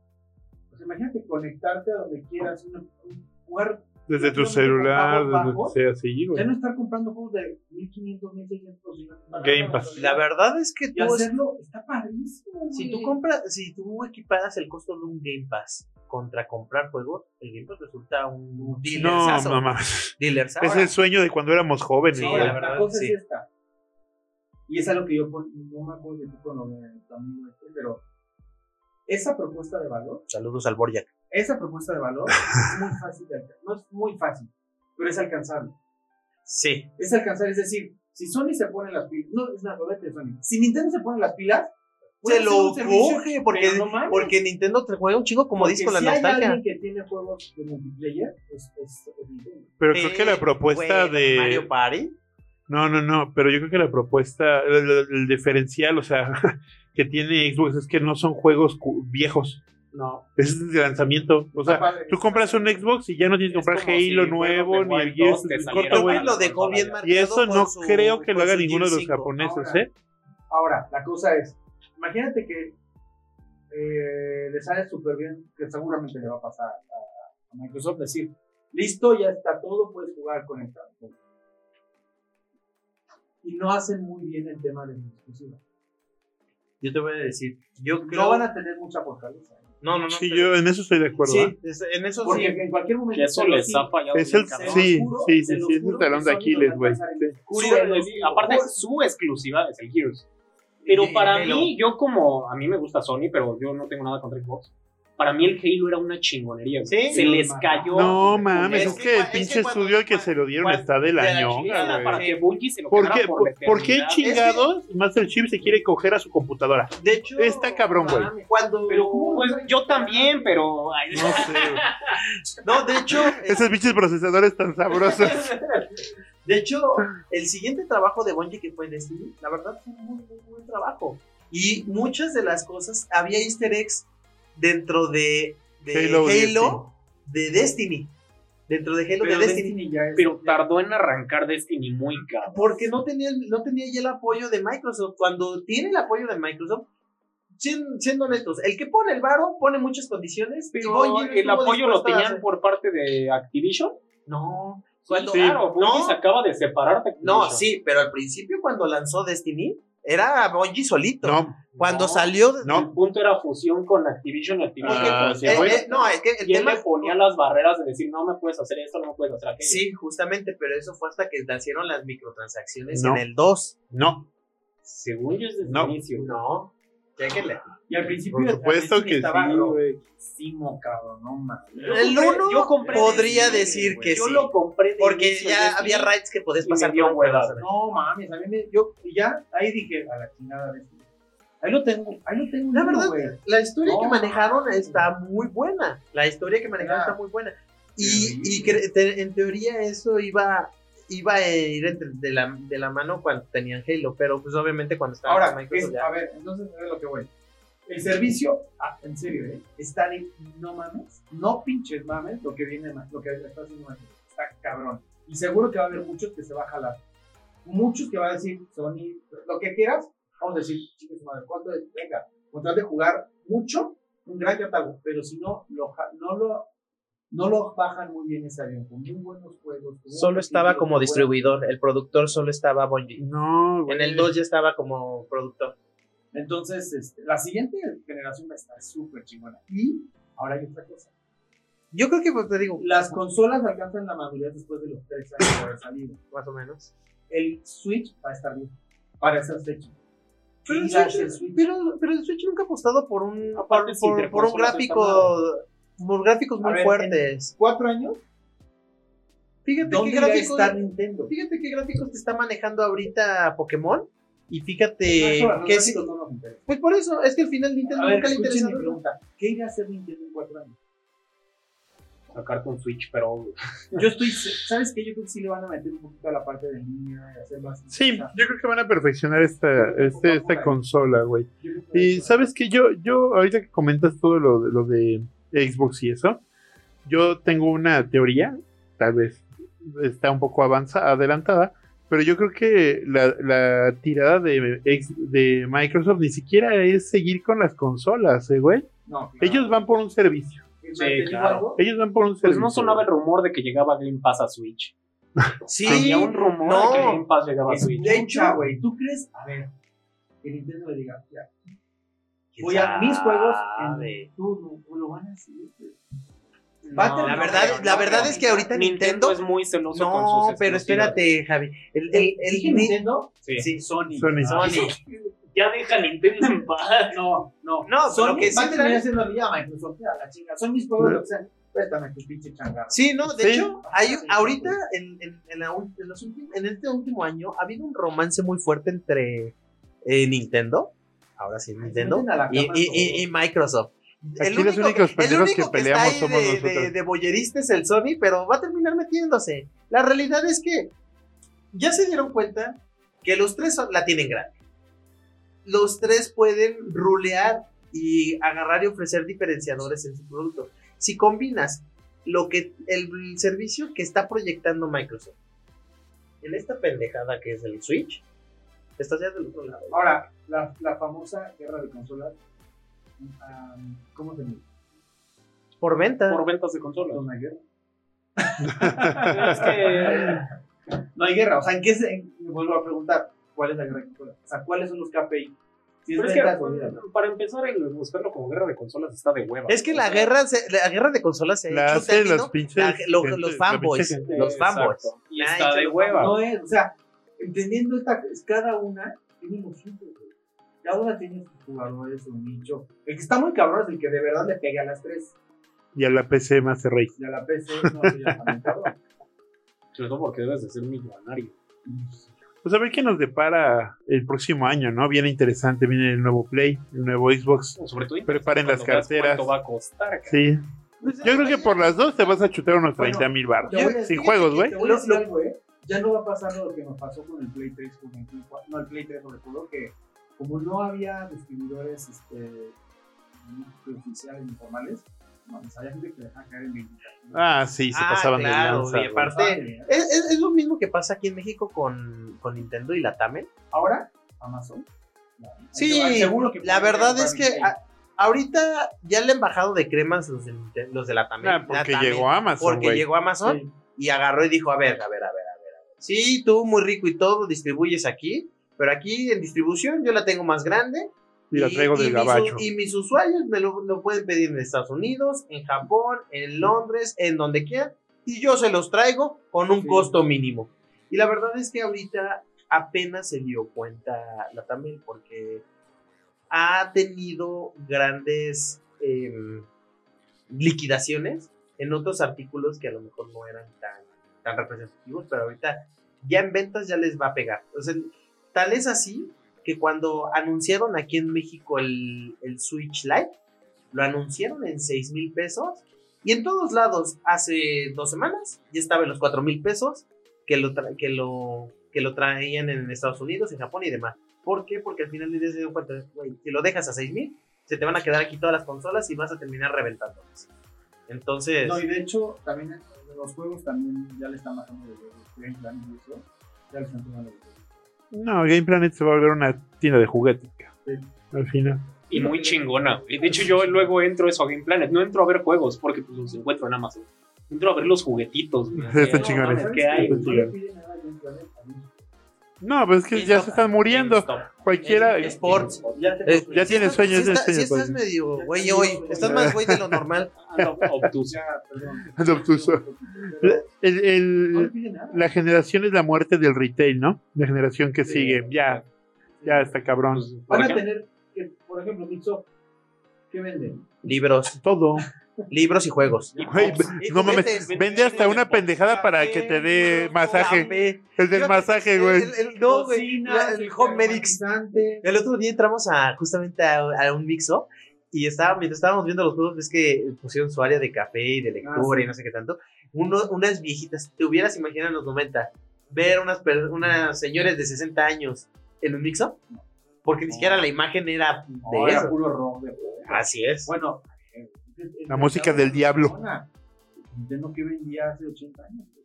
[SPEAKER 5] pues imagínate conectarte a donde quieras, una- un- jugar,
[SPEAKER 2] Desde tu
[SPEAKER 5] Los
[SPEAKER 2] celular,
[SPEAKER 5] bajos,
[SPEAKER 2] desde
[SPEAKER 5] bajos.
[SPEAKER 2] sea así,
[SPEAKER 5] ya
[SPEAKER 2] güey.
[SPEAKER 5] no estar comprando juegos de 1500, 1600 y pagar
[SPEAKER 2] Game
[SPEAKER 5] la
[SPEAKER 2] Pass.
[SPEAKER 5] mensualidad
[SPEAKER 1] La verdad es que
[SPEAKER 5] Y
[SPEAKER 1] tú,
[SPEAKER 5] hacerlo está padrísimo.
[SPEAKER 1] si tú
[SPEAKER 5] güey.
[SPEAKER 1] compras, si tú equiparas el costo de un Game Pass contra comprar juegos, el Game Pass resulta un dealer.
[SPEAKER 2] No, mamá. Pues Es el sueño de cuando éramos jóvenes,
[SPEAKER 1] Sí,
[SPEAKER 2] güey.
[SPEAKER 1] la
[SPEAKER 5] Ahora,
[SPEAKER 1] verdad,
[SPEAKER 5] la cosa
[SPEAKER 1] sí.
[SPEAKER 5] es esta. Y es algo que yo pon- no me acuerdo de ti con lo de tu amigo este, pero esa propuesta de valor,
[SPEAKER 1] Saludos al Borja.
[SPEAKER 5] esa propuesta de valor es muy fácil de alcanzar. No es muy fácil, pero es alcanzable.
[SPEAKER 1] Sí.
[SPEAKER 5] Es alcanzar, es decir, si Sony se pone las pilas, no es una doblete de Sony, si Nintendo se pone las pilas, puede
[SPEAKER 1] Se
[SPEAKER 5] ser
[SPEAKER 1] lo
[SPEAKER 5] un servicio,
[SPEAKER 1] coge porque,
[SPEAKER 5] pero no mames.
[SPEAKER 1] porque Nintendo te juega un chingo como
[SPEAKER 5] Porque
[SPEAKER 1] dice con la
[SPEAKER 5] si Hay
[SPEAKER 1] nostalgia.
[SPEAKER 5] alguien que tiene juegos de multiplayer, es, es, es Nintendo.
[SPEAKER 2] Pero creo que la propuesta
[SPEAKER 1] Güey,
[SPEAKER 2] de.
[SPEAKER 1] Mario Party.
[SPEAKER 2] No, no, no, pero yo creo que la propuesta, el, el- el diferencial, o sea, que tiene Xbox es que no son juegos cu- viejos,
[SPEAKER 5] No.
[SPEAKER 2] es de lanzamiento. O sea,
[SPEAKER 5] Padre.
[SPEAKER 2] tú compras un Xbox y ya no tienes que
[SPEAKER 4] Es
[SPEAKER 2] comprar
[SPEAKER 4] como si
[SPEAKER 2] Halo
[SPEAKER 4] juegos de
[SPEAKER 2] nuevo ni el
[SPEAKER 4] Wild Goose
[SPEAKER 2] Gears
[SPEAKER 4] te
[SPEAKER 2] ni el
[SPEAKER 4] salieran
[SPEAKER 2] Corta,
[SPEAKER 4] para
[SPEAKER 2] güey.
[SPEAKER 4] la
[SPEAKER 1] lo dejó
[SPEAKER 4] consola
[SPEAKER 1] bien
[SPEAKER 4] ya.
[SPEAKER 1] marcado.
[SPEAKER 2] Y eso
[SPEAKER 1] con
[SPEAKER 2] no
[SPEAKER 1] su-
[SPEAKER 2] creo que lo
[SPEAKER 1] con
[SPEAKER 2] haga
[SPEAKER 1] su
[SPEAKER 2] ninguno de los
[SPEAKER 1] Gear 5.
[SPEAKER 2] japoneses,
[SPEAKER 5] Ahora.
[SPEAKER 2] ¿eh?
[SPEAKER 5] Ahora, la cosa es, imagínate que eh, le sale súper bien, que seguramente le va a pasar a, a Microsoft, decir, listo, ya está todo, puedes jugar conectado. Y no hacen muy bien el tema de la exclusiva.
[SPEAKER 1] Yo te voy a decir. Yo creo.
[SPEAKER 5] No van a tener mucha fortaleza. ¿eh?
[SPEAKER 1] no, no, no.
[SPEAKER 2] Sí,
[SPEAKER 1] pero-
[SPEAKER 2] yo en eso estoy de acuerdo. ¿eh?
[SPEAKER 1] Sí, es- en eso
[SPEAKER 5] Porque
[SPEAKER 1] sí.
[SPEAKER 5] en cualquier
[SPEAKER 4] Que
[SPEAKER 5] momento...
[SPEAKER 4] eso
[SPEAKER 5] se los
[SPEAKER 4] les
[SPEAKER 5] sí,
[SPEAKER 4] ha fallado.
[SPEAKER 2] Es
[SPEAKER 4] bien
[SPEAKER 2] el-
[SPEAKER 4] cabrón.
[SPEAKER 2] sí, sí, sí,
[SPEAKER 5] los
[SPEAKER 2] sí, es
[SPEAKER 5] juro
[SPEAKER 2] el talón
[SPEAKER 5] que
[SPEAKER 2] de
[SPEAKER 5] Sony
[SPEAKER 2] Aquiles,
[SPEAKER 5] los
[SPEAKER 2] güey.
[SPEAKER 5] va a
[SPEAKER 2] Sí.
[SPEAKER 5] pasar en-
[SPEAKER 4] Su-
[SPEAKER 5] Se los juro.
[SPEAKER 4] aparte, su exclusiva es el Gears. Pero
[SPEAKER 1] Y
[SPEAKER 4] para
[SPEAKER 1] Halo.
[SPEAKER 4] mí, yo como. A mí me gusta Sony, pero yo no tengo nada contra Xbox. Para mí, el Halo era una chingonería. güey.
[SPEAKER 1] Sí.
[SPEAKER 4] Se les cayó.
[SPEAKER 2] No
[SPEAKER 1] Es
[SPEAKER 2] mames, es
[SPEAKER 1] que
[SPEAKER 2] que el
[SPEAKER 1] cua- es
[SPEAKER 2] pinche
[SPEAKER 1] que cuando-
[SPEAKER 2] estudio al que
[SPEAKER 1] cuando-
[SPEAKER 2] se lo dieron
[SPEAKER 1] cuando-
[SPEAKER 2] está de
[SPEAKER 1] de
[SPEAKER 2] la
[SPEAKER 1] la chingada
[SPEAKER 2] ñonga,
[SPEAKER 4] Para
[SPEAKER 2] güey.
[SPEAKER 4] que Bungie se lo
[SPEAKER 2] ¿Por
[SPEAKER 4] quedara
[SPEAKER 2] qué, por,
[SPEAKER 4] la
[SPEAKER 2] por qué
[SPEAKER 4] eternidad.
[SPEAKER 2] chingados Master Chief se quiere coger a su computadora?
[SPEAKER 1] De hecho.
[SPEAKER 2] Está cabrón, güey.
[SPEAKER 1] Cuando.
[SPEAKER 4] Pero, pues, yo también, pero. ay,
[SPEAKER 2] No sé, güey.
[SPEAKER 1] No, de hecho.
[SPEAKER 2] Esos pinches procesadores tan sabrosos.
[SPEAKER 1] De hecho, el siguiente trabajo de Bungie que fue Destiny, la verdad fue un muy, muy buen trabajo. Y muchas de las cosas, había easter eggs dentro de, de
[SPEAKER 2] Halo
[SPEAKER 1] Halo, de Destiny. Dentro de Halo
[SPEAKER 5] Pero
[SPEAKER 1] de Destiny.
[SPEAKER 5] Destiny ya es-
[SPEAKER 4] Pero tardó en arrancar Destiny muy caro.
[SPEAKER 1] Este, Porque no tenía, no tenía ya el apoyo de Microsoft. Cuando tiene el apoyo de Microsoft, sien- siendo honestos, el que pone el varo pone muchas condiciones. y
[SPEAKER 4] Pero
[SPEAKER 1] Bungie no
[SPEAKER 4] el
[SPEAKER 1] estuvo
[SPEAKER 4] apoyo lo
[SPEAKER 1] dispuesta a
[SPEAKER 4] tenían
[SPEAKER 1] hacer-
[SPEAKER 4] por parte de Activision.
[SPEAKER 1] No, cuando-
[SPEAKER 4] Cuando, Claro, Bungie
[SPEAKER 1] No.
[SPEAKER 4] se acaba de separar de Activision.
[SPEAKER 1] No, sí, pero al principio cuando lanzó Destiny, era Bungie solito.
[SPEAKER 2] No,
[SPEAKER 1] Cuando
[SPEAKER 4] No.
[SPEAKER 1] salió.
[SPEAKER 4] El
[SPEAKER 2] no.
[SPEAKER 4] punto era fusión con Activision y Activision.
[SPEAKER 2] Ah,
[SPEAKER 4] con-
[SPEAKER 2] sí,
[SPEAKER 1] Eh,
[SPEAKER 2] bueno.
[SPEAKER 1] eh, no, es que el
[SPEAKER 4] y él
[SPEAKER 1] tema.
[SPEAKER 4] le ponía las barreras de decir, no me puedes hacer esto, no me puedes hacer aquello.
[SPEAKER 1] Sí, justamente, pero eso fue hasta que nacieron las microtransacciones
[SPEAKER 2] No.
[SPEAKER 1] en el 2.
[SPEAKER 2] No,
[SPEAKER 4] Según yo es desde
[SPEAKER 2] No.
[SPEAKER 4] el inicio.
[SPEAKER 1] No. Chequenle.
[SPEAKER 5] Y al principio...
[SPEAKER 2] por supuesto
[SPEAKER 5] Destiny
[SPEAKER 2] que sí,
[SPEAKER 5] estaba
[SPEAKER 2] güey.
[SPEAKER 5] rotísimo, cabrón, no mames.
[SPEAKER 1] El
[SPEAKER 4] compré-
[SPEAKER 1] 1
[SPEAKER 4] yo compré
[SPEAKER 1] podría
[SPEAKER 4] Destiny,
[SPEAKER 1] decir
[SPEAKER 4] güey.
[SPEAKER 1] que
[SPEAKER 4] yo
[SPEAKER 1] sí.
[SPEAKER 4] lo compré de
[SPEAKER 1] Porque
[SPEAKER 4] inicio,
[SPEAKER 1] ya
[SPEAKER 4] Destiny.
[SPEAKER 1] había raids que podías
[SPEAKER 4] y me
[SPEAKER 1] pasar
[SPEAKER 4] dio
[SPEAKER 1] por
[SPEAKER 4] hueva.
[SPEAKER 5] No mames, a mí me, yo ya ahí dije, a la chingada de esto. Ahí lo tengo, ahí lo tengo.
[SPEAKER 1] La
[SPEAKER 5] yo,
[SPEAKER 1] verdad,
[SPEAKER 5] güey.
[SPEAKER 1] la historia que
[SPEAKER 5] No.
[SPEAKER 1] manejaron está muy buena. La historia que manejaron
[SPEAKER 5] Ah.
[SPEAKER 1] está muy buena. Y, y cre- te- en teoría eso iba iba a ir entre- de la, de la mano cuando tenían Halo, pero pues obviamente cuando estaba
[SPEAKER 5] Ahora,
[SPEAKER 1] Microsoft
[SPEAKER 5] es-
[SPEAKER 1] ya-
[SPEAKER 5] a ver, entonces es lo que voy. El servicio, ah, en serio, ¿eh? Está de no mames, no pinches mames lo que viene, ma- lo que está haciendo Microsoft. Está cabrón. Y seguro que va a haber muchos que se va a jalar. Muchos que van a decir, Sony, lo que quieras, vamos a decir, chicos, madre, ¿cuánto es? Venga, con tal de jugar mucho, un gran catálogo. Pero si no, lo, ja- no lo. No lo bajan muy bien ese avión, con muy buenos juegos. con un
[SPEAKER 1] Solo estaba
[SPEAKER 5] equipo
[SPEAKER 1] como
[SPEAKER 5] bueno.
[SPEAKER 1] distribuidor, el productor solo estaba Bungie.
[SPEAKER 2] No, güey.
[SPEAKER 1] En el 2 ya estaba como productor.
[SPEAKER 5] Entonces, este, la siguiente generación va a estar súper chingona. Y ahora hay otra cosa.
[SPEAKER 1] Yo creo que pues, te digo,
[SPEAKER 5] Las consolas alcanzan la madurez después de los tres años de haber salido.
[SPEAKER 1] más o menos.
[SPEAKER 5] El Switch va a estar bien. Para esa fecha.
[SPEAKER 1] Pero
[SPEAKER 5] Y
[SPEAKER 1] el,
[SPEAKER 5] ya
[SPEAKER 1] Switch,
[SPEAKER 5] es el Switch.
[SPEAKER 1] Pero, pero el Switch nunca ha apostado por un,
[SPEAKER 4] Aparte,
[SPEAKER 1] por,
[SPEAKER 4] si
[SPEAKER 1] por-
[SPEAKER 4] te
[SPEAKER 1] por un
[SPEAKER 4] consolas
[SPEAKER 1] gráfico, por gráficos
[SPEAKER 5] A
[SPEAKER 1] muy
[SPEAKER 5] ver,
[SPEAKER 1] fuertes.
[SPEAKER 5] ¿Cuatro años?
[SPEAKER 1] Fíjate
[SPEAKER 5] ¿Dónde
[SPEAKER 1] qué
[SPEAKER 5] ya
[SPEAKER 1] gráficos,
[SPEAKER 5] está Nintendo?
[SPEAKER 1] fíjate qué gráficos te está manejando ahorita Pokémon. Y
[SPEAKER 5] Pues, No,
[SPEAKER 1] fíjate
[SPEAKER 5] eso a los
[SPEAKER 1] que es-
[SPEAKER 5] gráficos no nos interesa.
[SPEAKER 1] Pues por eso, es que al final Nintendo
[SPEAKER 5] A ver,
[SPEAKER 1] nunca le
[SPEAKER 5] escuchen
[SPEAKER 1] interesa.
[SPEAKER 5] mi pregunta. ¿Qué irá a hacer Nintendo en cuatro años?
[SPEAKER 4] Sacarte un Switch, pero
[SPEAKER 5] Yo estoy... ¿Sabes qué? Yo creo que sí le van a meter un poquito a la parte de línea y hacer más...
[SPEAKER 2] Sí,
[SPEAKER 5] o sea,
[SPEAKER 2] yo creo que van a perfeccionar esta, este- esta consola, güey.
[SPEAKER 5] yo creo que-
[SPEAKER 2] Y sabes que yo, yo, ahorita que comentas todo lo, de- lo de Xbox y eso, yo tengo una teoría, tal vez está un poco avanzada, adelantada, pero yo creo que la, la tirada de, ex- de Microsoft ni siquiera es seguir con las consolas, eh, güey.
[SPEAKER 5] No, claro.
[SPEAKER 2] Ellos van por un servicio.
[SPEAKER 5] ¿Te
[SPEAKER 4] Sí,
[SPEAKER 5] digo
[SPEAKER 4] claro.
[SPEAKER 5] algo?
[SPEAKER 2] Ellos van por un
[SPEAKER 4] pues
[SPEAKER 2] servicio.
[SPEAKER 4] no sonaba el rumor de que llegaba Game Pass a Switch.
[SPEAKER 1] Sí,
[SPEAKER 4] Había un rumor de que
[SPEAKER 1] no.
[SPEAKER 4] Game Pass llegaba a Switch.
[SPEAKER 5] De hecho, güey, ¿tú crees? A ver, que Nintendo le diga, ya, voy a mis juegos en tú no, lo van a hacer. güey. Va a
[SPEAKER 4] No,
[SPEAKER 5] tener-
[SPEAKER 1] La
[SPEAKER 4] no
[SPEAKER 1] verdad,
[SPEAKER 4] creo,
[SPEAKER 1] la
[SPEAKER 4] no
[SPEAKER 1] verdad
[SPEAKER 4] creo.
[SPEAKER 1] es que ahorita Nintendo.
[SPEAKER 4] es muy celoso con sus
[SPEAKER 1] no, pero
[SPEAKER 4] exclusivas.
[SPEAKER 1] espérate, Javi. El, el,
[SPEAKER 5] El,
[SPEAKER 1] el Ni-
[SPEAKER 5] Nintendo,
[SPEAKER 4] Sí.
[SPEAKER 1] sí.
[SPEAKER 5] Sony.
[SPEAKER 2] Sony.
[SPEAKER 5] Ah,
[SPEAKER 4] Ya deja a Nintendo en paz.
[SPEAKER 5] No, no.
[SPEAKER 1] No, pero
[SPEAKER 5] Sony
[SPEAKER 1] que
[SPEAKER 5] va
[SPEAKER 1] sí
[SPEAKER 5] a terminar
[SPEAKER 1] trae-
[SPEAKER 5] haciendo la vida Microsoft, a la chinga. Son mis juegos, lo que sea. Préstame tu pinche changarro.
[SPEAKER 1] Sí, no, de
[SPEAKER 2] Sí.
[SPEAKER 1] hecho, hay, ahorita, en, en- en la ul- en los últim- en este último año, ha habido un romance muy fuerte entre eh, Nintendo, ahora sí, Nintendo,
[SPEAKER 5] meten a la
[SPEAKER 1] y,
[SPEAKER 5] cama
[SPEAKER 1] y-
[SPEAKER 5] todos.
[SPEAKER 1] y- y Microsoft.
[SPEAKER 2] Aquí los únicos
[SPEAKER 1] el
[SPEAKER 2] pendejos
[SPEAKER 1] único
[SPEAKER 2] que
[SPEAKER 1] que,
[SPEAKER 2] peleamos
[SPEAKER 1] está ahí
[SPEAKER 2] somos
[SPEAKER 1] de,
[SPEAKER 2] nosotros.
[SPEAKER 1] de, de boyerista es el Sony, pero va a terminar metiéndose. La realidad es que ya se dieron cuenta que los tres son- la tienen grande. Los tres pueden rulear y agarrar y ofrecer diferenciadores en su producto. Si combinas lo que el, servicio que está proyectando Microsoft en esta pendejada que es el Switch, estás ya del otro lado.
[SPEAKER 5] Ahora, la, la famosa guerra de consolas. ah, ¿Cómo se llama?
[SPEAKER 1] Por venta.
[SPEAKER 4] Por ventas de consolas.
[SPEAKER 5] ¿No hay guerra?
[SPEAKER 4] es que
[SPEAKER 5] No hay guerra. O sea, ¿en qué se.? en- vuelvo a preguntar, ¿cuál es la guerra de consolas? O sea, ¿cuáles son los KPI? Si
[SPEAKER 4] Pero es que
[SPEAKER 5] ventas, olvídalo.
[SPEAKER 4] para empezar el buscarlo como guerra de consolas está de hueva.
[SPEAKER 1] Es que la
[SPEAKER 4] O sea,
[SPEAKER 1] guerra, se- la guerra de consolas se
[SPEAKER 2] La
[SPEAKER 1] ha hecho
[SPEAKER 2] hacen
[SPEAKER 1] término,
[SPEAKER 2] los pinches.
[SPEAKER 1] la- lo-
[SPEAKER 2] gente,
[SPEAKER 1] los
[SPEAKER 2] la
[SPEAKER 1] fanboys.
[SPEAKER 2] pinche gente.
[SPEAKER 1] los
[SPEAKER 4] exacto.
[SPEAKER 1] fanboys.
[SPEAKER 4] Y
[SPEAKER 1] Ah,
[SPEAKER 4] está
[SPEAKER 1] y
[SPEAKER 4] de
[SPEAKER 1] los
[SPEAKER 4] hueva.
[SPEAKER 5] No es, o sea, entendiendo esta, cada una tiene lo suyo, güey. Cada una tiene sus jugadores, su nicho. El que está muy cabrón es el que de verdad le pegue a las tres.
[SPEAKER 2] Y a la PC más rey.
[SPEAKER 5] Y a la PC no se llama tan cabrón.
[SPEAKER 4] Sobre todo porque debes de ser millonario.
[SPEAKER 2] Pues a ver qué nos depara el próximo año, ¿no? Viene interesante, viene el nuevo Play, el nuevo Xbox.
[SPEAKER 4] O Sobre todo
[SPEAKER 2] Preparen las
[SPEAKER 4] cuando veas
[SPEAKER 2] carteras.
[SPEAKER 4] ¿Cuánto va a costar? cara.
[SPEAKER 2] Sí. Yo creo Pues que por las dos te vas a chutar unos
[SPEAKER 5] Bueno,
[SPEAKER 2] 30 mil
[SPEAKER 5] Te
[SPEAKER 2] barras.
[SPEAKER 5] voy a decir-
[SPEAKER 2] Sin juegos, güey.
[SPEAKER 5] Te voy a decir algo, ¿eh? Ya no va a pasar lo que nos pasó con el Play 3, con el Play 4, no, el Play 3 sobre todo, que como no había distribuidores este, oficiales informales, no, pues había gente que dejaba caer en el
[SPEAKER 2] Ah, sí, se
[SPEAKER 1] Ah,
[SPEAKER 2] pasaban
[SPEAKER 1] claro,
[SPEAKER 2] de lanza.
[SPEAKER 1] y
[SPEAKER 2] güey.
[SPEAKER 1] aparte-
[SPEAKER 5] ¿eh?
[SPEAKER 1] Es, es- es lo mismo que pasa aquí en México con, con Nintendo y la Tamen.
[SPEAKER 5] Ahora, Amazon. la-
[SPEAKER 1] Sí,
[SPEAKER 5] ahí te va, seguro que
[SPEAKER 1] la
[SPEAKER 5] puede
[SPEAKER 1] verdad
[SPEAKER 5] comprar
[SPEAKER 1] es que ah,
[SPEAKER 5] Nintendo.
[SPEAKER 1] a- ahorita ya le han bajado de cremas los de, Ninte- los de la Tamen.
[SPEAKER 2] Ah, porque
[SPEAKER 1] La Tamen,
[SPEAKER 2] llegó Amazon,
[SPEAKER 1] Porque
[SPEAKER 2] güey.
[SPEAKER 1] llegó Amazon
[SPEAKER 5] Sí.
[SPEAKER 1] y agarró y dijo, a ver, a ver, a ver, a ver. a ver. Sí, tú muy rico y todo, distribuyes aquí, pero aquí en distribución yo la tengo más grande
[SPEAKER 2] Y la traigo del
[SPEAKER 1] mis
[SPEAKER 2] gabacho.
[SPEAKER 1] u- y mis usuarios me lo, lo pueden pedir en Estados Unidos, en Japón, en Londres, en donde quieran. Y yo se los traigo con un
[SPEAKER 5] Sí.
[SPEAKER 1] costo mínimo. Y la verdad es que ahorita apenas se dio cuenta la Tamil porque ha tenido grandes em, liquidaciones en otros artículos que a lo mejor no eran tan, tan representativos, pero ahorita ya en ventas ya les va a pegar. O sea, tal es así que cuando anunciaron aquí en México el, el Switch Lite, lo anunciaron en 6 mil pesos. Y en todos lados, hace dos semanas, ya estaba en los 4 mil pesos que lo, tra- que, lo, que lo traían en Estados Unidos, en Japón y demás. ¿Por qué? Porque al final les dio cuenta, güey, si lo dejas a 6 mil,
[SPEAKER 6] se te van a quedar aquí todas las consolas y vas a terminar reventándolas. Entonces,
[SPEAKER 5] No, y de hecho, también eh, los juegos también ya le están bajando de los Game Plan y eso. Ya le están tomando de
[SPEAKER 2] No, Game Planet se va a volver una tienda de juguetes. cabrón. Al final.
[SPEAKER 4] Y muy chingona, güey. De hecho, yo luego entro eso a Game Planet. No entro a ver juegos porque pues, los encuentro en Amazon. Entro a ver los juguetitos, güey.
[SPEAKER 2] Está
[SPEAKER 4] No,
[SPEAKER 2] chingón,
[SPEAKER 4] mames,
[SPEAKER 2] ¿eh?
[SPEAKER 4] ¿Qué hay?
[SPEAKER 2] Está
[SPEAKER 4] güey?
[SPEAKER 2] chingón.
[SPEAKER 5] ¿eh?
[SPEAKER 2] No, pues es que ya se están muriendo.
[SPEAKER 4] GameStop. Este,
[SPEAKER 2] Cualquiera.
[SPEAKER 1] Sports.
[SPEAKER 2] eh, ya tiene sueños.
[SPEAKER 1] Si
[SPEAKER 2] ya
[SPEAKER 1] estás,
[SPEAKER 2] tiene
[SPEAKER 1] sí
[SPEAKER 2] sueños,
[SPEAKER 1] estás
[SPEAKER 2] pues.
[SPEAKER 1] medio güey hoy, estás más güey de lo normal.
[SPEAKER 4] Ando obtuso.
[SPEAKER 2] Ando obtuso. El- el- la generación es la muerte del retail, ¿no? La generación que sigue. Ya, ya está cabrón.
[SPEAKER 5] Van a
[SPEAKER 4] Por
[SPEAKER 5] tener, que, por ejemplo, Mixo, ¿qué venden?
[SPEAKER 1] Libros,
[SPEAKER 2] Todo.
[SPEAKER 1] libros y juegos.
[SPEAKER 2] Güey,
[SPEAKER 1] Y
[SPEAKER 2] no mames.
[SPEAKER 1] juguetes.
[SPEAKER 2] Vende hasta una pendejada para que te dé masaje.
[SPEAKER 1] Café.
[SPEAKER 2] El del
[SPEAKER 1] Yo-
[SPEAKER 2] masaje,
[SPEAKER 1] el-
[SPEAKER 2] güey.
[SPEAKER 1] el- el- no, güey. la- El home medics. El otro día entramos a justamente a, a un mixo y estaba, mientras estábamos viendo los juegos, ves que pusieron su área de café y de lectura y no sé qué tanto. Uno- unas viejitas, te hubieras imaginado en los 90, ver unas, per- unas señores de 60 años en un mixo, porque ni siquiera la imagen era de
[SPEAKER 5] No, era
[SPEAKER 1] eso.
[SPEAKER 5] puro rock de
[SPEAKER 1] Así es.
[SPEAKER 5] Bueno, eh,
[SPEAKER 2] La música del diablo.
[SPEAKER 5] Barcelona, Nintendo que vendía hace 80 años. güey.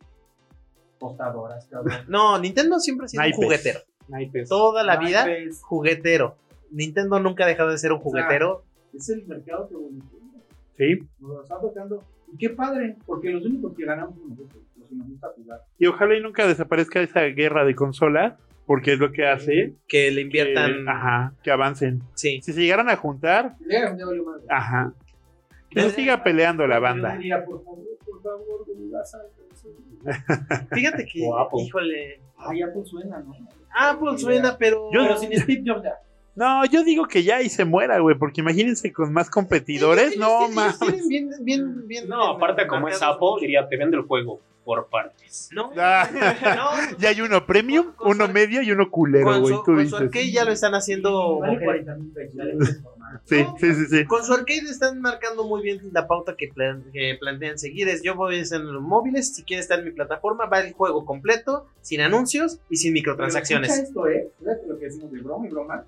[SPEAKER 5] Tostadoras, cabrón.
[SPEAKER 1] No, Nintendo siempre ha sido
[SPEAKER 2] Naipes.
[SPEAKER 1] un juguetero.
[SPEAKER 4] Naipes.
[SPEAKER 1] Toda la vida,
[SPEAKER 5] Naipes.
[SPEAKER 1] juguetero. Nintendo nunca ha dejado de ser un juguetero.
[SPEAKER 5] Es el mercado que evoluciona.
[SPEAKER 2] Sí.
[SPEAKER 5] Nos lo está tocando. Y qué padre, porque los únicos que ganamos son nosotros, los que nos gusta jugar.
[SPEAKER 2] Y ojalá y nunca desaparezca esa guerra de consolas, porque es lo que hace
[SPEAKER 1] Que le
[SPEAKER 2] que,
[SPEAKER 1] inviertan.
[SPEAKER 2] ajá, que avancen.
[SPEAKER 1] Sí.
[SPEAKER 2] Si se llegaran a juntar,
[SPEAKER 5] Ya, ya valió madre.
[SPEAKER 2] ajá. Que no siga peleando Ah, la
[SPEAKER 5] Yo
[SPEAKER 2] banda.
[SPEAKER 5] diría, por favor, por favor, de mi casa.
[SPEAKER 1] Fíjate que.
[SPEAKER 4] Guapo.
[SPEAKER 1] Híjole.
[SPEAKER 5] Ah, ya pues suena, ¿no?
[SPEAKER 1] Ah, pues suena, pero.
[SPEAKER 2] Yo-
[SPEAKER 5] Pero sin Steve Jobs ya.
[SPEAKER 2] No, yo digo que ya y se muera, güey, porque imagínense con más competidores, no mames.
[SPEAKER 1] Bien, bien, bien,
[SPEAKER 4] No, aparte como es sapo, diría, te vendo el juego por partes.
[SPEAKER 1] No,
[SPEAKER 2] Ah,
[SPEAKER 1] no,
[SPEAKER 2] Ya hay uno premium,
[SPEAKER 1] Con- con
[SPEAKER 2] uno
[SPEAKER 1] su-
[SPEAKER 2] medio y uno culero,
[SPEAKER 1] con
[SPEAKER 2] güey.
[SPEAKER 1] su,
[SPEAKER 2] Tú
[SPEAKER 1] con su
[SPEAKER 2] dices.
[SPEAKER 1] arcade ya lo están haciendo.
[SPEAKER 5] Vale
[SPEAKER 1] mujeres.
[SPEAKER 5] 40 mil pesos, ya le puedes formar.
[SPEAKER 2] Sí,
[SPEAKER 1] no.
[SPEAKER 2] sí, sí, sí.
[SPEAKER 1] Con su arcade están marcando muy bien la pauta que, plan- que plantean seguir. Es yo voy a hacer los móviles, si quieres estar en mi plataforma, va el juego completo, sin anuncios y sin microtransacciones.
[SPEAKER 5] Pero escucha esto, ¿eh? Fíjate lo que decimos de broma y broma.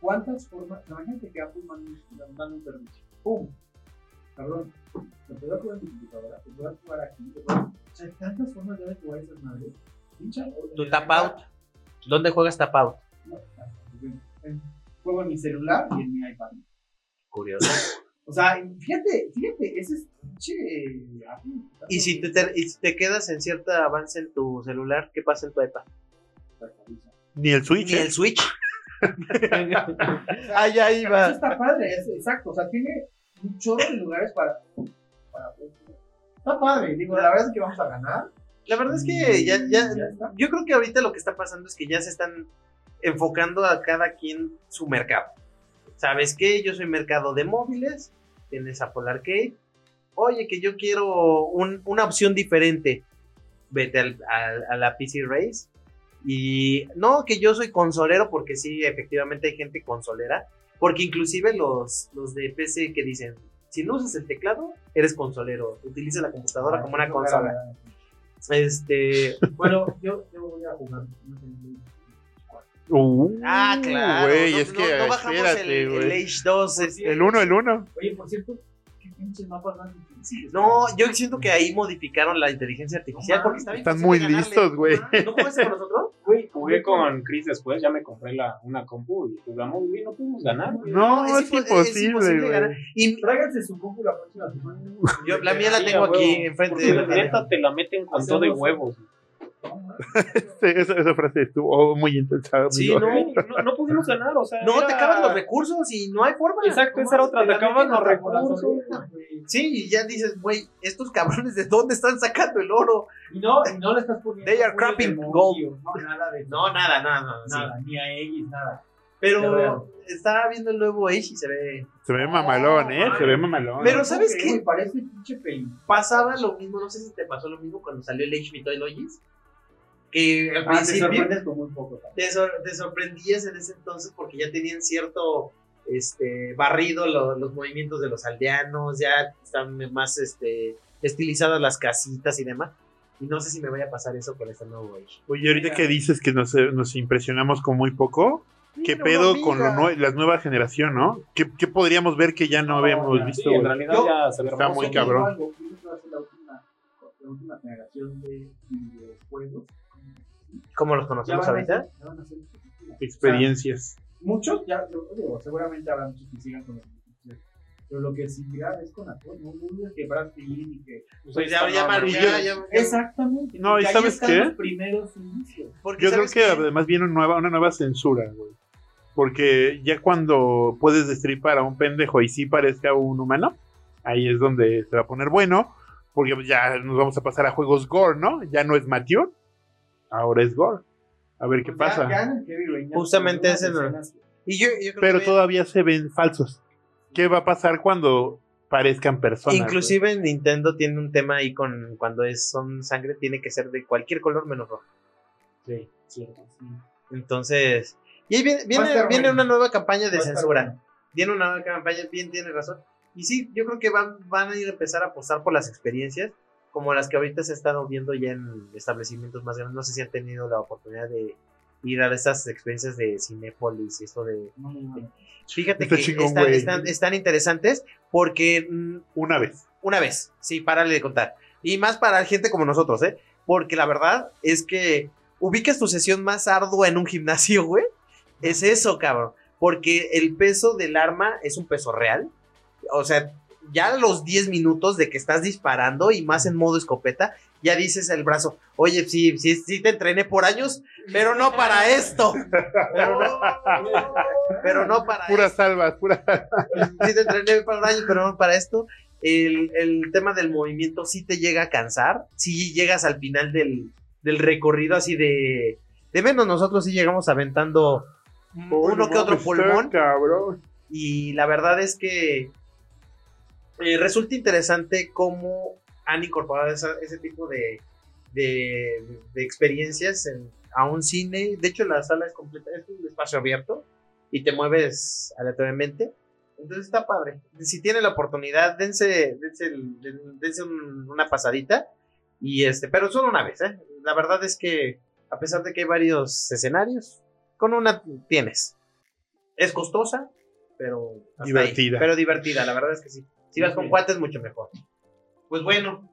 [SPEAKER 5] ¿Cuántas formas? Imagínate que Apple manda un- manda un permiso. ¡Pum! Cabrón. Lo puedo jugar en mi computadora, lo puedo jugar aquí. lo puedo- O sea, hay tantas formas de jugar esas madres. Pincha.
[SPEAKER 1] Tu tap out. ¿Dónde juegas tapout?
[SPEAKER 5] No, eh, Juego en mi celular y en mi iPad.
[SPEAKER 1] Curioso.
[SPEAKER 5] O sea, fíjate, fíjate, ese es pinche Apple.
[SPEAKER 1] ¿Y si te, te- y si te quedas en cierto avance en tu celular, qué pasa en tu iPad?
[SPEAKER 2] Ni el Switch.
[SPEAKER 1] Ni
[SPEAKER 2] ¿eh?
[SPEAKER 1] el Switch.
[SPEAKER 5] Ah,
[SPEAKER 1] Allá
[SPEAKER 5] Eso
[SPEAKER 1] iba.
[SPEAKER 5] está padre, es- exacto. O sea, tiene un chorro de lugares para. para- pues, está padre. Digo, la verdad es que vamos a ganar.
[SPEAKER 1] La verdad es que ya, ya,
[SPEAKER 5] Ya está.
[SPEAKER 1] yo creo que ahorita lo que está pasando es que ya se están enfocando a cada quien su mercado. ¿Sabes qué? Yo soy mercado de móviles, tienes Apple Arcade. Oye, que yo quiero un- una opción diferente. Vete al- al- a la PC Race. Y no, que yo soy consolero, porque sí, efectivamente hay gente consolera. Porque inclusive los, los de PC que dicen, si no usas el teclado, eres consolero. Utiliza la computadora
[SPEAKER 5] Ah,
[SPEAKER 1] como una consola. Este,
[SPEAKER 5] Bueno, yo, yo voy a jugar. no sé,
[SPEAKER 2] Uh,
[SPEAKER 1] Ah, claro.
[SPEAKER 2] Güey,
[SPEAKER 1] no,
[SPEAKER 2] es
[SPEAKER 1] no-
[SPEAKER 2] que
[SPEAKER 1] no bajamos
[SPEAKER 2] espérate,
[SPEAKER 1] el, el
[SPEAKER 2] güey. Pues,
[SPEAKER 1] Age 2. este,
[SPEAKER 2] El uno, el uno.
[SPEAKER 5] Oye, por cierto, qué pinches mapas más difíciles.
[SPEAKER 1] No, yo siento que ahí modificaron la inteligencia artificial
[SPEAKER 5] No
[SPEAKER 1] porque está bien
[SPEAKER 2] Están
[SPEAKER 1] fácil
[SPEAKER 2] muy
[SPEAKER 1] ganarle.
[SPEAKER 2] listos, güey.
[SPEAKER 1] ¿No puedes con nosotros?
[SPEAKER 5] Güey,
[SPEAKER 4] Jugué con Chris después, ya me compré la, una compu y jugamos, güey, no pudimos ganar. güey.
[SPEAKER 2] No,
[SPEAKER 1] No, es
[SPEAKER 2] es,
[SPEAKER 1] impo- es imposible
[SPEAKER 2] imposible,
[SPEAKER 1] ganar.
[SPEAKER 2] güey.
[SPEAKER 1] Y
[SPEAKER 5] Tráiganse su compu la próxima semana.
[SPEAKER 1] yo, la mía la
[SPEAKER 4] Sí,
[SPEAKER 1] tengo
[SPEAKER 4] a huevo.
[SPEAKER 1] aquí enfrente
[SPEAKER 4] Porque
[SPEAKER 1] de
[SPEAKER 4] la
[SPEAKER 1] la tarea.
[SPEAKER 4] neta te la meten con todo
[SPEAKER 5] Hacemos-
[SPEAKER 4] y huevos.
[SPEAKER 2] Sí, esa, esa frase estuvo muy intensa. amigo.
[SPEAKER 1] Sí, no.
[SPEAKER 4] Güey, No, no pudimos ganar, o sea.
[SPEAKER 1] No, te
[SPEAKER 4] era-
[SPEAKER 1] acaban los recursos y no hay forma.
[SPEAKER 4] Exacto, esa era otra, te acaban los
[SPEAKER 5] Hasta por las
[SPEAKER 4] recursos.
[SPEAKER 5] orejas, güey.
[SPEAKER 1] Sí, y ya dices, güey, estos cabrones, ¿de dónde están sacando el oro?
[SPEAKER 5] Y no, y no le estás poniendo.
[SPEAKER 1] They are
[SPEAKER 5] puños de
[SPEAKER 1] crapping
[SPEAKER 5] monkey
[SPEAKER 1] gold.
[SPEAKER 5] o No, nada de.
[SPEAKER 1] No, nada, nada, nada.
[SPEAKER 5] nada, ni a X, nada.
[SPEAKER 1] Pero estaba viendo el nuevo Age y se ve.
[SPEAKER 2] Se ve mamalón, ¿eh? Se ve mamalón.
[SPEAKER 1] Pero ¿sabes
[SPEAKER 5] Ok,
[SPEAKER 1] qué?
[SPEAKER 5] güey, Parece pinche peli.
[SPEAKER 1] pasaba lo mismo, no sé si te pasó lo mismo cuando salió el Age Mythologies, que al
[SPEAKER 5] Ah, te
[SPEAKER 1] principio
[SPEAKER 5] sorprendes con muy poco. ¿sabes?
[SPEAKER 1] te, sor- te sorprendías en ese entonces porque ya tenían cierto este, barrido lo- los movimientos de los aldeanos, ya están más este, estilizadas las casitas y demás. Y no sé si me vaya a pasar eso con este nuevo Age.
[SPEAKER 2] Oye, ahorita que dices que nos, eh, nos impresionamos con muy poco, ¿Qué
[SPEAKER 1] Mira,
[SPEAKER 2] pedo
[SPEAKER 1] una
[SPEAKER 2] con lo
[SPEAKER 1] amiga.
[SPEAKER 2] nue- la nueva generación, no? ¿Qué, qué podríamos ver que ya no habíamos
[SPEAKER 5] ya.
[SPEAKER 2] visto?
[SPEAKER 4] Ah, Sí, en
[SPEAKER 2] güey?
[SPEAKER 4] realidad
[SPEAKER 1] Yo-
[SPEAKER 4] ya se ve
[SPEAKER 2] Está
[SPEAKER 4] hermoso.
[SPEAKER 2] muy cabrón.
[SPEAKER 5] Algo, creo que va a ser la última, la última generación de videojuegos.
[SPEAKER 1] ¿Cómo los
[SPEAKER 5] Ya
[SPEAKER 1] conocemos
[SPEAKER 5] van a
[SPEAKER 1] ahorita?
[SPEAKER 5] ser- ya van a ser películas.
[SPEAKER 2] Experiencias.
[SPEAKER 5] Muchos ya, yo digo, seguramente habrá muchos que sigan con los videojuegos. Pero lo que sí ya es con actor, ¿no? Mundo que Brad Pitt y que.
[SPEAKER 1] Pues ya, ya,
[SPEAKER 4] Está-
[SPEAKER 1] mar-
[SPEAKER 2] Y yo-
[SPEAKER 1] ya, ya-
[SPEAKER 5] Exactamente.
[SPEAKER 2] No, ¿y
[SPEAKER 5] porque ahí
[SPEAKER 2] sabes
[SPEAKER 5] están
[SPEAKER 2] qué?
[SPEAKER 5] los primeros inicios.
[SPEAKER 1] porque
[SPEAKER 2] Yo creo
[SPEAKER 1] ¿sabes
[SPEAKER 2] que
[SPEAKER 1] qué?
[SPEAKER 2] además viene una nueva, una nueva censura, güey. Porque ya cuando puedes destripar a un pendejo y sí parezca un humano, ahí es donde se va a poner bueno, porque ya nos vamos a pasar a juegos gore, ¿no? Ya no es mature, ahora es gore. A ver qué
[SPEAKER 5] Pues Ya-
[SPEAKER 2] pasa.
[SPEAKER 5] ya en el Heavy Rain, ya
[SPEAKER 1] Justamente
[SPEAKER 5] unas
[SPEAKER 1] es en-
[SPEAKER 5] escenas-
[SPEAKER 1] Y yo, yo creo
[SPEAKER 2] Pero
[SPEAKER 1] que
[SPEAKER 2] todavía se ven falsos. ¿Qué va a pasar cuando parezcan personas? güey?
[SPEAKER 1] inclusive Nintendo tiene un tema ahí con cuando es son sangre tiene que ser de cualquier color menos rojo.
[SPEAKER 5] Sí, cierto, sí.
[SPEAKER 1] Entonces, y ahí viene, viene,
[SPEAKER 5] Va a estar
[SPEAKER 1] viene
[SPEAKER 5] bueno.
[SPEAKER 1] una nueva campaña de
[SPEAKER 5] Va a estar
[SPEAKER 1] censura.
[SPEAKER 5] bueno.
[SPEAKER 1] Viene una nueva campaña, bien tiene razón. Y sí, yo creo que van, van a ir a empezar a apostar por las experiencias, como las que ahorita se están viendo ya en establecimientos más grandes. No sé si han tenido la oportunidad de ir a estas experiencias de Cinépolis y esto de...
[SPEAKER 5] No, no, no.
[SPEAKER 1] Fíjate
[SPEAKER 2] Está
[SPEAKER 1] que
[SPEAKER 2] chingón,
[SPEAKER 1] están,
[SPEAKER 2] güey.
[SPEAKER 1] están- están interesantes porque mm,
[SPEAKER 2] Una vez.
[SPEAKER 1] una vez, sí, párale de contar. Y más para gente como nosotros, ¿eh? Porque la verdad es que ubicas tu sesión más ardua en un gimnasio, güey. Es eso, cabrón. Porque el peso del arma es un peso real. O sea, ya a los 10 minutos de que estás disparando y más en modo escopeta, ya dices el brazo, oye, sí, sí, sí te entrené por años, pero no para esto. Pero no, pero no para
[SPEAKER 2] Puras salvas, puras.
[SPEAKER 1] sí te entrené para un año, pero no para esto. El, el tema del movimiento sí te llega a cansar. Sí llegas al final del, del recorrido así de... De menos nosotros sí llegamos aventando Mm, uno que otro pulmón.
[SPEAKER 2] Cabrón.
[SPEAKER 1] Y la verdad es que eh, resulta interesante cómo han incorporado esa- ese tipo de, de- de experiencias en- a un cine. De hecho, la sala es completa, es un espacio abierto y te mueves aleatoriamente. Entonces está padre. Si tienen la oportunidad, dense, dense, el- den- dense un- una pasadita. Y este, pero solo una vez, ¿eh? La verdad es que, a pesar de que hay varios escenarios, con una tienes. Es costosa, pero hasta
[SPEAKER 2] Divertida.
[SPEAKER 1] ahí. pero divertida, la verdad es que sí. Si vas con cuates, mucho mejor. Pues bueno,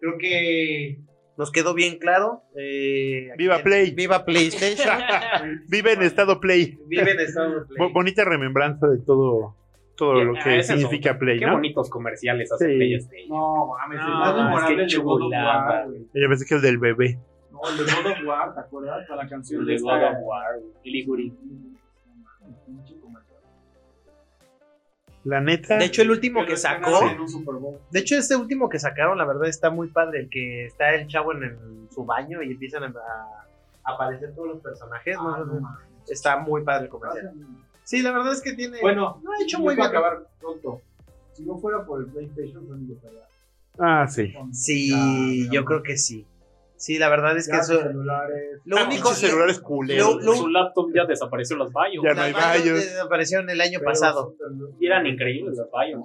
[SPEAKER 1] creo que nos quedó bien claro. eh, aquí
[SPEAKER 2] Viva
[SPEAKER 1] en-
[SPEAKER 2] Play.
[SPEAKER 1] Viva PlayStation.
[SPEAKER 2] Vive en estado play.
[SPEAKER 1] Vive en Estados Play.
[SPEAKER 2] Bo- bonita remembranza de todo, todo
[SPEAKER 4] Ya,
[SPEAKER 2] lo
[SPEAKER 4] ah,
[SPEAKER 2] que
[SPEAKER 4] es eso.
[SPEAKER 2] significa Play,
[SPEAKER 4] Qué
[SPEAKER 2] ¿no?
[SPEAKER 4] bonitos comerciales hace
[SPEAKER 2] Sí.
[SPEAKER 4] PlayStation.
[SPEAKER 5] No, mames,
[SPEAKER 4] No,
[SPEAKER 5] el más
[SPEAKER 4] es
[SPEAKER 5] memorable
[SPEAKER 4] que
[SPEAKER 5] es el de God of
[SPEAKER 4] chulada.
[SPEAKER 5] War, güey.
[SPEAKER 2] Yo pensé que el del bebé.
[SPEAKER 5] No, el de God of War, ¿te acuerdas? Para la canción
[SPEAKER 4] de
[SPEAKER 5] esta-
[SPEAKER 4] God of War, Liguri.
[SPEAKER 2] La neta.
[SPEAKER 1] De hecho, el último que sacó.
[SPEAKER 5] En un Super Bowl.
[SPEAKER 1] De hecho, este último que sacaron, la verdad, está muy padre. El que está el chavo en, el- su baño y empiezan a, a aparecer todos los personajes. ¿no?
[SPEAKER 5] Ah, no mames.
[SPEAKER 1] Está muy padre el comercial. Sí, la verdad es que tiene.
[SPEAKER 5] Bueno,
[SPEAKER 1] lo ha hecho
[SPEAKER 5] yo
[SPEAKER 1] muy
[SPEAKER 5] voy
[SPEAKER 1] bien.
[SPEAKER 5] a acabar pronto. Si no fuera por el PlayStation, Sony lo estaría
[SPEAKER 2] ah, sí.
[SPEAKER 5] con-
[SPEAKER 1] Sí,
[SPEAKER 5] Ya,
[SPEAKER 1] yo
[SPEAKER 5] ya,
[SPEAKER 1] creo que sí. Sí, la verdad es que
[SPEAKER 5] ya,
[SPEAKER 1] eso.
[SPEAKER 5] celulares.
[SPEAKER 1] Lo único.
[SPEAKER 2] Ah, Pinches celulares culeros.
[SPEAKER 1] Lo- lo-
[SPEAKER 4] Su laptop ya desapareció los fallos.
[SPEAKER 2] Ya no hay
[SPEAKER 1] Desaparecieron
[SPEAKER 2] varios.
[SPEAKER 1] desaparecieron el año
[SPEAKER 5] pero
[SPEAKER 1] pasado.
[SPEAKER 5] son tan-
[SPEAKER 4] Y eran increíbles los fallos.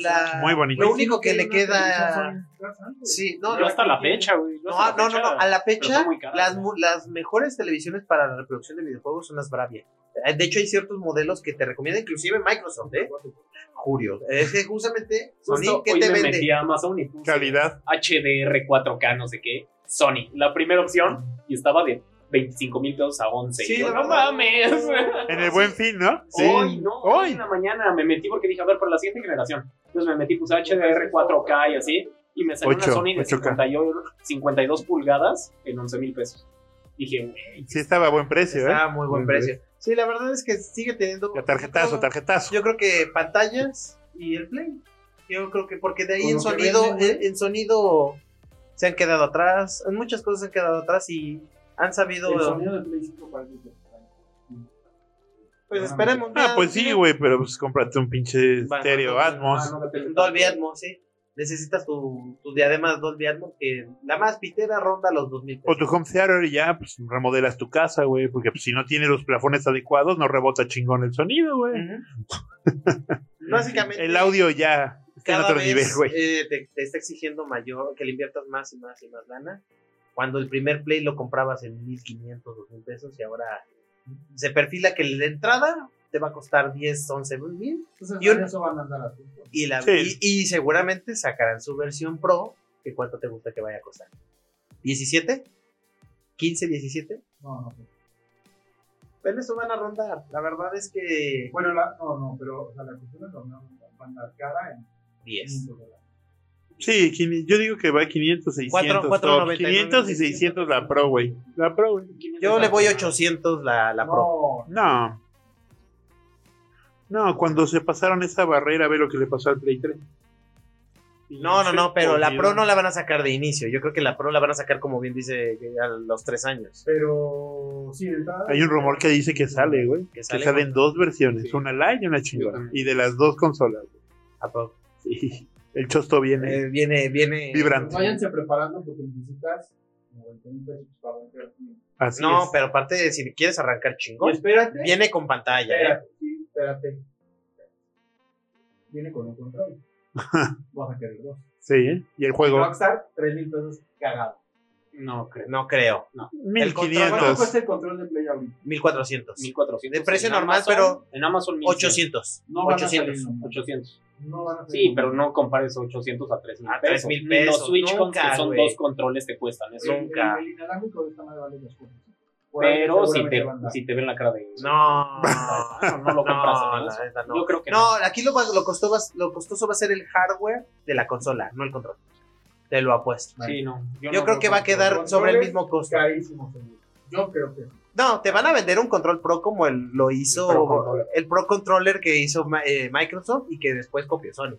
[SPEAKER 1] La-
[SPEAKER 2] Muy bonito.
[SPEAKER 1] Lo único que
[SPEAKER 5] Sí,
[SPEAKER 1] le
[SPEAKER 5] una
[SPEAKER 1] queda.
[SPEAKER 5] televisión Sony, ¿verdad?
[SPEAKER 1] Sí, no,
[SPEAKER 4] No,
[SPEAKER 1] no,
[SPEAKER 4] hasta la fecha, güey. Yo
[SPEAKER 1] No,
[SPEAKER 4] hasta
[SPEAKER 1] no,
[SPEAKER 4] la
[SPEAKER 1] no,
[SPEAKER 4] fecha-
[SPEAKER 1] no, a la
[SPEAKER 4] pero
[SPEAKER 1] fecha,
[SPEAKER 4] son muy caras,
[SPEAKER 1] las,
[SPEAKER 4] ¿no?
[SPEAKER 1] mu- las mejores televisiones para la reproducción de videojuegos son las Bravia. Eh, De hecho, hay ciertos modelos que te recomienda inclusive Microsoft, ¿eh? Julio. Es que justamente Sony,
[SPEAKER 4] Justo
[SPEAKER 1] ¿qué
[SPEAKER 4] hoy
[SPEAKER 1] te
[SPEAKER 4] me
[SPEAKER 1] vende?
[SPEAKER 4] metí a Amazon y puse
[SPEAKER 2] Calidad.
[SPEAKER 4] HDR 4K, no sé qué. Sony, la primera opción. Y estaba de 25 mil pesos a 11.
[SPEAKER 1] Sí,
[SPEAKER 4] Y yo,
[SPEAKER 1] la
[SPEAKER 4] no
[SPEAKER 1] verdad.
[SPEAKER 4] mames.
[SPEAKER 2] En el buen fin, ¿no?
[SPEAKER 4] Hoy, no, hoy
[SPEAKER 2] Hoy.
[SPEAKER 4] en la mañana me metí porque dije, a ver, para la siguiente generación. Entonces me metí, puse HDR 4K y así. Y me salió
[SPEAKER 2] Ocho,
[SPEAKER 4] una Sony de
[SPEAKER 2] 8K.
[SPEAKER 4] 58, 52 pulgadas en 11 mil pesos. Dije, güey.
[SPEAKER 2] Sí, estaba a buen precio, ¿eh?
[SPEAKER 1] Está a muy buen
[SPEAKER 2] Muy
[SPEAKER 1] precio. Sí, la verdad es que sigue teniendo.
[SPEAKER 2] Ya tarjetazo,
[SPEAKER 1] yo creo-
[SPEAKER 2] tarjetazo.
[SPEAKER 1] Yo creo que pantallas y el Play. Yo creo que porque de ahí
[SPEAKER 5] Con
[SPEAKER 1] en
[SPEAKER 5] lo que
[SPEAKER 1] sonido,
[SPEAKER 5] venden,
[SPEAKER 1] en, en sonido se han quedado atrás. En muchas cosas se han quedado atrás y han sabido.
[SPEAKER 5] El sonido del Play 5 parece que está ahí.
[SPEAKER 1] Pues esperemos.
[SPEAKER 2] Ah,
[SPEAKER 1] ya,
[SPEAKER 2] pues sí,
[SPEAKER 1] ya.
[SPEAKER 2] güey, pero pues cómprate un pinche
[SPEAKER 1] Bueno,
[SPEAKER 2] estéreo
[SPEAKER 1] entonces,
[SPEAKER 2] Atmos.
[SPEAKER 5] Ah, no, la tele-
[SPEAKER 1] Dolby Atmos, sí. Necesitas tu, tu diadema Dolby Atmos que la más pitera ronda los 2000
[SPEAKER 2] O
[SPEAKER 1] pesos.
[SPEAKER 2] Pues tu home theater y ya, pues remodelas tu casa, güey, porque pues, si no tienes los plafones adecuados, no rebota chingón el sonido,
[SPEAKER 1] Mm.
[SPEAKER 2] güey.
[SPEAKER 1] Ujú. Básicamente,
[SPEAKER 2] El audio ya está en
[SPEAKER 1] cada
[SPEAKER 2] otro
[SPEAKER 1] vez,
[SPEAKER 2] nivel, güey.
[SPEAKER 1] eh, te, te está exigiendo mayor, que le inviertas más y más y más lana. Cuando el primer Play lo comprabas en 1500, 2000 pesos y ahora se perfila que la entrada te va a costar 10, 11 mil.
[SPEAKER 5] Entonces,
[SPEAKER 1] Y un-
[SPEAKER 5] en eso van a andar así.
[SPEAKER 1] Y, la,
[SPEAKER 2] Sí.
[SPEAKER 1] y, y seguramente sacarán su versión pro. que cuánto te gusta que vaya a costar? ¿17? ¿15, 17?
[SPEAKER 5] No, no.
[SPEAKER 1] Pues eso van a rondar. La verdad es que
[SPEAKER 5] Bueno, la, no, no, pero o sea, la cuestión es que van a andar cara en
[SPEAKER 1] 10.
[SPEAKER 5] 500 dólares.
[SPEAKER 2] Sí, quini- yo digo que va 500, 600.
[SPEAKER 1] Cuatro-
[SPEAKER 2] top.
[SPEAKER 1] 499,
[SPEAKER 2] 500 y 600 la Pro, güey. La Pro, güey.
[SPEAKER 1] Yo le voy 800 la, la pro.
[SPEAKER 5] No,
[SPEAKER 2] No. No, cuando se pasaron esa barrera, ve lo que le pasó al Play 3.
[SPEAKER 1] No, no, no, pero la pro no la van a sacar de inicio. Yo creo que la pro la van a sacar, como bien dice, a los tres años.
[SPEAKER 5] pero sí, de entrada.
[SPEAKER 2] Hay un rumor que dice que sale, güey.
[SPEAKER 1] Que
[SPEAKER 2] Que,
[SPEAKER 1] sale
[SPEAKER 2] salen dos versiones,
[SPEAKER 3] Sí.
[SPEAKER 2] una light y una chingona.
[SPEAKER 3] también.
[SPEAKER 2] Y de las dos consolas. güey.
[SPEAKER 1] ¿A poco?
[SPEAKER 2] Sí. El chosto viene
[SPEAKER 1] Eh, viene, viene.
[SPEAKER 5] Pues
[SPEAKER 2] vibrante.
[SPEAKER 5] váyanse preparando porque necesitas 90 mil pesos para vender.
[SPEAKER 2] Así
[SPEAKER 1] no,
[SPEAKER 2] es.
[SPEAKER 1] pero aparte, de si quieres arrancar
[SPEAKER 5] Y
[SPEAKER 1] chingón,
[SPEAKER 5] espérate,
[SPEAKER 1] viene con pantalla. ¿eh?
[SPEAKER 5] espérate, sí, espérate. Viene con un control. Vas a querer dos.
[SPEAKER 2] Sí, ¿eh? y el juego
[SPEAKER 5] Rockstar, 3 mil pesos cagado.
[SPEAKER 3] No, creo.
[SPEAKER 1] No creo.
[SPEAKER 5] ¿Cuánto
[SPEAKER 2] 1500.
[SPEAKER 5] cuesta pues el control de Play ahorita?
[SPEAKER 1] 1400.
[SPEAKER 4] 1400.
[SPEAKER 1] De precio
[SPEAKER 4] En
[SPEAKER 1] normal,
[SPEAKER 4] Amazon-
[SPEAKER 1] pero
[SPEAKER 4] En Amazon 800.
[SPEAKER 1] 800.
[SPEAKER 5] No van a
[SPEAKER 1] 800,
[SPEAKER 5] salir nomás.
[SPEAKER 4] 800.
[SPEAKER 5] No van a salir
[SPEAKER 4] Sí,
[SPEAKER 5] nomás.
[SPEAKER 4] pero no compares 800 a 3000
[SPEAKER 1] A
[SPEAKER 4] pesos.
[SPEAKER 1] 3,000
[SPEAKER 4] Ni
[SPEAKER 1] pesos,
[SPEAKER 4] Los Switch
[SPEAKER 1] nunca,
[SPEAKER 4] con que son
[SPEAKER 1] güey.
[SPEAKER 4] dos controles te cuestan eso.
[SPEAKER 5] El-
[SPEAKER 1] nunca.
[SPEAKER 5] El, el inalámbrico de esta madre vale dos cosas. Por ahí
[SPEAKER 4] Pero si
[SPEAKER 5] seguramente
[SPEAKER 4] te,
[SPEAKER 5] van a-
[SPEAKER 4] si te ven la cara de.
[SPEAKER 1] No,
[SPEAKER 4] No, no lo compras.
[SPEAKER 1] no,
[SPEAKER 4] amigos.
[SPEAKER 1] la neta no.
[SPEAKER 4] Yo creo que no.
[SPEAKER 1] No, aquí lo, va- lo, costó, vas- lo costoso va a ser el hardware de la consola, no el control. Te lo apuesto.
[SPEAKER 4] Sí, no.
[SPEAKER 1] Yo,
[SPEAKER 4] no
[SPEAKER 1] creo
[SPEAKER 4] lo
[SPEAKER 1] que va a
[SPEAKER 4] compro.
[SPEAKER 1] quedar
[SPEAKER 5] controles.
[SPEAKER 1] sobre el mismo costo.
[SPEAKER 5] Carísimo, seguro. Yo creo que sí.
[SPEAKER 1] No, te van a vender un control pro como el, lo hizo el
[SPEAKER 4] El Pro
[SPEAKER 1] pro
[SPEAKER 4] Controller.
[SPEAKER 1] controller, que hizo ma- eh, Microsoft y que después copió Sony.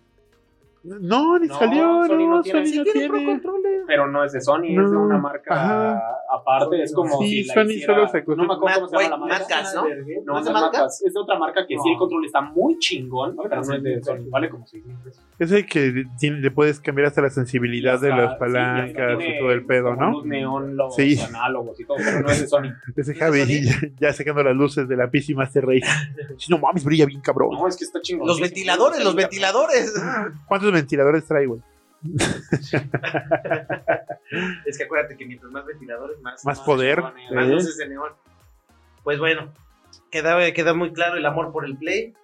[SPEAKER 2] No, ni
[SPEAKER 4] No,
[SPEAKER 2] salió,
[SPEAKER 4] Sony no
[SPEAKER 2] no,
[SPEAKER 4] tiene-
[SPEAKER 2] Sony
[SPEAKER 4] sí
[SPEAKER 2] no
[SPEAKER 4] tiene Pro
[SPEAKER 2] tiene.
[SPEAKER 1] eh.
[SPEAKER 4] Pero no es de Sony, es de
[SPEAKER 2] No,
[SPEAKER 4] una marca
[SPEAKER 2] ajá.
[SPEAKER 4] aparte.
[SPEAKER 5] Sony
[SPEAKER 4] Es como
[SPEAKER 2] no.
[SPEAKER 4] si
[SPEAKER 2] Sí,
[SPEAKER 4] la
[SPEAKER 2] Sony
[SPEAKER 4] hiciera-
[SPEAKER 2] solo sacó
[SPEAKER 4] No me acuerdo cómo se llama la
[SPEAKER 1] White-
[SPEAKER 4] marca.
[SPEAKER 1] Matcas, ¿no?
[SPEAKER 5] Verguero.
[SPEAKER 4] No,
[SPEAKER 1] ¿No es de
[SPEAKER 4] no es
[SPEAKER 1] marca?
[SPEAKER 4] Matcas, Es de otra marca que sí,
[SPEAKER 5] No.
[SPEAKER 4] el control está muy chingón, pero no es de
[SPEAKER 5] Sí,
[SPEAKER 4] Sony. Vale como 6 pesos.
[SPEAKER 2] Es el que tiene- le puedes cambiar hasta la sensibilidad de
[SPEAKER 1] Ah,
[SPEAKER 4] Hasta-
[SPEAKER 2] las
[SPEAKER 4] sí,
[SPEAKER 2] palancas
[SPEAKER 4] hasta
[SPEAKER 2] y
[SPEAKER 4] tiene
[SPEAKER 2] todo el pedo,
[SPEAKER 4] como
[SPEAKER 2] ¿no?
[SPEAKER 4] Luz neón, los
[SPEAKER 2] Sí.
[SPEAKER 4] análogos y todo, pero no es de Sony.
[SPEAKER 2] Ese
[SPEAKER 1] ¿Tiene
[SPEAKER 2] Javi
[SPEAKER 1] Sony?
[SPEAKER 2] ya, ya sacando las luces de la PC Master Race. Sí, no mames, brilla bien cabrón.
[SPEAKER 4] No, es que está chingón.
[SPEAKER 1] Los ventiladores, los ventiladores.
[SPEAKER 2] ¿Cuántos ventiladores trae, güey?
[SPEAKER 1] Es que acuérdate que mientras más ventiladores, más,
[SPEAKER 2] Más poder.
[SPEAKER 1] más
[SPEAKER 2] ¿eh?
[SPEAKER 1] luces de neón. Pues bueno, queda, queda muy claro el amor por el Play.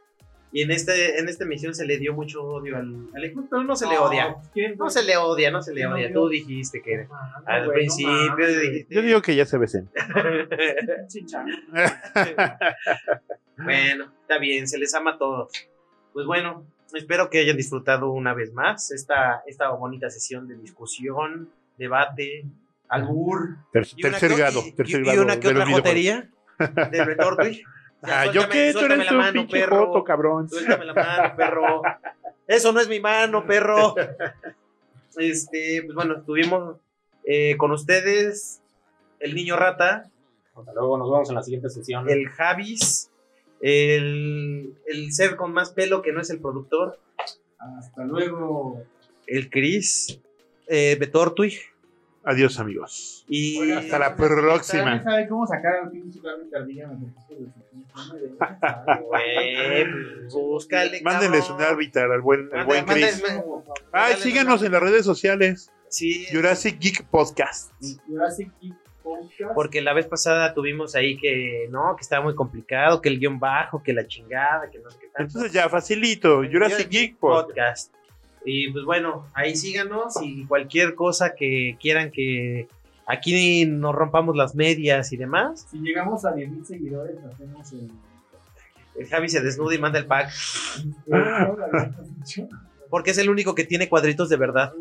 [SPEAKER 1] Y en, este, en esta misión se le dio mucho odio al, al Xbox, pero no se le odia.
[SPEAKER 5] ¿quién,
[SPEAKER 1] No
[SPEAKER 5] güey?
[SPEAKER 1] se le odia, no se le
[SPEAKER 5] ¿Quién lo
[SPEAKER 1] odia.
[SPEAKER 5] vio?
[SPEAKER 1] Tú dijiste que era.
[SPEAKER 5] Ah, no,
[SPEAKER 1] Al
[SPEAKER 5] güey, no
[SPEAKER 1] principio
[SPEAKER 5] mames,
[SPEAKER 1] dijiste.
[SPEAKER 2] Yo digo que ya se besen.
[SPEAKER 5] güey. Pinche chango.
[SPEAKER 1] Bueno, está bien, se les ama a todos. Pues bueno, espero que hayan disfrutado una vez más esta, esta bonita sesión de discusión, debate, albur.
[SPEAKER 2] Ter-
[SPEAKER 1] y una
[SPEAKER 2] tercer
[SPEAKER 1] que-
[SPEAKER 2] grado,
[SPEAKER 1] y-
[SPEAKER 2] tercer
[SPEAKER 1] y-
[SPEAKER 2] grado.
[SPEAKER 1] Y una que
[SPEAKER 2] de los
[SPEAKER 1] otra
[SPEAKER 2] videojuegos.
[SPEAKER 1] jotería del retorno.
[SPEAKER 2] Ah, yo qué, tú eres un pinche joto, cabrón.
[SPEAKER 1] Suéltame la mano, perro. Eso no es mi mano, perro. Este, pues bueno, estuvimos eh, con ustedes el niño rata,
[SPEAKER 4] Hasta luego, nos vemos en la siguiente sesión.
[SPEAKER 1] el Javis, el, el ser con más pelo que no es el productor,
[SPEAKER 5] Hasta luego.
[SPEAKER 1] el Chris, eh, Betortwig
[SPEAKER 2] Adiós, amigos.
[SPEAKER 1] y
[SPEAKER 5] Oiga,
[SPEAKER 2] Hasta la próxima.
[SPEAKER 5] ¿Saben sabe cómo sacar al pinche Carmen Cardilla en el ejercicio de su pinche madre?
[SPEAKER 1] Güey, pues, búscale.
[SPEAKER 2] Mándenles un
[SPEAKER 1] cabrón.
[SPEAKER 2] árbitro al buen, al
[SPEAKER 1] Mándenle-
[SPEAKER 2] buen Chris.
[SPEAKER 1] mándenle-
[SPEAKER 2] Ay,
[SPEAKER 1] mándenle-
[SPEAKER 2] síganos en las redes sociales.
[SPEAKER 1] Sí,
[SPEAKER 2] Jurassic Geek Podcast.
[SPEAKER 5] Jurassic Geek Podcast.
[SPEAKER 1] Porque la vez pasada tuvimos ahí que no, que estaba muy complicado, que el guión bajo, que la chingada, que no sé qué tal.
[SPEAKER 2] Entonces ya, facilito. Jurassic Geek Podcast.
[SPEAKER 1] podcast. Y pues bueno, ahí síganos y cualquier cosa que quieran que aquí nos rompamos las medias y demás.
[SPEAKER 5] Si llegamos a 10.000 seguidores, hacemos el.
[SPEAKER 1] El Javi se desnuda y manda el pack.
[SPEAKER 5] ¿Cómo lo habíamos dicho?
[SPEAKER 1] Porque es el único que tiene cuadritos de verdad.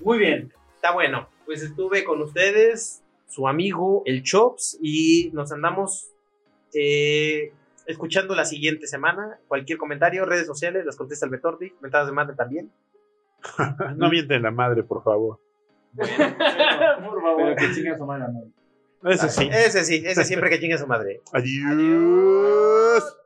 [SPEAKER 5] Muy bien.
[SPEAKER 1] Está bueno. Pues estuve con ustedes, su amigo, el Chops, y nos andamos eh, escuchando la siguiente semana. Cualquier comentario, redes sociales, las contesta el Betordi, comentadas de Mate también.
[SPEAKER 2] No mienten la madre, por favor.
[SPEAKER 4] Por
[SPEAKER 5] Pero
[SPEAKER 4] favor.
[SPEAKER 5] que chinga su madre, ¿no?
[SPEAKER 1] Eh,
[SPEAKER 2] Eso sí.
[SPEAKER 1] Ese sí, ese siempre que chingue a su madre.
[SPEAKER 2] Adiós.